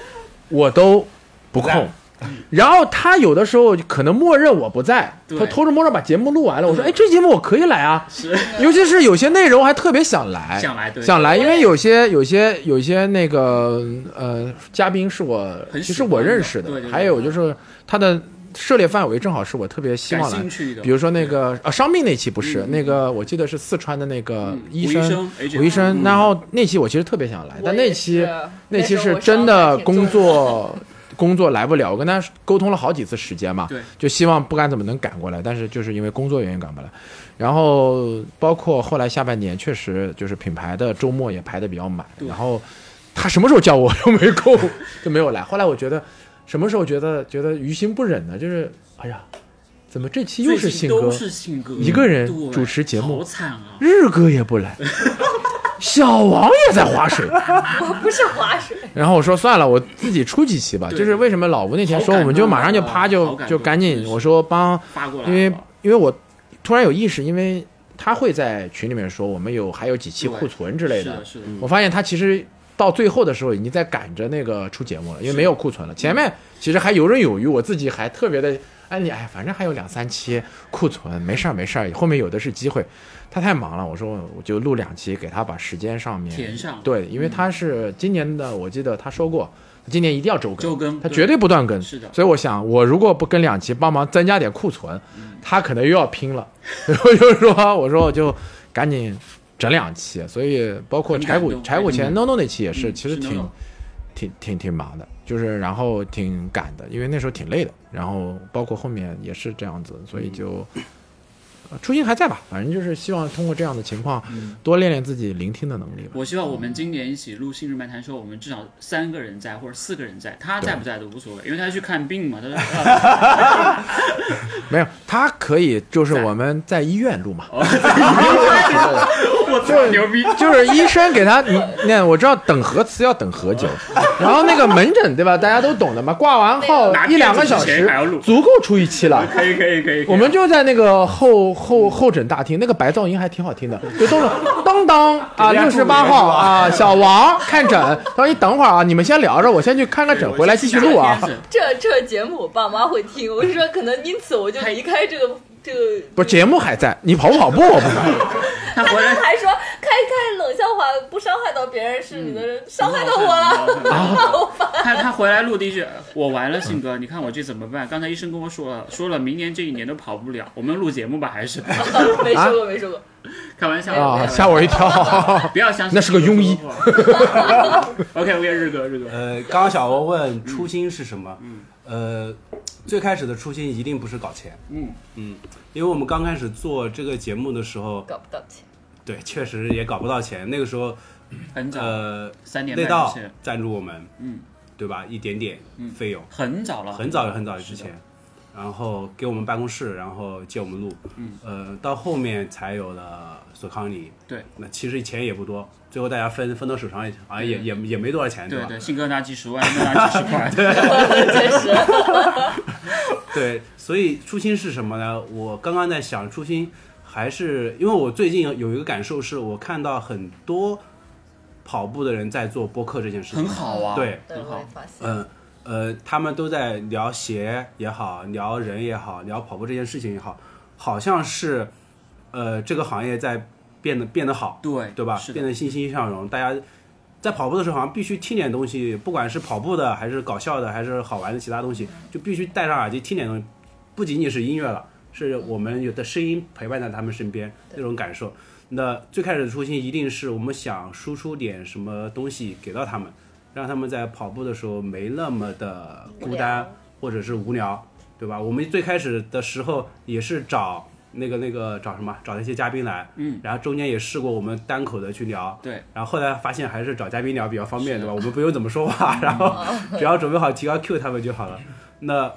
Speaker 4: 我都不空。嗯然后他有的时候可能默认我不在，
Speaker 2: 对
Speaker 4: 他偷着摸着把节目录完了。我说：“哎，这节目我可以来啊，
Speaker 2: 是
Speaker 4: 尤其是有些内容还特别想来，
Speaker 2: 想来对
Speaker 4: 哎想来，因为有些有些有些那个呃嘉宾是我
Speaker 2: 很
Speaker 4: 其
Speaker 2: 喜
Speaker 4: 实
Speaker 2: 欢
Speaker 4: 我认识的，
Speaker 2: 对对对
Speaker 4: 还有就是他的涉猎范围正好是我特别希
Speaker 2: 感
Speaker 4: 望来
Speaker 2: 兴趣的，
Speaker 4: 比如说那个啊，伤病那期不是
Speaker 2: 嗯
Speaker 4: 那个，我记得是四川的那个
Speaker 2: 嗯
Speaker 4: 医
Speaker 2: 吴医
Speaker 4: 生
Speaker 2: 生，Agent 嗯
Speaker 4: 吴医生。然后那期我其实特别想来，但
Speaker 3: 我
Speaker 4: 那
Speaker 3: 也
Speaker 4: 期
Speaker 3: 是
Speaker 4: 那期
Speaker 3: 时候
Speaker 4: 是
Speaker 3: 我
Speaker 4: 真
Speaker 3: 伤
Speaker 4: 的
Speaker 3: 还挺
Speaker 4: 工
Speaker 3: 重
Speaker 4: 作 工作来不了，我跟他沟通了好几次时间嘛
Speaker 2: 对，
Speaker 4: 就希望不管怎么能赶过来，但是就是因为工作原因赶不来。然后包括后来下半年确实就是品牌的周末也排的比较满，
Speaker 2: 对
Speaker 4: 然后他什么时候叫我 都没空，就没有来。后来我觉得什么时候觉得觉得于心不忍呢？就是哎呀，怎么这期又
Speaker 2: 最
Speaker 4: 是
Speaker 2: 近
Speaker 4: 信
Speaker 2: 都
Speaker 4: 哥？
Speaker 2: 是信哥
Speaker 4: 一个人
Speaker 2: 对
Speaker 4: 主持节目
Speaker 2: 好惨啊！
Speaker 4: 日哥也不来， 小王也在划水。
Speaker 3: 我不是滑水，
Speaker 4: 然后我说算了，我自己出几期吧。
Speaker 2: 对
Speaker 4: 就是为什么老吴那天说，
Speaker 2: 好感动
Speaker 4: 我们就马上就啪
Speaker 2: 好
Speaker 4: 就
Speaker 2: 感动
Speaker 4: 就赶
Speaker 2: 真
Speaker 4: 紧，
Speaker 2: 是
Speaker 4: 我说帮，
Speaker 2: 发过来
Speaker 4: 因
Speaker 2: 了，
Speaker 4: 为因为我突然有意识，因为他会在群里面说我们有还有几期
Speaker 2: 对
Speaker 4: 库存之类
Speaker 2: 是
Speaker 4: 的嗯
Speaker 2: 的，，是的，
Speaker 4: 我发现他其实到最后的时候已经在赶着那个出节目了，因为没有库存了。前面其实还游刃有余，我自己还特别的，哎你哎，反正还有两三期库存，没事儿没事儿，后面有的是机会。他太忙了，我说我就录两期，给他把时间上面
Speaker 2: 填上
Speaker 4: 对，因为他是今年的，我记得他说过，今年一定要周更，
Speaker 2: 周更
Speaker 4: 他
Speaker 2: 对
Speaker 4: 绝对不断更。
Speaker 2: 是的
Speaker 4: 所以我想，我如果不跟两期帮忙增加点库存，他可能又要拼了。我就说，我说我就赶紧整两期，所以包括
Speaker 2: 很
Speaker 4: 柴
Speaker 2: 感
Speaker 4: 谷
Speaker 2: 动
Speaker 4: 柴谷
Speaker 2: 嗯
Speaker 4: 前 NONO 那期也是，
Speaker 2: 嗯
Speaker 4: 其实
Speaker 2: 是
Speaker 4: 挺
Speaker 2: NONO
Speaker 4: 挺挺挺忙的，就是然后挺赶的，因为那时候挺累的，然后包括后面也是这样子，所以就。呃初心还在吧，反正就是希望通过这样的情况，
Speaker 2: 嗯
Speaker 4: 多练练自己聆听的能力吧。
Speaker 2: 我希望我们今年一起录《新日漫谈》的时候，我们至少三个人在，或者四个人在。他在不在都无所谓，因为他去看病嘛。他说啊
Speaker 4: 没有，他可以就是
Speaker 2: 在
Speaker 4: 我们在医院录嘛，
Speaker 2: 我操，牛逼！
Speaker 4: 就是医生给他，你那我知道等核磁要等核久，然后那个门诊对吧，大家都懂的嘛，挂完号
Speaker 2: 拿
Speaker 4: 一两个
Speaker 2: 片子
Speaker 4: 小
Speaker 2: 之前
Speaker 4: 时
Speaker 2: 还要录
Speaker 4: 足够出一期了。
Speaker 2: 可以可以可以，可以
Speaker 4: 我们就在那个后后后诊大厅，那个白噪音还挺好听的，就都是当当啊，六十八号啊，小王看诊，他说你等会儿啊，你们先聊着，我先去看个诊，回来继续录啊
Speaker 2: 片。子
Speaker 3: 这这节目我爸妈会听，我是说可能因此我就离开这
Speaker 2: 哎
Speaker 3: 个这个。
Speaker 4: 不，节目还在，你跑不跑步我不知道。
Speaker 2: 他回来
Speaker 3: 他还说开开冷笑话不伤害到别人是你的
Speaker 2: 嗯
Speaker 3: 人，伤害到我了。
Speaker 2: 他他回来录第一句，我完了，信哥，你看我这怎么办？刚才医生跟我说了，说了明年这一年都跑不了，我们录节目吧，还是
Speaker 3: 没说过，没说过。
Speaker 2: 开玩笑
Speaker 4: 啊，吓！我一跳！
Speaker 2: 不要相信
Speaker 4: 那是个庸医。
Speaker 2: OK OK，日哥日哥，
Speaker 1: 呃，刚刚小王
Speaker 2: 嗯
Speaker 1: 问初心是什么？呃，最开始的初心一定不是搞钱，
Speaker 2: 嗯
Speaker 1: 嗯，因为我们刚开始做这个节目的时候，
Speaker 3: 搞不到 钱，
Speaker 1: 对，确实也搞不到钱。那个时候，
Speaker 2: 很早，
Speaker 1: 呃，
Speaker 2: 三年
Speaker 1: 内
Speaker 2: 半
Speaker 1: 道
Speaker 2: 之前，
Speaker 1: 赞助我们，
Speaker 2: 嗯，
Speaker 1: 对吧？一点点费用，
Speaker 2: 很早了，
Speaker 1: 很早很早之
Speaker 2: 是
Speaker 1: 前，然后给我们办公室，然后借我们录，
Speaker 2: 嗯，
Speaker 1: 呃，到后面才有了索康尼，
Speaker 2: 对，
Speaker 1: 那其实钱也不多，最后大家分分到手上，好像也
Speaker 2: 对
Speaker 1: 也也没多少钱，
Speaker 2: 嗯对
Speaker 1: 吧
Speaker 2: 对，？信哥拿几十万，他拿几十 块，
Speaker 3: 确实。
Speaker 2: 嗯
Speaker 1: 对，所以初心是什么呢？我刚刚在想，初心还是因为我最近有一个感受，是我看到很多跑步的人在做播客这件事情，
Speaker 2: 很好啊，
Speaker 1: 对
Speaker 3: 对，
Speaker 2: 很
Speaker 3: 我也
Speaker 2: 好。
Speaker 3: 发现。
Speaker 1: 嗯呃，他们都在聊鞋也好，聊人也好，聊跑步这件事情也好，好像是呃这个行业在变得变得好，
Speaker 2: 对
Speaker 1: 对吧？
Speaker 2: 是的
Speaker 1: 变得欣欣向荣，大家在跑步的时候好像必须听点东西，不管是跑步的，还是搞笑的，还是好玩的其他东西，就必须戴上耳机听点东西，不仅仅是音乐了，是我们有的声音陪伴在他们身边那种感受。那最开始的初心一定是我们想输出点什么东西给到他们，让他们在跑步的时候没那么的孤
Speaker 3: 无
Speaker 1: 单
Speaker 3: 聊
Speaker 1: 或者是无聊，对吧？我们最开始的时候也是找那个那个找什么找那些嘉宾来，
Speaker 2: 嗯，
Speaker 1: 然后中间也试过我们单口的去聊，
Speaker 2: 对，
Speaker 1: 然后后来发现还是找嘉宾聊比较方便，
Speaker 2: 是的
Speaker 1: 对吧？我们不用怎么说话，然后只要准备好提高 Q 他们就好了。那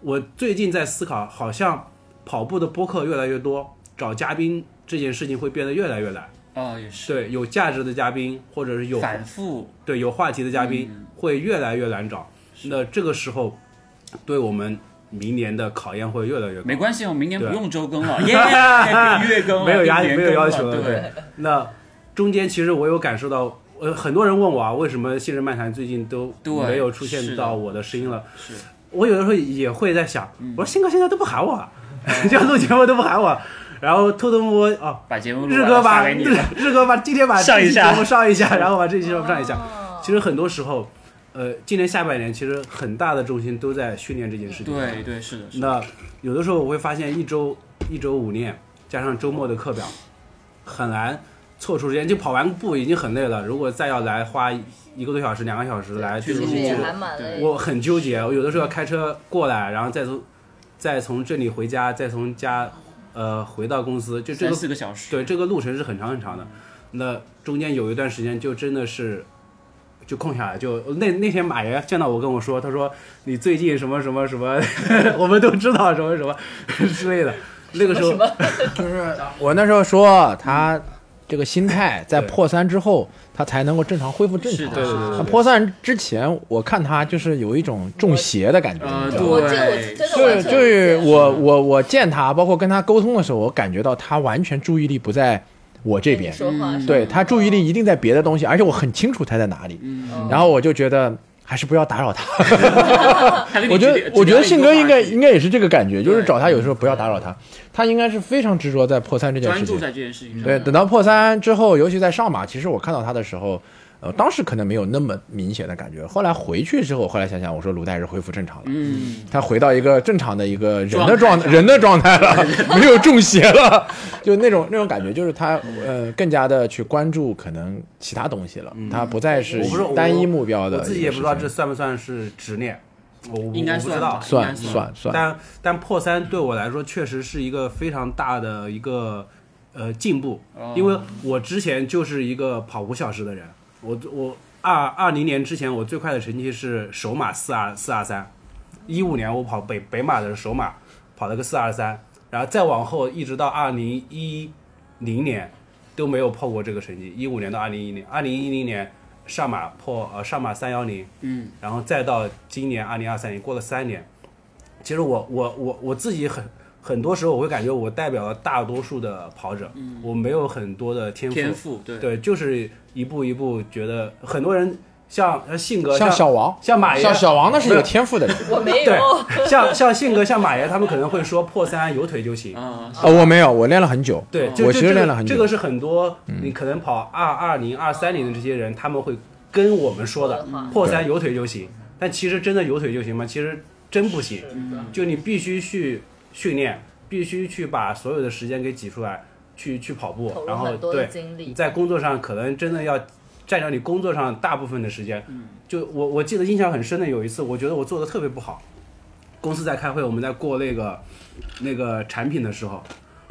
Speaker 1: 我最近在思考，好像跑步的播客越来越多，找嘉宾这件事情会变得越来越难。
Speaker 2: 哦，也是，
Speaker 1: 对有价值的嘉宾，或者是有
Speaker 2: 反复，
Speaker 1: 对有话题的嘉宾会越来越难找。那这个时候，对我们明年的考验会越来越高。
Speaker 2: 没关系，我哦明年
Speaker 1: 对
Speaker 2: 不用周 更了，耶，可以月更了，
Speaker 1: 没有压力
Speaker 2: 一年
Speaker 1: 没有
Speaker 2: 更
Speaker 1: 要
Speaker 2: 了
Speaker 1: 求了
Speaker 2: 对，
Speaker 1: 那中间其实我有感受到，呃，很多人问我啊，为什么信任漫谈最近都
Speaker 2: 对
Speaker 1: 没有出
Speaker 2: 是
Speaker 1: 现
Speaker 2: 的
Speaker 1: 到我的声音了？
Speaker 2: 是
Speaker 1: 我有的时候也会在想，
Speaker 2: 嗯
Speaker 1: 我说新哥现在都不喊我 啊，就录节目都不喊我，然后偷偷摸摸哦，
Speaker 2: 把节目录
Speaker 1: 日
Speaker 2: 完
Speaker 1: 哥
Speaker 2: 了发
Speaker 1: 把
Speaker 2: 给你
Speaker 1: 日
Speaker 2: 了，
Speaker 1: 日哥把今天把
Speaker 2: 上一
Speaker 1: 这期
Speaker 2: 下
Speaker 1: 节目上一下，然后把这期节目上一下。
Speaker 3: 哦
Speaker 1: 其实很多时候，呃，今年下半年其实很大的重心都在训练这件事情。
Speaker 2: 对对是的，是的，
Speaker 1: 那有的时候我会发现一周一周五练，加上周末的课表，很难凑出时间。就跑完步已经很累了，如果再要来花一个多小时、两个小时来
Speaker 2: 去
Speaker 1: 这个
Speaker 3: 其
Speaker 2: 录
Speaker 1: 路
Speaker 3: 实也
Speaker 2: 制
Speaker 3: 还蛮累
Speaker 2: 对
Speaker 3: 的。
Speaker 1: 我很纠结。我有的时候要开车过来，然后再从再从这里回家，再从家呃回到公司，就这
Speaker 2: 三
Speaker 1: 个
Speaker 2: 四个小时，
Speaker 1: 对，这个路程是很长很长的。那中间有一段时间就真的是就空下来，就那那天马爷见到我跟我说，他说你最近什么什么什么， 我们都知道什么什 么之类的。那个时候
Speaker 4: 就是我那时候说他这个心态在
Speaker 1: 对
Speaker 4: 破三之后，他才能够正常恢复正
Speaker 2: 是
Speaker 4: 常。
Speaker 2: 的，
Speaker 1: 对对
Speaker 4: 他
Speaker 1: 对
Speaker 4: 破散之前，我看他就是有一种中邪的感觉，
Speaker 2: 啊
Speaker 4: 你知道吗
Speaker 3: 我
Speaker 2: 对
Speaker 3: 这个我真的
Speaker 4: 就是
Speaker 3: 完全
Speaker 4: 就
Speaker 3: 理
Speaker 4: 是
Speaker 3: 解
Speaker 4: 我我我见他，包括跟他沟通的时候，我感觉到他完全注意力不在我这边，
Speaker 3: 说话是吧
Speaker 4: 对他注意力一定在别的东西，而且我很清楚他在哪里，
Speaker 3: 嗯
Speaker 4: 然后我就觉得还是不要打扰他。
Speaker 2: 他给你
Speaker 4: 我觉
Speaker 2: 指
Speaker 4: 得
Speaker 2: 点
Speaker 4: 我觉得信哥应该
Speaker 2: 指
Speaker 4: 应该也是这个感觉，就是
Speaker 2: 对
Speaker 4: 找他有时候不要打扰他，他应该是非常执着在破三这
Speaker 2: 点专
Speaker 4: 件事
Speaker 2: 注
Speaker 4: 情。
Speaker 2: 在这件
Speaker 1: 嗯
Speaker 2: 事情上，
Speaker 4: 对，等到破三之后，尤其在上马，其实我看到他的时候，呃，当时可能没有那么明显的感觉。后来回去之后，后来想想，我说卢代是恢复正常了，
Speaker 2: 嗯，
Speaker 4: 他回到一个正常的一个人的
Speaker 2: 状
Speaker 4: 状
Speaker 2: 态
Speaker 4: 人的状态 了，没有中邪了，就那种那种感觉，就是他呃更加的去关注可能其他东西了，他不再是
Speaker 1: 嗯我不是我
Speaker 4: 单一目标的
Speaker 1: 我自己
Speaker 4: 一个
Speaker 1: 也不知道
Speaker 4: 事
Speaker 1: 这
Speaker 4: 情
Speaker 1: 算不算是执念，我我
Speaker 2: 应该
Speaker 1: 我不知
Speaker 2: 算吧
Speaker 1: 道。
Speaker 2: 应该算
Speaker 4: 算算算，
Speaker 1: 但但破三对我来说确实是一个非常大的一个呃进步，因为我之前就是一个跑五小时的人，我我二二零年之前我最快的成绩是首马四二四二三，一五年我跑北北马的首马跑了个四二三，然后再往后一直到二零一零年都没有破过这个成绩，一五年到二零一零二零一零年上马破呃上马三幺零，
Speaker 2: 嗯，
Speaker 1: 然后再到今年二零二三年过了三年，其实我我我我自己很很多时候我会感觉我代表了大多数的跑者，我没有很多的天赋，
Speaker 2: 嗯天赋对
Speaker 1: 对，就是一步一步觉得很多人像像性格
Speaker 4: 像小王，
Speaker 1: 像马爷
Speaker 4: 像小王那是有
Speaker 1: 没有
Speaker 4: 天赋 的人，
Speaker 3: 我没有
Speaker 2: 哎
Speaker 1: 对，像像性格像马爷他们可能会说破三有腿就行。
Speaker 2: 啊，
Speaker 4: 呃，我没有，我练了很久，
Speaker 1: 对，就
Speaker 4: 我
Speaker 1: 就
Speaker 4: 其
Speaker 1: 这
Speaker 4: 实
Speaker 1: 个
Speaker 4: 练了很久嗯
Speaker 1: 这个是很多你可能跑二二零、二三零的这些人，他们会跟我们说的
Speaker 3: 说的话，
Speaker 1: 破三有腿就行。但其实真的有腿就行吗？其实真不行，就你必须去训练，必须去把所有的时间给挤出来，去去跑步
Speaker 3: 投，入
Speaker 1: 然后
Speaker 3: 很多的
Speaker 1: 对，
Speaker 3: 精
Speaker 1: 你
Speaker 3: 力，
Speaker 1: 在工作上可能真的要占掉你工作上大部分的时间。
Speaker 3: 嗯
Speaker 1: 就我我记得印象很深的有一次，我觉得我做的特别不好。公司在开会，我们在过那个那个产品的时候，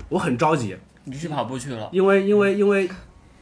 Speaker 1: 我很着急，
Speaker 2: 你就去跑步去了，
Speaker 1: 因为因为因为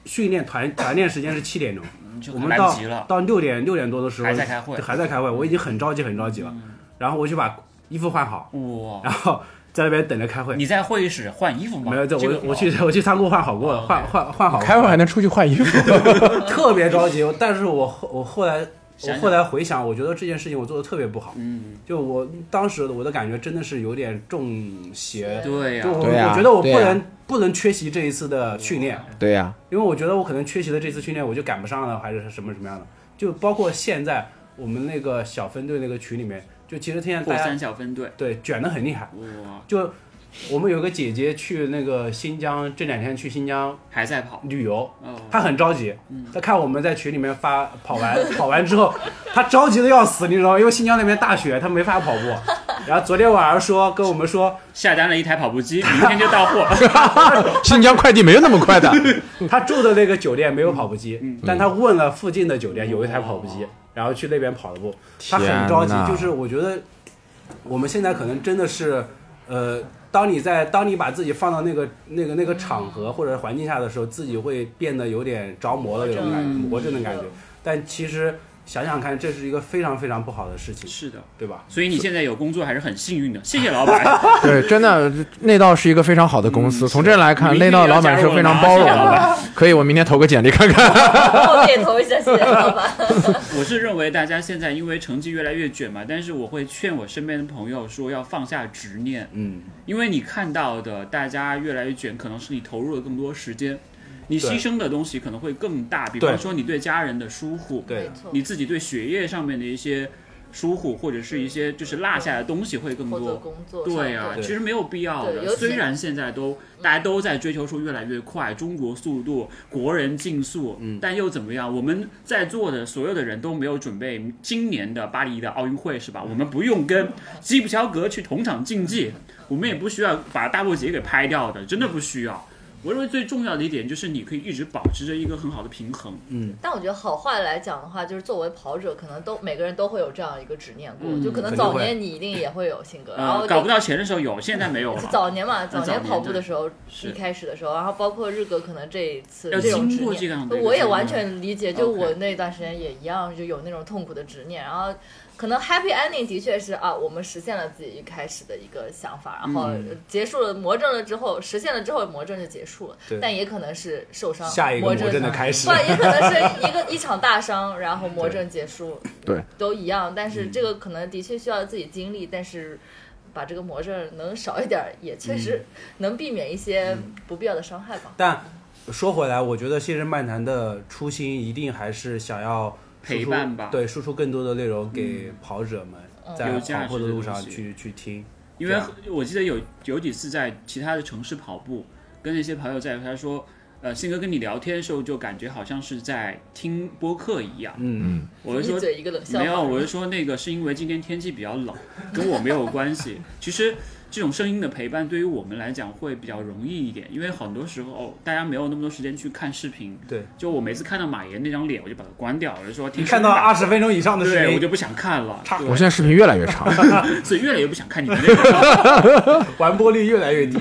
Speaker 1: 训练团团练时间是七点钟，
Speaker 2: 你就
Speaker 1: 我们
Speaker 2: 很嗯来
Speaker 1: 到
Speaker 2: 不及了，
Speaker 1: 到六点六点多的时候
Speaker 2: 还在开会嗯
Speaker 1: 就还在开会，我已经很着急很着急了。然后我就把衣服换好，
Speaker 2: 哇，
Speaker 1: 然后在那边等着开会。
Speaker 2: 你在会议室换衣服吗？
Speaker 1: 没有，这
Speaker 2: 这个
Speaker 1: 我我去我去仓库换好过，
Speaker 2: 哦
Speaker 1: 换换换好过。
Speaker 4: 开会还能出去换衣服。
Speaker 1: 特别着急，但是我后我后来我
Speaker 2: 想想
Speaker 1: 后来回想，我觉得这件事情我做的特别不好。
Speaker 2: 嗯，
Speaker 1: 就我当时我的感觉真的是有点中邪，
Speaker 2: 对呀
Speaker 1: 就，我
Speaker 4: 对啊
Speaker 1: 我觉得我不
Speaker 4: 对啊
Speaker 1: 能不能缺席这一次的训练，
Speaker 4: 对呀、
Speaker 1: 因为我觉得我可能缺席了这次训练我就赶不上了，还是什么什么样的。就包括现在我们那个小分队那个群里面，就其实现在
Speaker 2: 破
Speaker 1: 大
Speaker 2: 三
Speaker 1: 家
Speaker 2: 小分队，
Speaker 1: 对卷的很厉害，
Speaker 2: 哇，
Speaker 1: 就。我们有个姐姐去那个新疆，这两天去新疆
Speaker 2: 还在跑，
Speaker 1: 旅游，
Speaker 2: 哦，
Speaker 1: 他很着急，他看我们在群里面发跑完跑完之后，他着急的要死，你知道吗？因为新疆那边大雪，他没法跑步。然后昨天晚上说跟我们说，
Speaker 2: 下单了一台跑步机，明天就到货，
Speaker 4: 新疆快递没有那么快的，
Speaker 1: 他住的那个酒店没有跑步机，但他问了附近的酒店有一台跑步机，然后去那边跑了步。他很着急
Speaker 4: 天，哪
Speaker 1: 就是我觉得我们现在可能真的是，呃，当你在当你把自己放到那个那个那个场合或者环境下的时候，自己会变得有点着魔的那种感觉，魔怔的感觉。但其实想想看，这是一个非常非常不好的事情，
Speaker 2: 是的，
Speaker 1: 对吧？
Speaker 2: 所以你现在有工作还是很幸运的，谢谢老板。
Speaker 6: 对，真的内道是一个非常好的公司。从这来看，
Speaker 2: 明
Speaker 6: 内
Speaker 2: 天
Speaker 6: 道
Speaker 2: 要
Speaker 6: 老
Speaker 2: 加
Speaker 6: 板
Speaker 2: 入
Speaker 6: 是
Speaker 2: 我
Speaker 6: 非
Speaker 2: 们
Speaker 6: 常
Speaker 2: 啊
Speaker 6: 包
Speaker 2: 谢
Speaker 6: 容
Speaker 2: 谢老
Speaker 6: 的
Speaker 2: 板。
Speaker 6: 可以，我明天投个简历看看。
Speaker 3: 我点头一下，谢谢老板。
Speaker 2: 我是认为大家现在因为成绩越来越卷嘛，但是我会劝我身边的朋友说要放下执念，
Speaker 1: 嗯，
Speaker 2: 因为你看到的大家越来越卷，可能是你投入了更多时间，你
Speaker 1: 对
Speaker 2: 牺牲的东西可能会更大，比
Speaker 1: 对
Speaker 2: 方说你对家人的疏忽，
Speaker 1: 对
Speaker 3: 没，错，
Speaker 2: 你自己对学业上面的一些疏忽，或者是一些就是落下的东西会更
Speaker 3: 或者
Speaker 2: 多。
Speaker 3: 工作上
Speaker 2: 对啊呀、
Speaker 1: 对
Speaker 2: 其实没有必要
Speaker 3: 对
Speaker 2: 的。
Speaker 3: 尤其
Speaker 2: 虽然现在都大家都在追求出越来越快，中国速度，国人竞速，嗯，但又怎么样？我们在座的所有的人都没有准备今年的巴黎的奥运会，是吧？我们不用跟基普乔格去同场竞技，我们也不需要把大破节给拍掉的，真的不需要。我认为最重要的一点就是你可以一直保持着一个很好的平衡。
Speaker 3: 但我觉得好坏来讲的话，就是作为跑者，可能都每个人都会有这样一个执念过，
Speaker 2: 嗯
Speaker 3: 就可能
Speaker 1: 肯定
Speaker 3: 早
Speaker 1: 会
Speaker 3: 年你一定也会有性格，然后
Speaker 2: 呃，
Speaker 3: 就
Speaker 2: 搞不到钱的时候有，现在没有了。
Speaker 3: 哦 早年嘛，
Speaker 2: 早
Speaker 3: 早
Speaker 2: 年
Speaker 3: 年跑步
Speaker 2: 对
Speaker 3: 的时候，
Speaker 2: 是
Speaker 3: 一开始的时候，然后包括日哥可能这一次
Speaker 2: 要
Speaker 3: 这种
Speaker 2: 经
Speaker 3: 执
Speaker 2: 过
Speaker 3: 念，
Speaker 2: 这样的一个
Speaker 3: 我也
Speaker 2: 执
Speaker 3: 完
Speaker 2: 念
Speaker 3: 全理解。就
Speaker 2: OK
Speaker 3: 我那段时间也一样，就有那种痛苦的执念，然后。可能 happy ending 的确是啊，我们实现了自己一开始的一个想法，然后
Speaker 2: 嗯
Speaker 3: 结束了魔怔了之后，实现了之后魔怔就结束了
Speaker 1: 对，
Speaker 3: 但也可能是受伤，
Speaker 1: 下一个魔
Speaker 3: 魔
Speaker 1: 怔的开始
Speaker 3: 不，也可 能是一个一场大伤，然后魔怔结束，
Speaker 6: 对，
Speaker 3: 都一样。但
Speaker 1: 嗯
Speaker 3: 是这个可能的确需要自己经历，但是把这个魔怔能少一点儿，也确
Speaker 1: 嗯
Speaker 3: 实能避免一些不必要的伤害吧。
Speaker 1: 但说回来，我觉得《信任漫谈》的初心一定还是想要输出
Speaker 2: 陪伴吧
Speaker 1: 对，输出更多的内容给跑者们，在
Speaker 2: 有价
Speaker 1: 跑步
Speaker 2: 值
Speaker 1: 的
Speaker 2: 的
Speaker 1: 路
Speaker 2: 东
Speaker 1: 上
Speaker 2: 西
Speaker 1: 去去听。
Speaker 2: 因
Speaker 1: 对
Speaker 2: 为
Speaker 1: 啊
Speaker 2: 我记得有有几次在其他的城市跑步，跟那些朋友在他说，呃，信哥跟你聊天的时候，就感觉好像是在听播客一样。
Speaker 1: 嗯，
Speaker 2: 我就
Speaker 3: 一
Speaker 2: 说
Speaker 3: 嘴一个冷笑话，
Speaker 2: 没有，我是说那个是因为今天天气比较冷，跟我没有关系。其实这种声音的陪伴对于我们来讲会比较容易一点，因为很多时候大家没有那么多时间去看视频。
Speaker 1: 对，
Speaker 2: 就我每次看到马爷那张脸，我就把它关掉，我就说听
Speaker 1: 你看到
Speaker 2: 声音吧
Speaker 1: 二十分钟以上的视
Speaker 2: 对，我就
Speaker 1: 频，
Speaker 2: 不想看了。对
Speaker 6: 我现在视频越来越长，
Speaker 2: 所以越来越不想看你们那个。
Speaker 1: 完播率越来越低。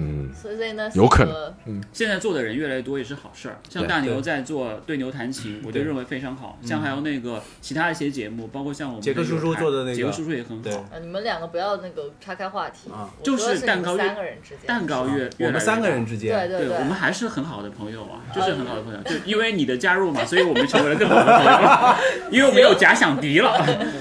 Speaker 6: 嗯，
Speaker 3: 所以所以呢，
Speaker 6: 有可能
Speaker 3: 能
Speaker 2: 现在做的人越来越多也是好事儿，像
Speaker 6: 对
Speaker 2: 大牛
Speaker 1: 对
Speaker 2: 在做对牛弹琴，我就
Speaker 1: 对嗯
Speaker 2: 认为非常好。像还有那个其他一些节目，包括像我们
Speaker 1: 杰克
Speaker 2: 那个
Speaker 1: 叔叔
Speaker 2: 台
Speaker 1: 做的那个
Speaker 2: 杰克叔叔也很
Speaker 1: 对
Speaker 2: 好。
Speaker 3: 呃你们两个不要那个岔开话题，
Speaker 1: 啊
Speaker 3: 我
Speaker 2: 就
Speaker 3: 说的
Speaker 2: 是
Speaker 3: 是
Speaker 2: 蛋
Speaker 3: 你
Speaker 2: 糕
Speaker 3: 们
Speaker 2: 越
Speaker 3: 三个人之间
Speaker 2: 蛋糕越越
Speaker 1: 我
Speaker 2: 来越
Speaker 1: 们三个人
Speaker 2: 大
Speaker 1: 之
Speaker 3: 对
Speaker 1: 间，
Speaker 3: 对嗯
Speaker 2: 对我们还是很好的朋友啊，就是很好的朋友。就因为你的加入嘛，所以我们成为了更好的朋 友，因为我们有假想敌了，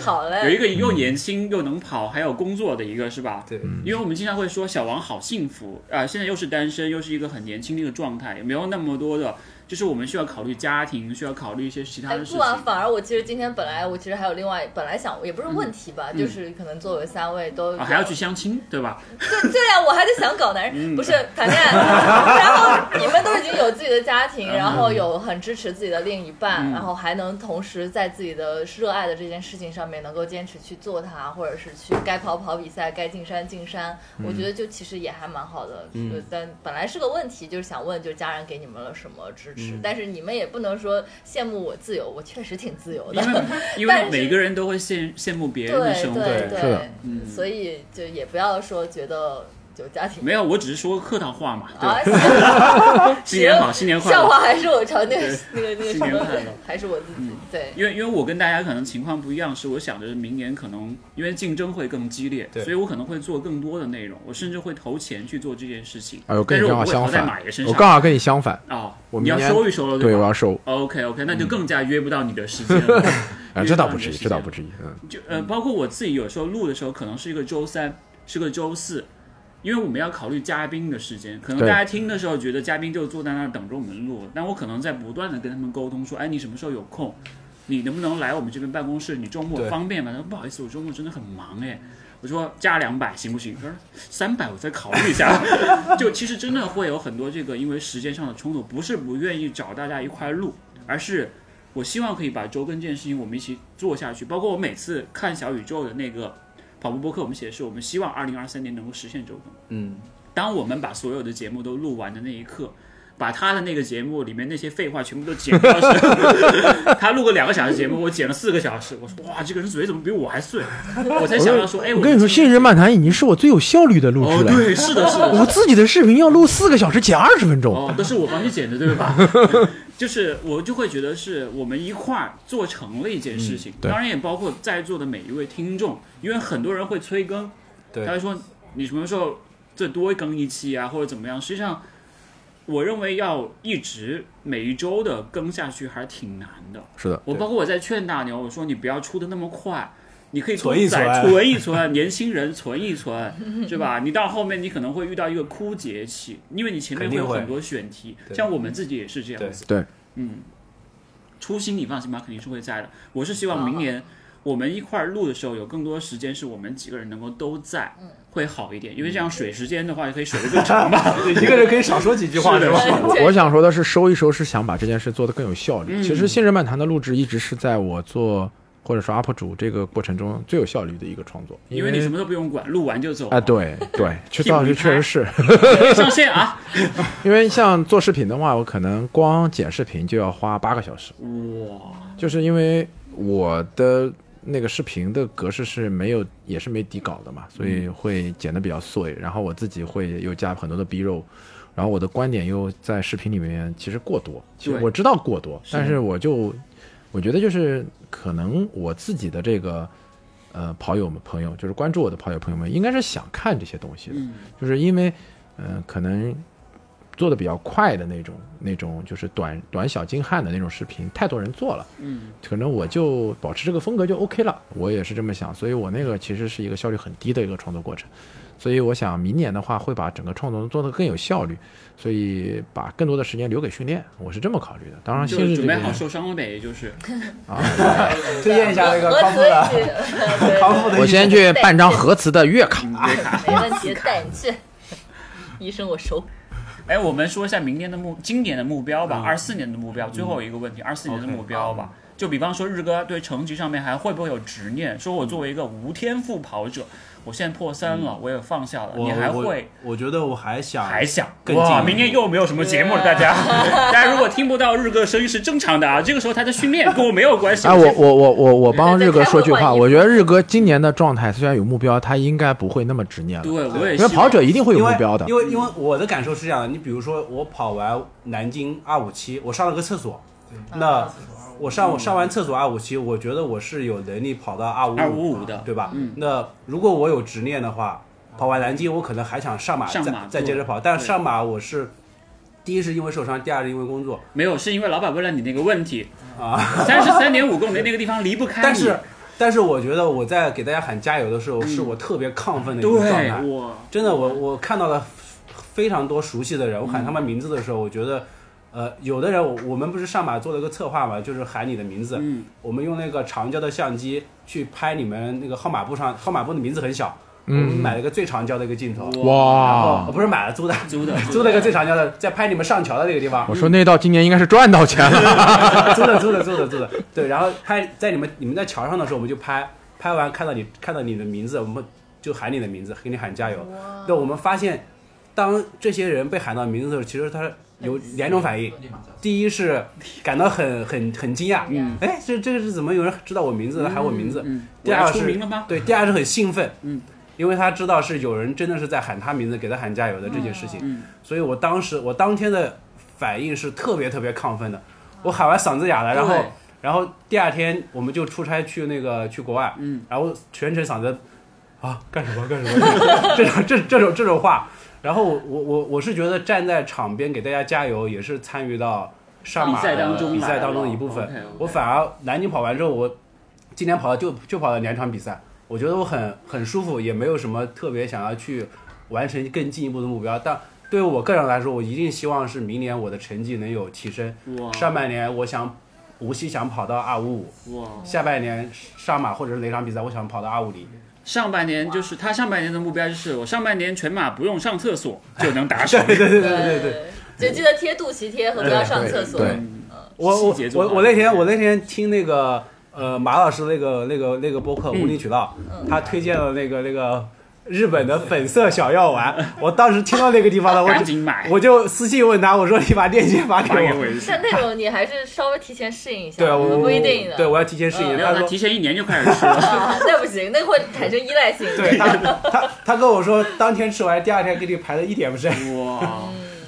Speaker 3: 好
Speaker 2: 有一
Speaker 3: 嘞，
Speaker 2: 个又年轻又能跑，还有工作的一个是吧？
Speaker 1: 对，
Speaker 2: 因为我们经常会说小王好幸福啊、现在又是单身，又是一个很年轻的一个状态，也没有那么多的，就是我们需要考虑家庭，需要考虑一些其他
Speaker 3: 哎，
Speaker 2: 的事
Speaker 3: 不
Speaker 2: 情。
Speaker 3: 然反而我其实今天本来我其实还有另外本来想也不是问题吧，
Speaker 2: 嗯
Speaker 3: 就是可能作为三位都
Speaker 2: 啊，还要去相亲，对吧？
Speaker 3: 对啊呀、我还在想搞男人，
Speaker 2: 嗯
Speaker 3: 不是 谈恋爱。然后你们都已经有自己的家庭，然后有很支持自己的另一半，
Speaker 2: 嗯
Speaker 3: 然后还能同时在自己的热爱的这件事情上面能够坚持去做它，或者是去该跑跑比赛，该进山进山。
Speaker 2: 嗯
Speaker 3: 我觉得就其实也还蛮好的。就但本来是个问题，就是想问，就是家人给你们了什么支持？
Speaker 2: 嗯
Speaker 3: 但是你们也不能说羡慕我自由，我确实挺自由的
Speaker 2: 因。为因为
Speaker 3: 但是
Speaker 2: 每个人都会羡羡慕别人的
Speaker 3: 对
Speaker 2: 生活。嗯
Speaker 3: 对
Speaker 6: 是的
Speaker 3: 对，所以就也不要说觉得有家庭
Speaker 2: 没有，我只是说客套话嘛，对吧？
Speaker 3: 啊。 行
Speaker 2: 新年好，新年快
Speaker 3: 啊笑
Speaker 2: 乐。
Speaker 3: 话还是我朝那个那个那个
Speaker 2: 新
Speaker 3: 什
Speaker 2: 年
Speaker 3: 么
Speaker 2: 快乐，嗯
Speaker 3: 还是我自己对。
Speaker 2: 因为因为我跟大家可能情况不一样，是我想着明年可能因为竞争会更激烈，
Speaker 1: 对
Speaker 2: 所以我可能会做更多的内容，我甚至会投钱去做这件事情。
Speaker 6: 哎，我跟
Speaker 2: 但是
Speaker 6: 你正好
Speaker 2: 我不会
Speaker 6: 相
Speaker 2: 投在
Speaker 6: 反
Speaker 2: 马爷身，
Speaker 6: 我
Speaker 2: 上。
Speaker 6: 刚好跟你相反，
Speaker 2: 哦，
Speaker 6: 我
Speaker 2: 你要
Speaker 6: 明年
Speaker 2: 收一收了，
Speaker 6: 对，我
Speaker 2: 吧
Speaker 6: 要嗯收，
Speaker 2: ？OK OK，那就更加约不到你的时间了。
Speaker 6: 啊，
Speaker 2: 约
Speaker 6: 这
Speaker 2: 到
Speaker 6: 倒不
Speaker 2: 你的
Speaker 6: 至于，
Speaker 2: 时
Speaker 6: 这倒
Speaker 2: 间
Speaker 6: 不至于，嗯，
Speaker 2: 就呃，包括我自己有时候录的时候，可能是一个周三，是个周四，因为我们要考虑嘉宾的时间。可能
Speaker 6: 对
Speaker 2: 大家听的时候觉得嘉宾就坐在那儿等着我们录，但我可能在不断的跟他们沟通说，哎，你什么时候有空？你能不能来我们这边办公室？你周末
Speaker 1: 对
Speaker 2: 方便吗？他说不好意思，我周末真的很忙哎。我说加两百行不行？他说三百，我再考虑一下。 就其实真的会有很多这个因为时间上的冲突，不是不愿意找大家一块儿录，而是我希望可以把周更这件事情我们一起做下去。包括我每次看小宇宙的那个跑步播客，我们写的是我们希望二零二三年能够实现周更。
Speaker 1: 嗯，
Speaker 2: 当我们把所有的节目都录完的那一刻，把他的那个节目里面那些废话全部都剪掉时， 他录个两个小时节目，我剪了四个小时。我说哇，这个人嘴怎么比我还碎？我才想到说，哎，
Speaker 6: 我跟你说，《信任漫谈》已经是我最有效率的录
Speaker 2: 哦
Speaker 6: 制，了。
Speaker 2: 对，是的，是的，哦
Speaker 6: 我自己的视频要录四个小时，减二十分钟。
Speaker 2: 哦，都是我帮你剪的，对吧？就是我就会觉得是我们一块儿做成了一件事情，
Speaker 8: 对
Speaker 2: 当然也包括在座的每一位听众，因为很多人会催更，
Speaker 1: 对
Speaker 2: 他会说你什么时候再多更一期啊，或者怎么样。实际上，我认为要一直每一周的更下去还挺难的。
Speaker 8: 是的，
Speaker 2: 我包括我在劝大牛，我说你不要出的那么快，你可以
Speaker 1: 存一
Speaker 2: 多载
Speaker 1: 存
Speaker 2: 存一存， 年轻人存一存，是吧？你到后面你可能会遇到一个枯竭期，因为你前面
Speaker 1: 肯
Speaker 2: 会
Speaker 1: 定
Speaker 2: 有
Speaker 1: 会
Speaker 2: 很多选题，
Speaker 1: 对
Speaker 2: 像我们自己也是这样子。
Speaker 8: 对对，
Speaker 2: 嗯，初心你放心吧，肯定是会在的。我是希望明年我们一块儿录的时候，有更多时间是我们几个人能够都在，会好一点。因为这样水时间的话，也可以水的更长吧。
Speaker 1: 一个人可以少说几句话
Speaker 2: 是的
Speaker 1: 吧？
Speaker 2: 是的
Speaker 4: 我想说的是，收一收是想把这件事做得更有效率。
Speaker 2: 嗯
Speaker 4: 其实《信任漫谈》的录制一直是在我做或者说 UP 主这个过程中最有效率的一个创作，
Speaker 2: 因为你什么都不用管，录完就走
Speaker 4: 啊，对对， 确
Speaker 2: 屁股
Speaker 4: 倒是
Speaker 2: 一
Speaker 4: 确
Speaker 2: 拍
Speaker 4: 实是，
Speaker 2: 上线啊！
Speaker 4: 因为像做视频的话，我可能光剪视频就要花八个小时，
Speaker 2: 哇，
Speaker 4: 就是因为我的那个视频的格式是没有，也是没底稿的嘛，所以会剪得比较碎。然后我自己会又加很多的 B roll，然后我的观点又在视频里面其实过多，其实
Speaker 2: 对
Speaker 4: 我知道过多，
Speaker 2: 是
Speaker 4: 但是我就我觉得就是可能我自己的这个呃跑友们朋友，就是关注我的跑友朋友们，应该是想看这些东西的，
Speaker 2: 嗯，
Speaker 4: 就是因为，嗯，可能做的比较快的那种，那种就是短短小精悍的那种视频，太多人做了，
Speaker 2: 嗯，
Speaker 4: 可能我就保持这个风格就 OK 了，我也是这么想，所以我那个其实是一个效率很低的一个创作过程，所以我想明年的话会把整个创作做得更有效率，所以把更多的时间留给训练，我是这么考虑的。当然，
Speaker 2: 就
Speaker 4: 先是
Speaker 2: 嗯准
Speaker 4: 这个
Speaker 2: 备好受伤了呗，也就是。
Speaker 1: 推荐一下那个
Speaker 3: 我
Speaker 1: 康复的，
Speaker 3: 自己， 对
Speaker 1: 康复的
Speaker 4: 我
Speaker 1: 医生，
Speaker 4: 先去办张核磁的月卡。
Speaker 3: 没问题，带你去。医生，我熟。
Speaker 2: 哎，我们说一下明年的目，今年的目标
Speaker 1: 嗯
Speaker 2: 吧，二四、年的目标，最后一个问题，二四、年的目标吧。就比方说，日哥对成绩上面还会不会有执念？说我作为一个无天赋跑者，我现在破三了，我也放下了，
Speaker 1: 嗯我
Speaker 2: 你还
Speaker 1: 我
Speaker 2: 会？
Speaker 1: 我觉得我还想
Speaker 2: 还想
Speaker 1: 更进
Speaker 2: 哇，
Speaker 1: 一步
Speaker 2: 明年又没有什么节目了，大家， 大家如果听不到日哥声音是正常的啊，这个时候他在训练，跟我没有关
Speaker 1: 啊
Speaker 2: 系。
Speaker 4: 哎，我我我我我帮日哥说句
Speaker 3: 在开
Speaker 4: 话，
Speaker 3: 会换衣服
Speaker 4: 我觉得日哥今年的状态虽然有目标，他应该不会那么执念了。
Speaker 2: 对我也
Speaker 4: 因为
Speaker 2: 希
Speaker 4: 跑
Speaker 2: 望
Speaker 4: 者一定会有
Speaker 1: 因
Speaker 4: 目
Speaker 1: 为
Speaker 4: 标的。
Speaker 1: 因为因为我的感受是这样的，你比如说我跑完南京二五七，我上了个厕所，那我上我上完厕所二五七，我觉得我是有能力跑到二五
Speaker 2: 255的
Speaker 1: 对吧？
Speaker 2: 嗯
Speaker 1: 那如果我有执念的话，跑完南京我可能还想上马，
Speaker 2: 上马
Speaker 1: 再再接着跑，
Speaker 2: 对
Speaker 1: 但上马我是。第一是因为受伤，第二是因为工作，
Speaker 2: 没有，是因为老板问了你那个问题啊，三十三点五公里那个地方离不开你，
Speaker 1: 但是但是我觉得我在给大家喊加油的时候，是我特别亢奋的一个状态。
Speaker 2: 对我
Speaker 1: 真的，我我看到了非常多熟悉的人，我喊他们名字的时候，我觉得，呃，有的人我我们不是上马做了个策划嘛，就是喊你的名字，
Speaker 2: 嗯
Speaker 1: 我们用那个长焦的相机去拍你们那个号码布上，号码布的名字很小，我们买了个最长焦的一个镜头，然后、
Speaker 4: 哇
Speaker 1: 呃，不是买了租的，
Speaker 2: 租的
Speaker 1: 租了个最长焦的，在拍你们上桥的那个地方
Speaker 4: 我，说那道今年应该是赚到钱 了。
Speaker 1: 租的租的租的租的，对，然后拍在你们你们在桥上的时候，我们就拍，拍完看到你看到你的名字，我们就喊你的名字，给你喊加油。那我们发现，当这些人被喊到名字的时候，其实他有两种反应，第一是感到很很很惊讶，
Speaker 2: 嗯
Speaker 1: 哎，这这个是怎么有人知道我名字了，喊我名字？
Speaker 2: 嗯，
Speaker 1: 第
Speaker 2: 我
Speaker 1: 二
Speaker 2: 要出
Speaker 1: 是
Speaker 2: 名了吗？
Speaker 1: 对，第二是很兴奋，
Speaker 2: 嗯，
Speaker 1: 因为他知道是有人真的是在喊他名字，给他喊加油的这件事情，
Speaker 2: 嗯，
Speaker 1: 所以我当时我当天的反应是特别特别亢奋的，我喊完嗓子哑了，然后
Speaker 2: 对
Speaker 1: 然后第二天我们就出差去那个去国外，
Speaker 2: 嗯，
Speaker 1: 然后全程嗓子啊干什么干什么 这种这这种这种话，然后我我我我是觉得站在场边给大家加油，也是参与到上马
Speaker 2: 比赛
Speaker 1: 的
Speaker 2: 当中
Speaker 1: 比赛
Speaker 2: 来
Speaker 1: 当中的
Speaker 2: 了
Speaker 1: 一部分
Speaker 2: OK，OK。
Speaker 1: 我反而南京跑完之后，我今年跑了就就跑了两场比赛，我觉得我很很舒服，也没有什么特别想要去完成更进一步的目标，但。对于我个人来说，我一定希望是明年我的成绩能有提升。
Speaker 2: 哇
Speaker 1: 上半年我想无锡想跑到二五五，
Speaker 2: 哇，
Speaker 1: 下半年上马或者是哪场比赛，我想跑到二五零。
Speaker 2: 上半年就是他上半年的目标就是我上半年全马不用上厕所就能达成，
Speaker 1: 对对
Speaker 3: 对对，就记得贴肚脐贴和不要上厕所。
Speaker 4: 对对
Speaker 2: 嗯
Speaker 1: 我我
Speaker 2: 细节做
Speaker 1: 我
Speaker 2: 好
Speaker 1: 我那天我那天听那个呃马老师那个那个那个播客《
Speaker 2: 嗯
Speaker 1: 无理取闹》，他推荐了那个那个日本的粉色小药丸，我当时听到那个地方了，我
Speaker 2: 赶
Speaker 1: 就
Speaker 2: 紧买，
Speaker 1: 我就私信问他，我说你把链接发给
Speaker 2: 发给
Speaker 1: 我。
Speaker 2: 我一次。
Speaker 3: 但那种你还是稍微提前适应一下，
Speaker 1: 对，啊我
Speaker 3: 不
Speaker 1: 我
Speaker 3: 一定的。
Speaker 1: 对我要提前适应。
Speaker 2: 嗯没
Speaker 1: 他
Speaker 2: 有，他
Speaker 1: 说
Speaker 2: 提前一年就开始吃了。
Speaker 3: 啊，那不行，那会产生依赖性。
Speaker 1: 对他他他跟我说，当天吃完，第二天给你排的一点不剩。
Speaker 2: 哇，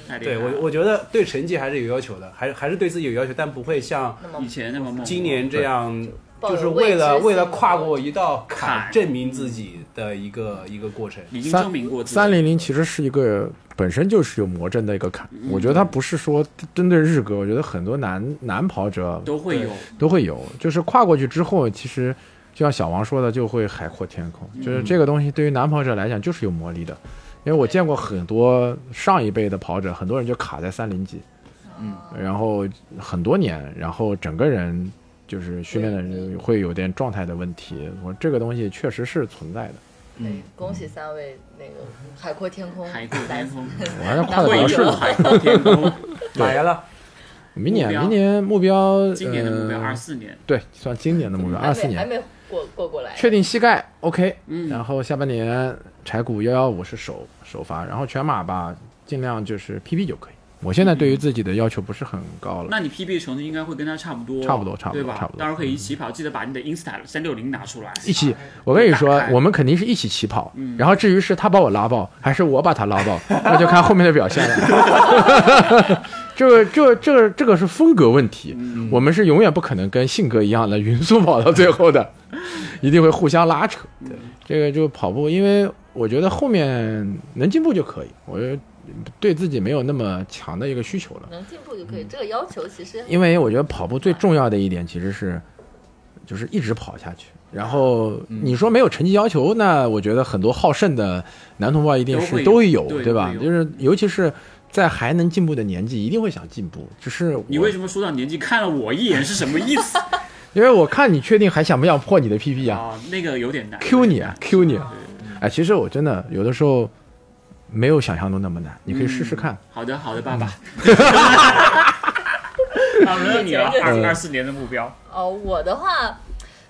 Speaker 2: 太厉
Speaker 1: 对
Speaker 2: 害了。
Speaker 1: 我，我觉得对成绩还是有要求的，还是还是对自己有要求，但不会像
Speaker 3: 那么
Speaker 2: 以前那么梦，
Speaker 1: 今年这样，
Speaker 3: 抱有
Speaker 1: 就是为了
Speaker 3: 未知性
Speaker 1: 为了跨过一道
Speaker 2: 坎
Speaker 1: 坎，证明自己的一个一个过程。
Speaker 2: 已经
Speaker 4: 三
Speaker 2: 证明过自己
Speaker 4: 三零零其实是一个本身就是有魔怔的一个坎，
Speaker 2: 嗯
Speaker 4: 我觉得它不是说针对日格，我觉得很多男男跑者
Speaker 2: 都会有，
Speaker 4: 都会有，就是跨过去之后，其实就像小王说的，就会海阔天空。就是这个东西对于男跑者来讲就是有魔力的，因为我见过很多上一辈的跑者，很多人就卡在三零级，
Speaker 9: 嗯，
Speaker 4: 然后很多年，然后整个人就是训练的人会有点状态的问题。我这个东西确实是存在的，
Speaker 3: 哎，恭喜三位那个海阔天空，
Speaker 2: 海阔天空，
Speaker 4: 我还是跨的比
Speaker 2: 会
Speaker 4: 较顺
Speaker 2: 有
Speaker 4: 的。
Speaker 2: 海阔天空。
Speaker 1: 来了，
Speaker 4: 明年
Speaker 2: 目标
Speaker 4: 明年目标，
Speaker 2: 今年的目标二
Speaker 4: 呃
Speaker 2: 四年，
Speaker 4: 对，算今年的目标，
Speaker 3: 还
Speaker 1: 啊
Speaker 4: 二
Speaker 3: 没
Speaker 4: 四
Speaker 3: 嗯还
Speaker 4: 年
Speaker 3: 没过过过来，
Speaker 4: 确定膝盖 OK，
Speaker 2: 嗯
Speaker 4: 然后下半年柴谷幺幺五是首首发，然后全马吧，尽量就是 PB 就可以。我现在对于自己的要求不是很高了，
Speaker 2: 那你 PB 成绩应该会跟他差不多，
Speaker 4: 差不多差不
Speaker 2: 对
Speaker 4: 多
Speaker 2: 吧？
Speaker 4: 差不多嗯
Speaker 2: 到时候可以一起跑，记得把你的 Insta 三六零拿出来，
Speaker 4: 一起，我跟你说
Speaker 2: 打，开嗯
Speaker 4: 我们肯定是一起起跑。然后至于是他把我拉爆，还是我把他拉爆，那就看后面的表现了。 这个、这个、这个、这个是风格问题，
Speaker 2: 嗯
Speaker 4: 我们是永远不可能跟性格一样的匀速跑到最后的， 一定会互相拉扯。对，这个就跑步，因为我觉得后面能进步就可以，我觉得对自己没有那么强的一个需求了。
Speaker 3: 能进步就可以。这个要求其实
Speaker 4: 因为我觉得跑步最重要的一点其实是，就是一直跑下去。然后你说没有成绩要求，那我觉得很多好胜的男同胞一定是
Speaker 2: 都
Speaker 4: 都
Speaker 2: 会有
Speaker 4: 有，
Speaker 2: 对
Speaker 4: 对吧
Speaker 2: 会？有
Speaker 4: 就是尤其是在还能进步的年纪，一定会想进步。只是我
Speaker 2: 你为什么说到年纪看了我一眼是什么意思
Speaker 4: 因为我看你确定还想不想破你的 PB 啊
Speaker 2: 啊？那个有点难。
Speaker 4: ？Q 你啊，Q 你啊！哎，其实我真的有的时候没有想象中那么难，你可以试试看。
Speaker 2: 嗯
Speaker 4: 嗯
Speaker 2: 好的，好的，爸爸。 那轮到你了，二
Speaker 4: 嗯
Speaker 2: 零二四年的目标，
Speaker 3: 哦，我的话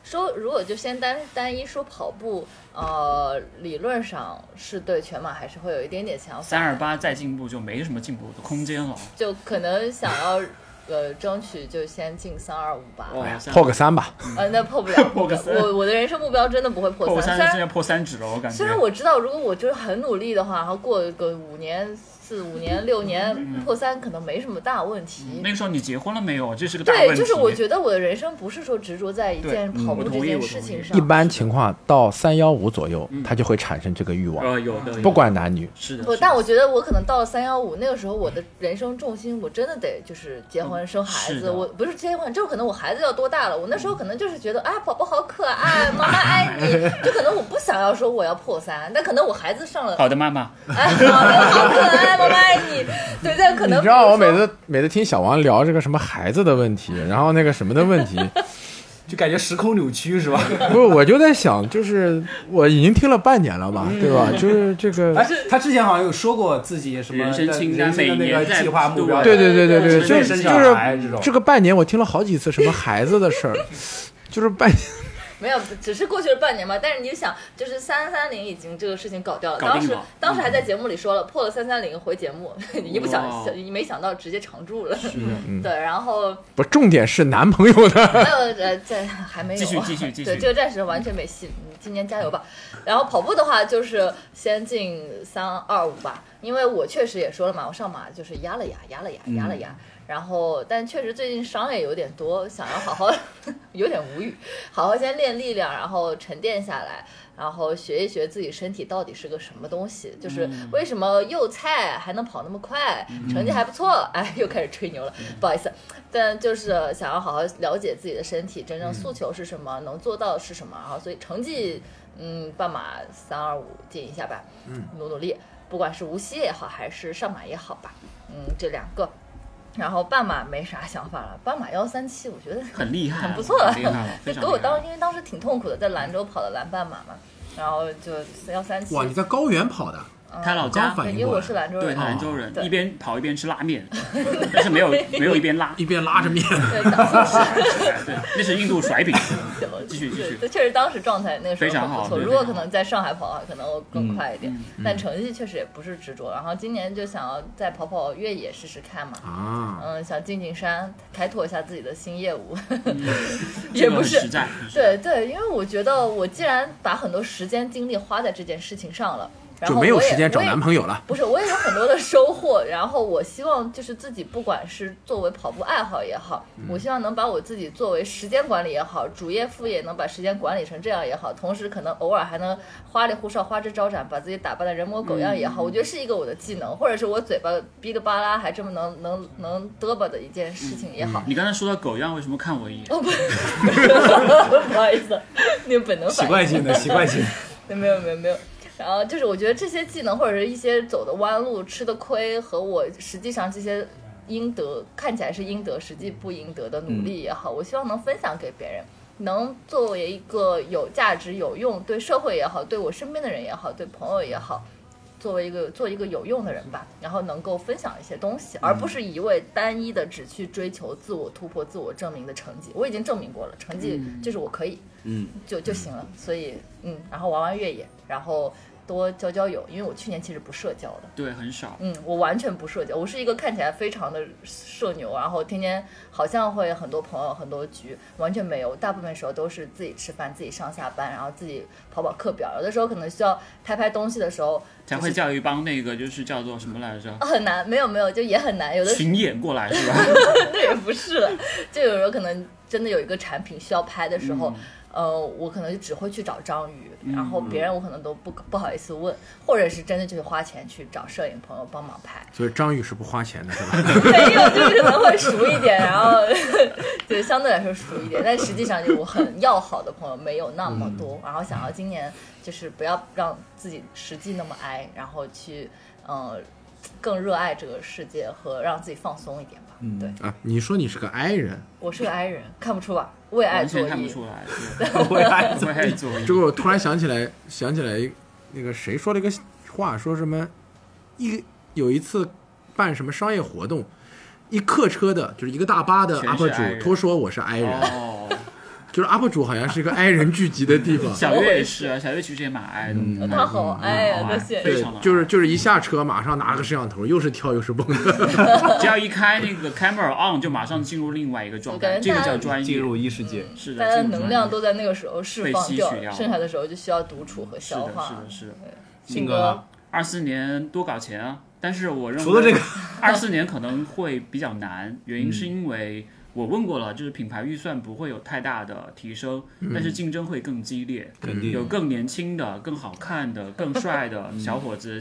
Speaker 3: 说，如果就先单单一说跑步，呃，理论上是对全马还是会有一点点想
Speaker 2: 三
Speaker 3: 法，
Speaker 2: 二八再进步就没什么进步的空间了。
Speaker 3: 就可能想要呃争取就先进三二五吧。
Speaker 2: 哇，
Speaker 4: 破个三吧，
Speaker 3: 呃，那破不了，
Speaker 2: 破个三
Speaker 3: 我我的人生目标真的不会破
Speaker 2: 破
Speaker 3: 三，
Speaker 2: 三，
Speaker 3: 虽然
Speaker 2: 现在破三指了，我感觉。
Speaker 3: 虽然我知道，如果我就是很努力的话，然后过个五年、四五年、六年破三，可能没什么大问题。
Speaker 2: 嗯那个时候你结婚了没有？这是个大问
Speaker 3: 对，
Speaker 2: 题。
Speaker 3: 就是我觉得我的人生不是说执着在一
Speaker 2: 对
Speaker 3: 件
Speaker 2: 嗯
Speaker 3: 跑
Speaker 2: 我
Speaker 3: 步
Speaker 2: 同
Speaker 3: 这
Speaker 2: 意我
Speaker 3: 件
Speaker 2: 同
Speaker 3: 事
Speaker 2: 意
Speaker 3: 情上
Speaker 4: 一，般情况到三幺五左右，
Speaker 2: 嗯
Speaker 4: 它就会产生这个欲望，
Speaker 2: 呃，有的，有的
Speaker 4: 不管男女。
Speaker 2: 是的。
Speaker 3: 不，
Speaker 2: 是的
Speaker 3: 但我觉得我可能到了三幺五那个时候，我的人生重心我真的得就是结婚生孩
Speaker 2: 嗯是
Speaker 3: 子。
Speaker 2: 的嗯
Speaker 3: 我不是结婚，就是可能我孩子要多大了，我那时候可能就是觉得啊，宝宝好可爱，妈妈爱你。就可能我不想要说我要破三，但可能我孩子上了，
Speaker 2: 好的，妈妈，
Speaker 3: 哎，宝宝好可爱，妈妈爱你。对，但可能
Speaker 4: 你知道我
Speaker 3: 比如
Speaker 4: 每
Speaker 3: 说
Speaker 4: 次每次听小王聊这个什么孩子的问题，然后那个什么的问题，
Speaker 1: 就感觉时空扭曲是吧？
Speaker 4: 不是我就在想，就是我已经听了半年了吧，对吧？就是这
Speaker 1: 哎
Speaker 4: 个，，
Speaker 1: 他之前好像有说过自己什么
Speaker 2: 人生清单
Speaker 1: 人生的那
Speaker 2: 每
Speaker 1: 个
Speaker 2: 年在
Speaker 1: 计划目标，
Speaker 4: 对对对对对，
Speaker 2: 对
Speaker 4: 就
Speaker 1: 就是是
Speaker 4: 就
Speaker 1: 小
Speaker 4: 是
Speaker 1: 孩这种
Speaker 4: 这。个半年我听了好几次什么孩子的事儿，就是半年
Speaker 3: 没有，只是过去了半年嘛。但是你想，就是三三零已经这个事情搞掉了，
Speaker 2: 搞定
Speaker 3: 当时
Speaker 2: 了嗯
Speaker 3: 当时还在节目里说了，破了三三零回节目， 你一不
Speaker 2: 哇哦
Speaker 3: 想你没想到直接常驻了。
Speaker 2: 嗯
Speaker 3: 对，然后
Speaker 4: 不，重点是男朋友的，
Speaker 3: 还有呃，这还没有
Speaker 2: 继续继续继续
Speaker 3: 对，这个暂时完全没戏，你今年加油吧。然后跑步的话，就是先进三二五吧，因为我确实也说了嘛，我上马就是压了压，压了压，压了压。
Speaker 2: 嗯
Speaker 3: 然后，但确实最近伤也有点多，想要好 好有点无语， 好好先练力量，然后沉淀下来，然后学一学自己身体到底是个什么东西，就是为什么幼菜还能跑那么快，成绩还不错， 哎，又开始吹牛了，不好意思，但就是想要好好了解自己的身体真正诉求是什么，能做到的是什么，然后所以成绩，嗯，半马三二五进一下吧，嗯，努努力，不管是无锡也好，还是上马也好吧，嗯，这两个。然后半马没啥想法了，半马幺三七，我觉得
Speaker 2: 很厉害，啊
Speaker 3: 很不错了
Speaker 2: 很厉 害了，非
Speaker 3: 就
Speaker 2: 常
Speaker 3: 给我
Speaker 2: 厉害
Speaker 3: 当，因为当时挺痛苦的，在兰州跑的蓝半马嘛，然后就幺三七，
Speaker 4: 在高原跑的，
Speaker 2: 他老家
Speaker 4: 刚反
Speaker 3: 对，
Speaker 4: 应
Speaker 3: 因为
Speaker 4: 过
Speaker 3: 我
Speaker 4: 来
Speaker 3: 是兰州
Speaker 2: 哦对
Speaker 3: 人哦
Speaker 2: 他
Speaker 3: 嘛，
Speaker 2: 兰州人，
Speaker 3: 对
Speaker 2: 一边跑一边吃拉 面，但是没有没有一边拉，
Speaker 4: 一边拉着面，
Speaker 3: 对，当时
Speaker 2: 对，那是印度甩饼。 继续继
Speaker 3: 对，
Speaker 2: 续，
Speaker 3: 这确实当时状态那个时
Speaker 2: 非常
Speaker 3: 候很
Speaker 2: 好
Speaker 3: 不错。
Speaker 2: 对
Speaker 3: 如果
Speaker 2: 非常
Speaker 3: 可能在上海跑的话，可能我更快一点，
Speaker 2: 嗯
Speaker 3: 但成绩确实也不是执着。然后今年就想要再跑跑越野试试看嘛。
Speaker 4: 啊，
Speaker 3: 嗯，想进进山，开拓一下自己的新业务，
Speaker 2: 这
Speaker 3: 也
Speaker 2: 个
Speaker 3: 不
Speaker 2: 很
Speaker 3: 是
Speaker 2: 实在，
Speaker 3: 对对，因为我觉得我既然把很多时间精力花在这件事情上了，然
Speaker 6: 就
Speaker 3: 后我
Speaker 6: 没
Speaker 3: 也
Speaker 6: 有时间找
Speaker 3: 我也
Speaker 6: 男朋友了。
Speaker 3: 不是，我也有很多的收获。然后我希望就是自己，不管是作为跑步爱好也好，我希望能把我自己作为时间管理也好，主业副业能把时间管理成这样也好，同时可能偶尔还能花里胡哨、花枝招展，把自己打扮的人模狗样也好，我觉得是一个我的技能，或者是我嘴巴哔哩吧啦还这么能能能嘚吧的一件事情也好。
Speaker 2: 啊你刚才说到狗样，为什么看我一眼？
Speaker 3: 哦不， 不好意思，那个本能反
Speaker 1: 习
Speaker 3: 应。
Speaker 1: 惯性的习惯性的，
Speaker 3: 没有没有没有。然后就是我觉得这些技能或者是一些走的弯路、吃的亏和我实际上这些应得看起来是应得，实际不应得的努力也好，我希望能分享给别人，能作为一个有价值、有用，对社会也好，对我身边的人也好，对朋友也好。作为一个做一个有用的人吧，然后能够分享一些东西，而不是一味单一的只去追求自我突破、自我证明的成绩。我已经证明过了，成绩就是我可以，
Speaker 5: 嗯，
Speaker 3: 就就行了。所以，嗯，然后玩玩越野，然后多交交友，因为我去年其实不社交的，
Speaker 2: 对，很少。
Speaker 3: 嗯，我完全不社交，我是一个看起来非常的社牛，然后天天好像会很多朋友很多局，完全没有，大部分时候都是自己吃饭、自己上下班，然后自己跑跑课表，有的时候可能需要拍拍东西的时候
Speaker 2: 才会叫一帮那个就是叫做什么来着？
Speaker 3: 啊很难，没有没有，就也很难，有的时候
Speaker 2: 群演过来是吧？
Speaker 3: 那也呃 不是了，就有时候可能真的有一个产品需要拍的时候，呃，我可能就只会去找章鱼，然后别人我可能都不不好意思问，或者是真的就是花钱去找摄影朋友帮忙拍，
Speaker 6: 所以张宇是不花钱的，是吧？
Speaker 3: 没有就是可能会熟一点，然后 对相对来说熟一点，但实际上就我很要好的朋友没有那么多，然后想要今年就是不要让自己实际那么挨，然后去嗯、呃更热爱这个世界和让自己放松一点吧，对。
Speaker 6: 啊，你说你是个 I 人，
Speaker 3: 我是个 I 人，看不出吧？为爱
Speaker 2: 完
Speaker 3: 作
Speaker 2: 全看不
Speaker 3: 揖。
Speaker 2: 出来。
Speaker 1: 我还
Speaker 2: 对，爱做
Speaker 6: 这个我突然想起来，想起来一那个谁说了一个话，说什么一有一次办什么商业活动，一客车的就是一个大巴的
Speaker 2: 全是
Speaker 6: UP
Speaker 2: I 人
Speaker 6: 主都说我是 I 人，
Speaker 2: 哦，。
Speaker 6: 就是 UP 主好像是一个 I 人聚集的地方
Speaker 2: 小月也是啊，小月其实也蛮爱的。嗯
Speaker 3: 他好爱呀、
Speaker 2: 好
Speaker 3: 这
Speaker 2: 爱
Speaker 3: 些。
Speaker 2: 非
Speaker 6: 对
Speaker 2: 常的，
Speaker 6: 就是就是一下车马上拿个摄像头，又是跳又是蹦的。
Speaker 2: 只要一开那个 camera on，就马上进入另外一个状态，
Speaker 3: 我感
Speaker 2: 这
Speaker 3: 觉
Speaker 2: 个
Speaker 3: 大家
Speaker 2: 叫专业。
Speaker 1: 进入异世界。
Speaker 2: 是
Speaker 3: 大
Speaker 2: 的，
Speaker 3: 家的
Speaker 2: 这个专业
Speaker 3: 能量都在那个时候释放掉
Speaker 2: 被吸取掉
Speaker 3: 了，
Speaker 2: 了
Speaker 3: 剩下的时候就需要独处和
Speaker 2: 是
Speaker 3: 消
Speaker 2: 的，
Speaker 3: 化
Speaker 2: 是。的，是的。
Speaker 3: 信
Speaker 1: 哥呢
Speaker 3: 哥，
Speaker 2: 二四年多搞钱啊，但是我认为
Speaker 1: 除了这个，
Speaker 2: 二四年可能会比较难，原因是因为我问过了，就是品牌预算不会有太大的提升，但是竞争会更激烈，
Speaker 1: 肯定
Speaker 2: 有更年轻的、更好看的、更帅的小伙子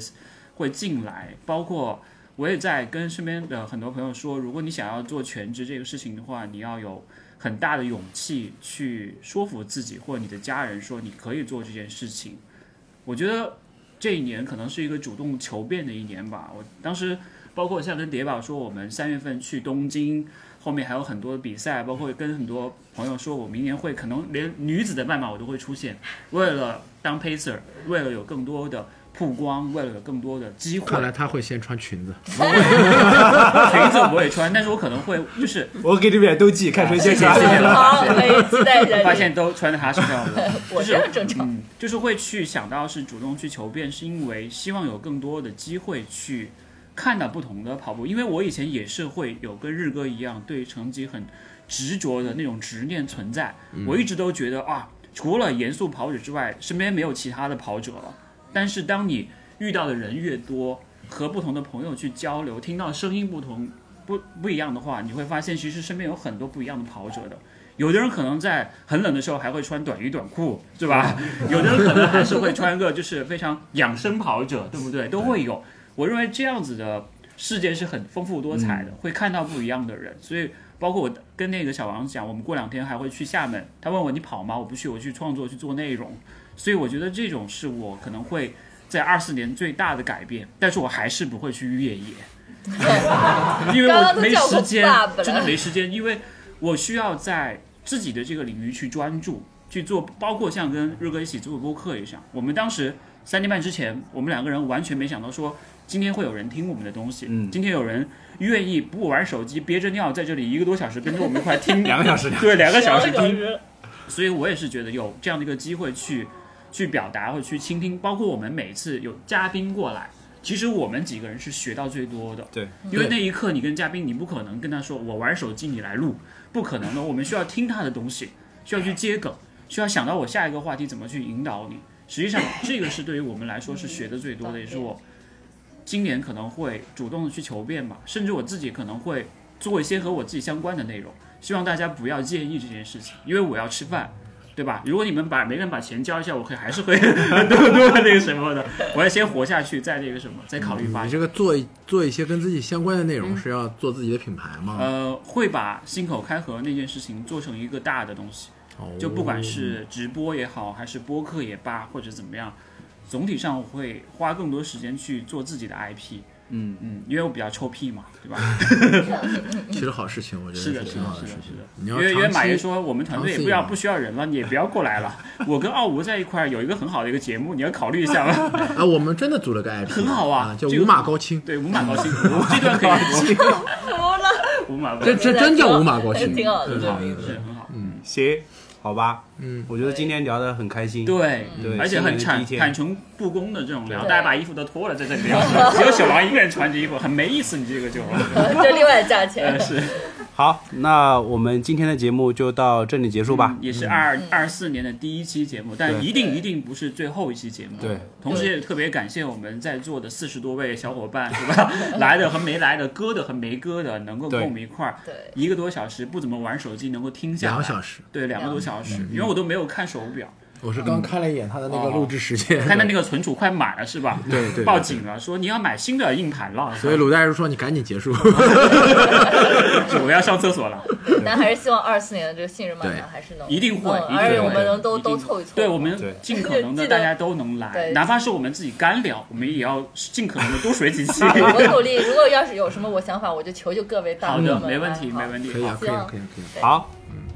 Speaker 2: 会进来，包括。我也在跟身边的很多朋友说，如果你想要做全职这个事情的话，你要有很大的勇气去说服自己或者你的家人说你可以做这件事情。我觉得这一年可能是一个主动求变的一年吧。我当时包括像跟蝶宝说，我们三月份去东京，后面还有很多比赛，包括跟很多朋友说，我明年会可能连女子的半马我都会出现，为了当 pacer，为了有更多的曝光，为了有更多的机会
Speaker 6: 看，来他会先穿裙子，
Speaker 2: 裙子我不会穿，但是我可能会就是
Speaker 1: 我给你们俩都记，看谁先
Speaker 2: 谢谢谢谢
Speaker 1: 杀。
Speaker 3: 好，可以期待一下你。
Speaker 2: 发现都穿在 他身上了。
Speaker 3: 我这样正常，
Speaker 2: 嗯，就是会去想到是主动去求变，是因为希望有更多的机会去看到不同的跑步。因为我以前也是会有跟日哥一样对成绩很执着的那种执念存在，我一直都觉得啊，除了严肃跑者之外，身边没有其他的跑者了。但是当你遇到的人越多，和不同的朋友去交流，听到声音不同。不不一样的话，你会发现其实身边有很多不一样的跑者的。有的人可能在很冷的时候还会穿短衣短裤，对吧？有的人可能还是会穿个就是非常养生跑者，对不对？都会有。我认为这样子的世界是很丰富多彩
Speaker 3: 嗯
Speaker 2: 的，会看到不一样的人。所以，包括我跟那个小王讲，我们过两天还会去厦门，他问我你跑吗？我不去，我去创作去做内容。所以我觉得这种是我可能会在二四年最大的改变，但是我还是不会去越 野，因为我没时间
Speaker 3: 刚刚都叫我爸爸，了
Speaker 2: 真的没时间，因为我需要在自己的这个领域去专注去做，包括像跟日哥一起做播客一样，我们当时三点半之前，我们两个人完全没想到说今天会有人听我们的东西，
Speaker 1: 嗯
Speaker 2: 今天有人愿意不玩手机，憋着尿在这里一个多小时跟着我们一块听，
Speaker 1: 两个小时，
Speaker 2: 对， 两个小时
Speaker 3: 两个小
Speaker 2: 听，
Speaker 3: 时
Speaker 2: 所以我也是觉得有这样的一个机会去去表达或去倾听，包括我们每次有嘉宾过来，其实我们几个人是学到最多的。
Speaker 1: 对，
Speaker 2: 因为那一刻你跟嘉宾，你不可能跟他说我玩手机你来录，不可能的。我们需要听他的东西，需要去接梗，需要想到我下一个话题怎么去引导你。实际上这个是对于我们来说是学的最多的，也是我今年可能会主动的去求变吧，甚至我自己可能会做一些和我自己相关的内容。希望大家不要介意这件事情，因为我要吃饭，对吧？如果你们把每个人把钱交一下，我可以还是会 多多那个什么的，我要先活下去，再那个嗯什么，再考虑发
Speaker 10: 你
Speaker 2: 展。
Speaker 10: 这个做一做一些跟自己相关的内容，是要做自己的品牌吗？
Speaker 2: 呃，会把心口开河那件事情做成一个大的东西。
Speaker 10: 哦
Speaker 2: 就不管是直播也好，还是播客也罢，或者怎么样，总体上我会花更多时间去做自己的 IP。嗯嗯，因为我比较臭屁嘛，对吧？
Speaker 10: 其实好事情，我觉
Speaker 2: 是
Speaker 10: 得
Speaker 2: 的，是
Speaker 10: 挺
Speaker 2: 的
Speaker 10: 好，
Speaker 2: 是的，
Speaker 10: 事
Speaker 2: 是
Speaker 10: 情
Speaker 2: 的。。
Speaker 10: 你
Speaker 2: 因
Speaker 10: 要
Speaker 2: 为因为马
Speaker 10: 长
Speaker 2: 爷
Speaker 10: 期
Speaker 2: 说我们团队也不要不需要人了，你也不要过来了。我跟奥吴在一块儿有一个很好的一个节目，你要考虑一下了。
Speaker 10: 啊，我们真的组了个 IP，
Speaker 2: 很好啊
Speaker 10: 叫
Speaker 2: 这个
Speaker 10: 五马高清，
Speaker 2: 对，五马高兴，我这段可以播。
Speaker 3: 服了，
Speaker 2: 五马高
Speaker 10: 这
Speaker 2: 兴
Speaker 10: 这真叫五马高嗯清，
Speaker 3: 挺好的
Speaker 10: 很好
Speaker 3: 这
Speaker 2: 是很好。
Speaker 1: 行，好吧，嗯，我觉得今天聊得很开心，
Speaker 2: 对，
Speaker 1: 对
Speaker 10: 嗯
Speaker 2: 而且
Speaker 1: 新年
Speaker 2: 很
Speaker 1: 第一
Speaker 2: 坦
Speaker 1: 天
Speaker 2: 坦诚不公的这种聊，
Speaker 3: 对
Speaker 2: 大家把衣服都脱了在 这里聊，只有小王一个人穿着衣服，很没意思。你这个就，
Speaker 3: 这另外价钱
Speaker 2: 呃，。是。
Speaker 1: 好，那我们今天的节目就到这里结束吧
Speaker 2: 嗯。也是二二四年的第一期节目，但一定一定不是最后一期节目。
Speaker 1: 对，
Speaker 2: 同时也特别感谢我们在座的四十多位小伙伴，是 吧？来的和没来的，割的和没割的，能够跟
Speaker 1: 对
Speaker 2: 我们一块儿
Speaker 3: 对，
Speaker 2: 一个多小时不怎么玩手机，能够听下
Speaker 10: 两
Speaker 2: 来
Speaker 10: 个。小时。嗯
Speaker 2: 对，两个多小时，因为我都没有看手表，
Speaker 10: 我是刚看了一眼他的那个录制时间，
Speaker 2: 看到哦那个存储快满了是吧？
Speaker 10: 对对对
Speaker 2: 报警了，说你要买新的硬盘了，
Speaker 10: 所以鲁大叔说你赶紧结束。
Speaker 2: 哦 我要上厕所了。
Speaker 3: 但还是希望二四年的这个信任漫
Speaker 10: 对
Speaker 3: 谈还是能
Speaker 2: 一定会
Speaker 3: 嗯
Speaker 2: 一定
Speaker 3: 而且我
Speaker 2: 会
Speaker 3: 们能都
Speaker 2: 一定会
Speaker 3: 都凑一凑。
Speaker 2: 对，我们
Speaker 1: 对
Speaker 2: 尽可能的
Speaker 3: 记得
Speaker 2: 大家都能来，
Speaker 3: 对
Speaker 2: 哪怕是我们自己干聊，我们也要尽可能的多水几 期。
Speaker 3: 我努力，如果要是有什么我想法，我就求求各位大
Speaker 2: 好
Speaker 3: 哥
Speaker 2: 的，
Speaker 3: 们。
Speaker 2: 没问题，没问题。
Speaker 10: 可以啊，
Speaker 2: 好
Speaker 10: 可以啊，可以啊，可以啊。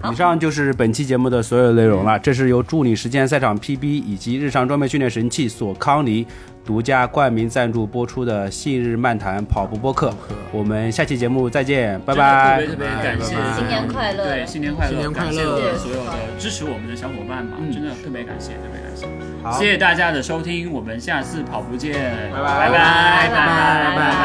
Speaker 1: 好，以上就是本期节目的所有内容了。这是由助你实现赛场 PB 以及日常装备训练神器索康尼独家冠名赞助播出的《信日漫谈跑步播客》，我们下期节目再见，拜拜。
Speaker 2: 真的特别特别感谢，
Speaker 10: 拜拜
Speaker 3: 新年快乐
Speaker 2: 对，新年快乐，
Speaker 10: 新年快乐嗯
Speaker 2: 感谢我们所有的支持我们的小伙伴嘛，真的特别感谢，特别感谢，
Speaker 1: 好
Speaker 2: 谢谢大家的收听，我们下次跑步见，拜
Speaker 1: 拜
Speaker 2: 拜拜
Speaker 3: 拜拜拜拜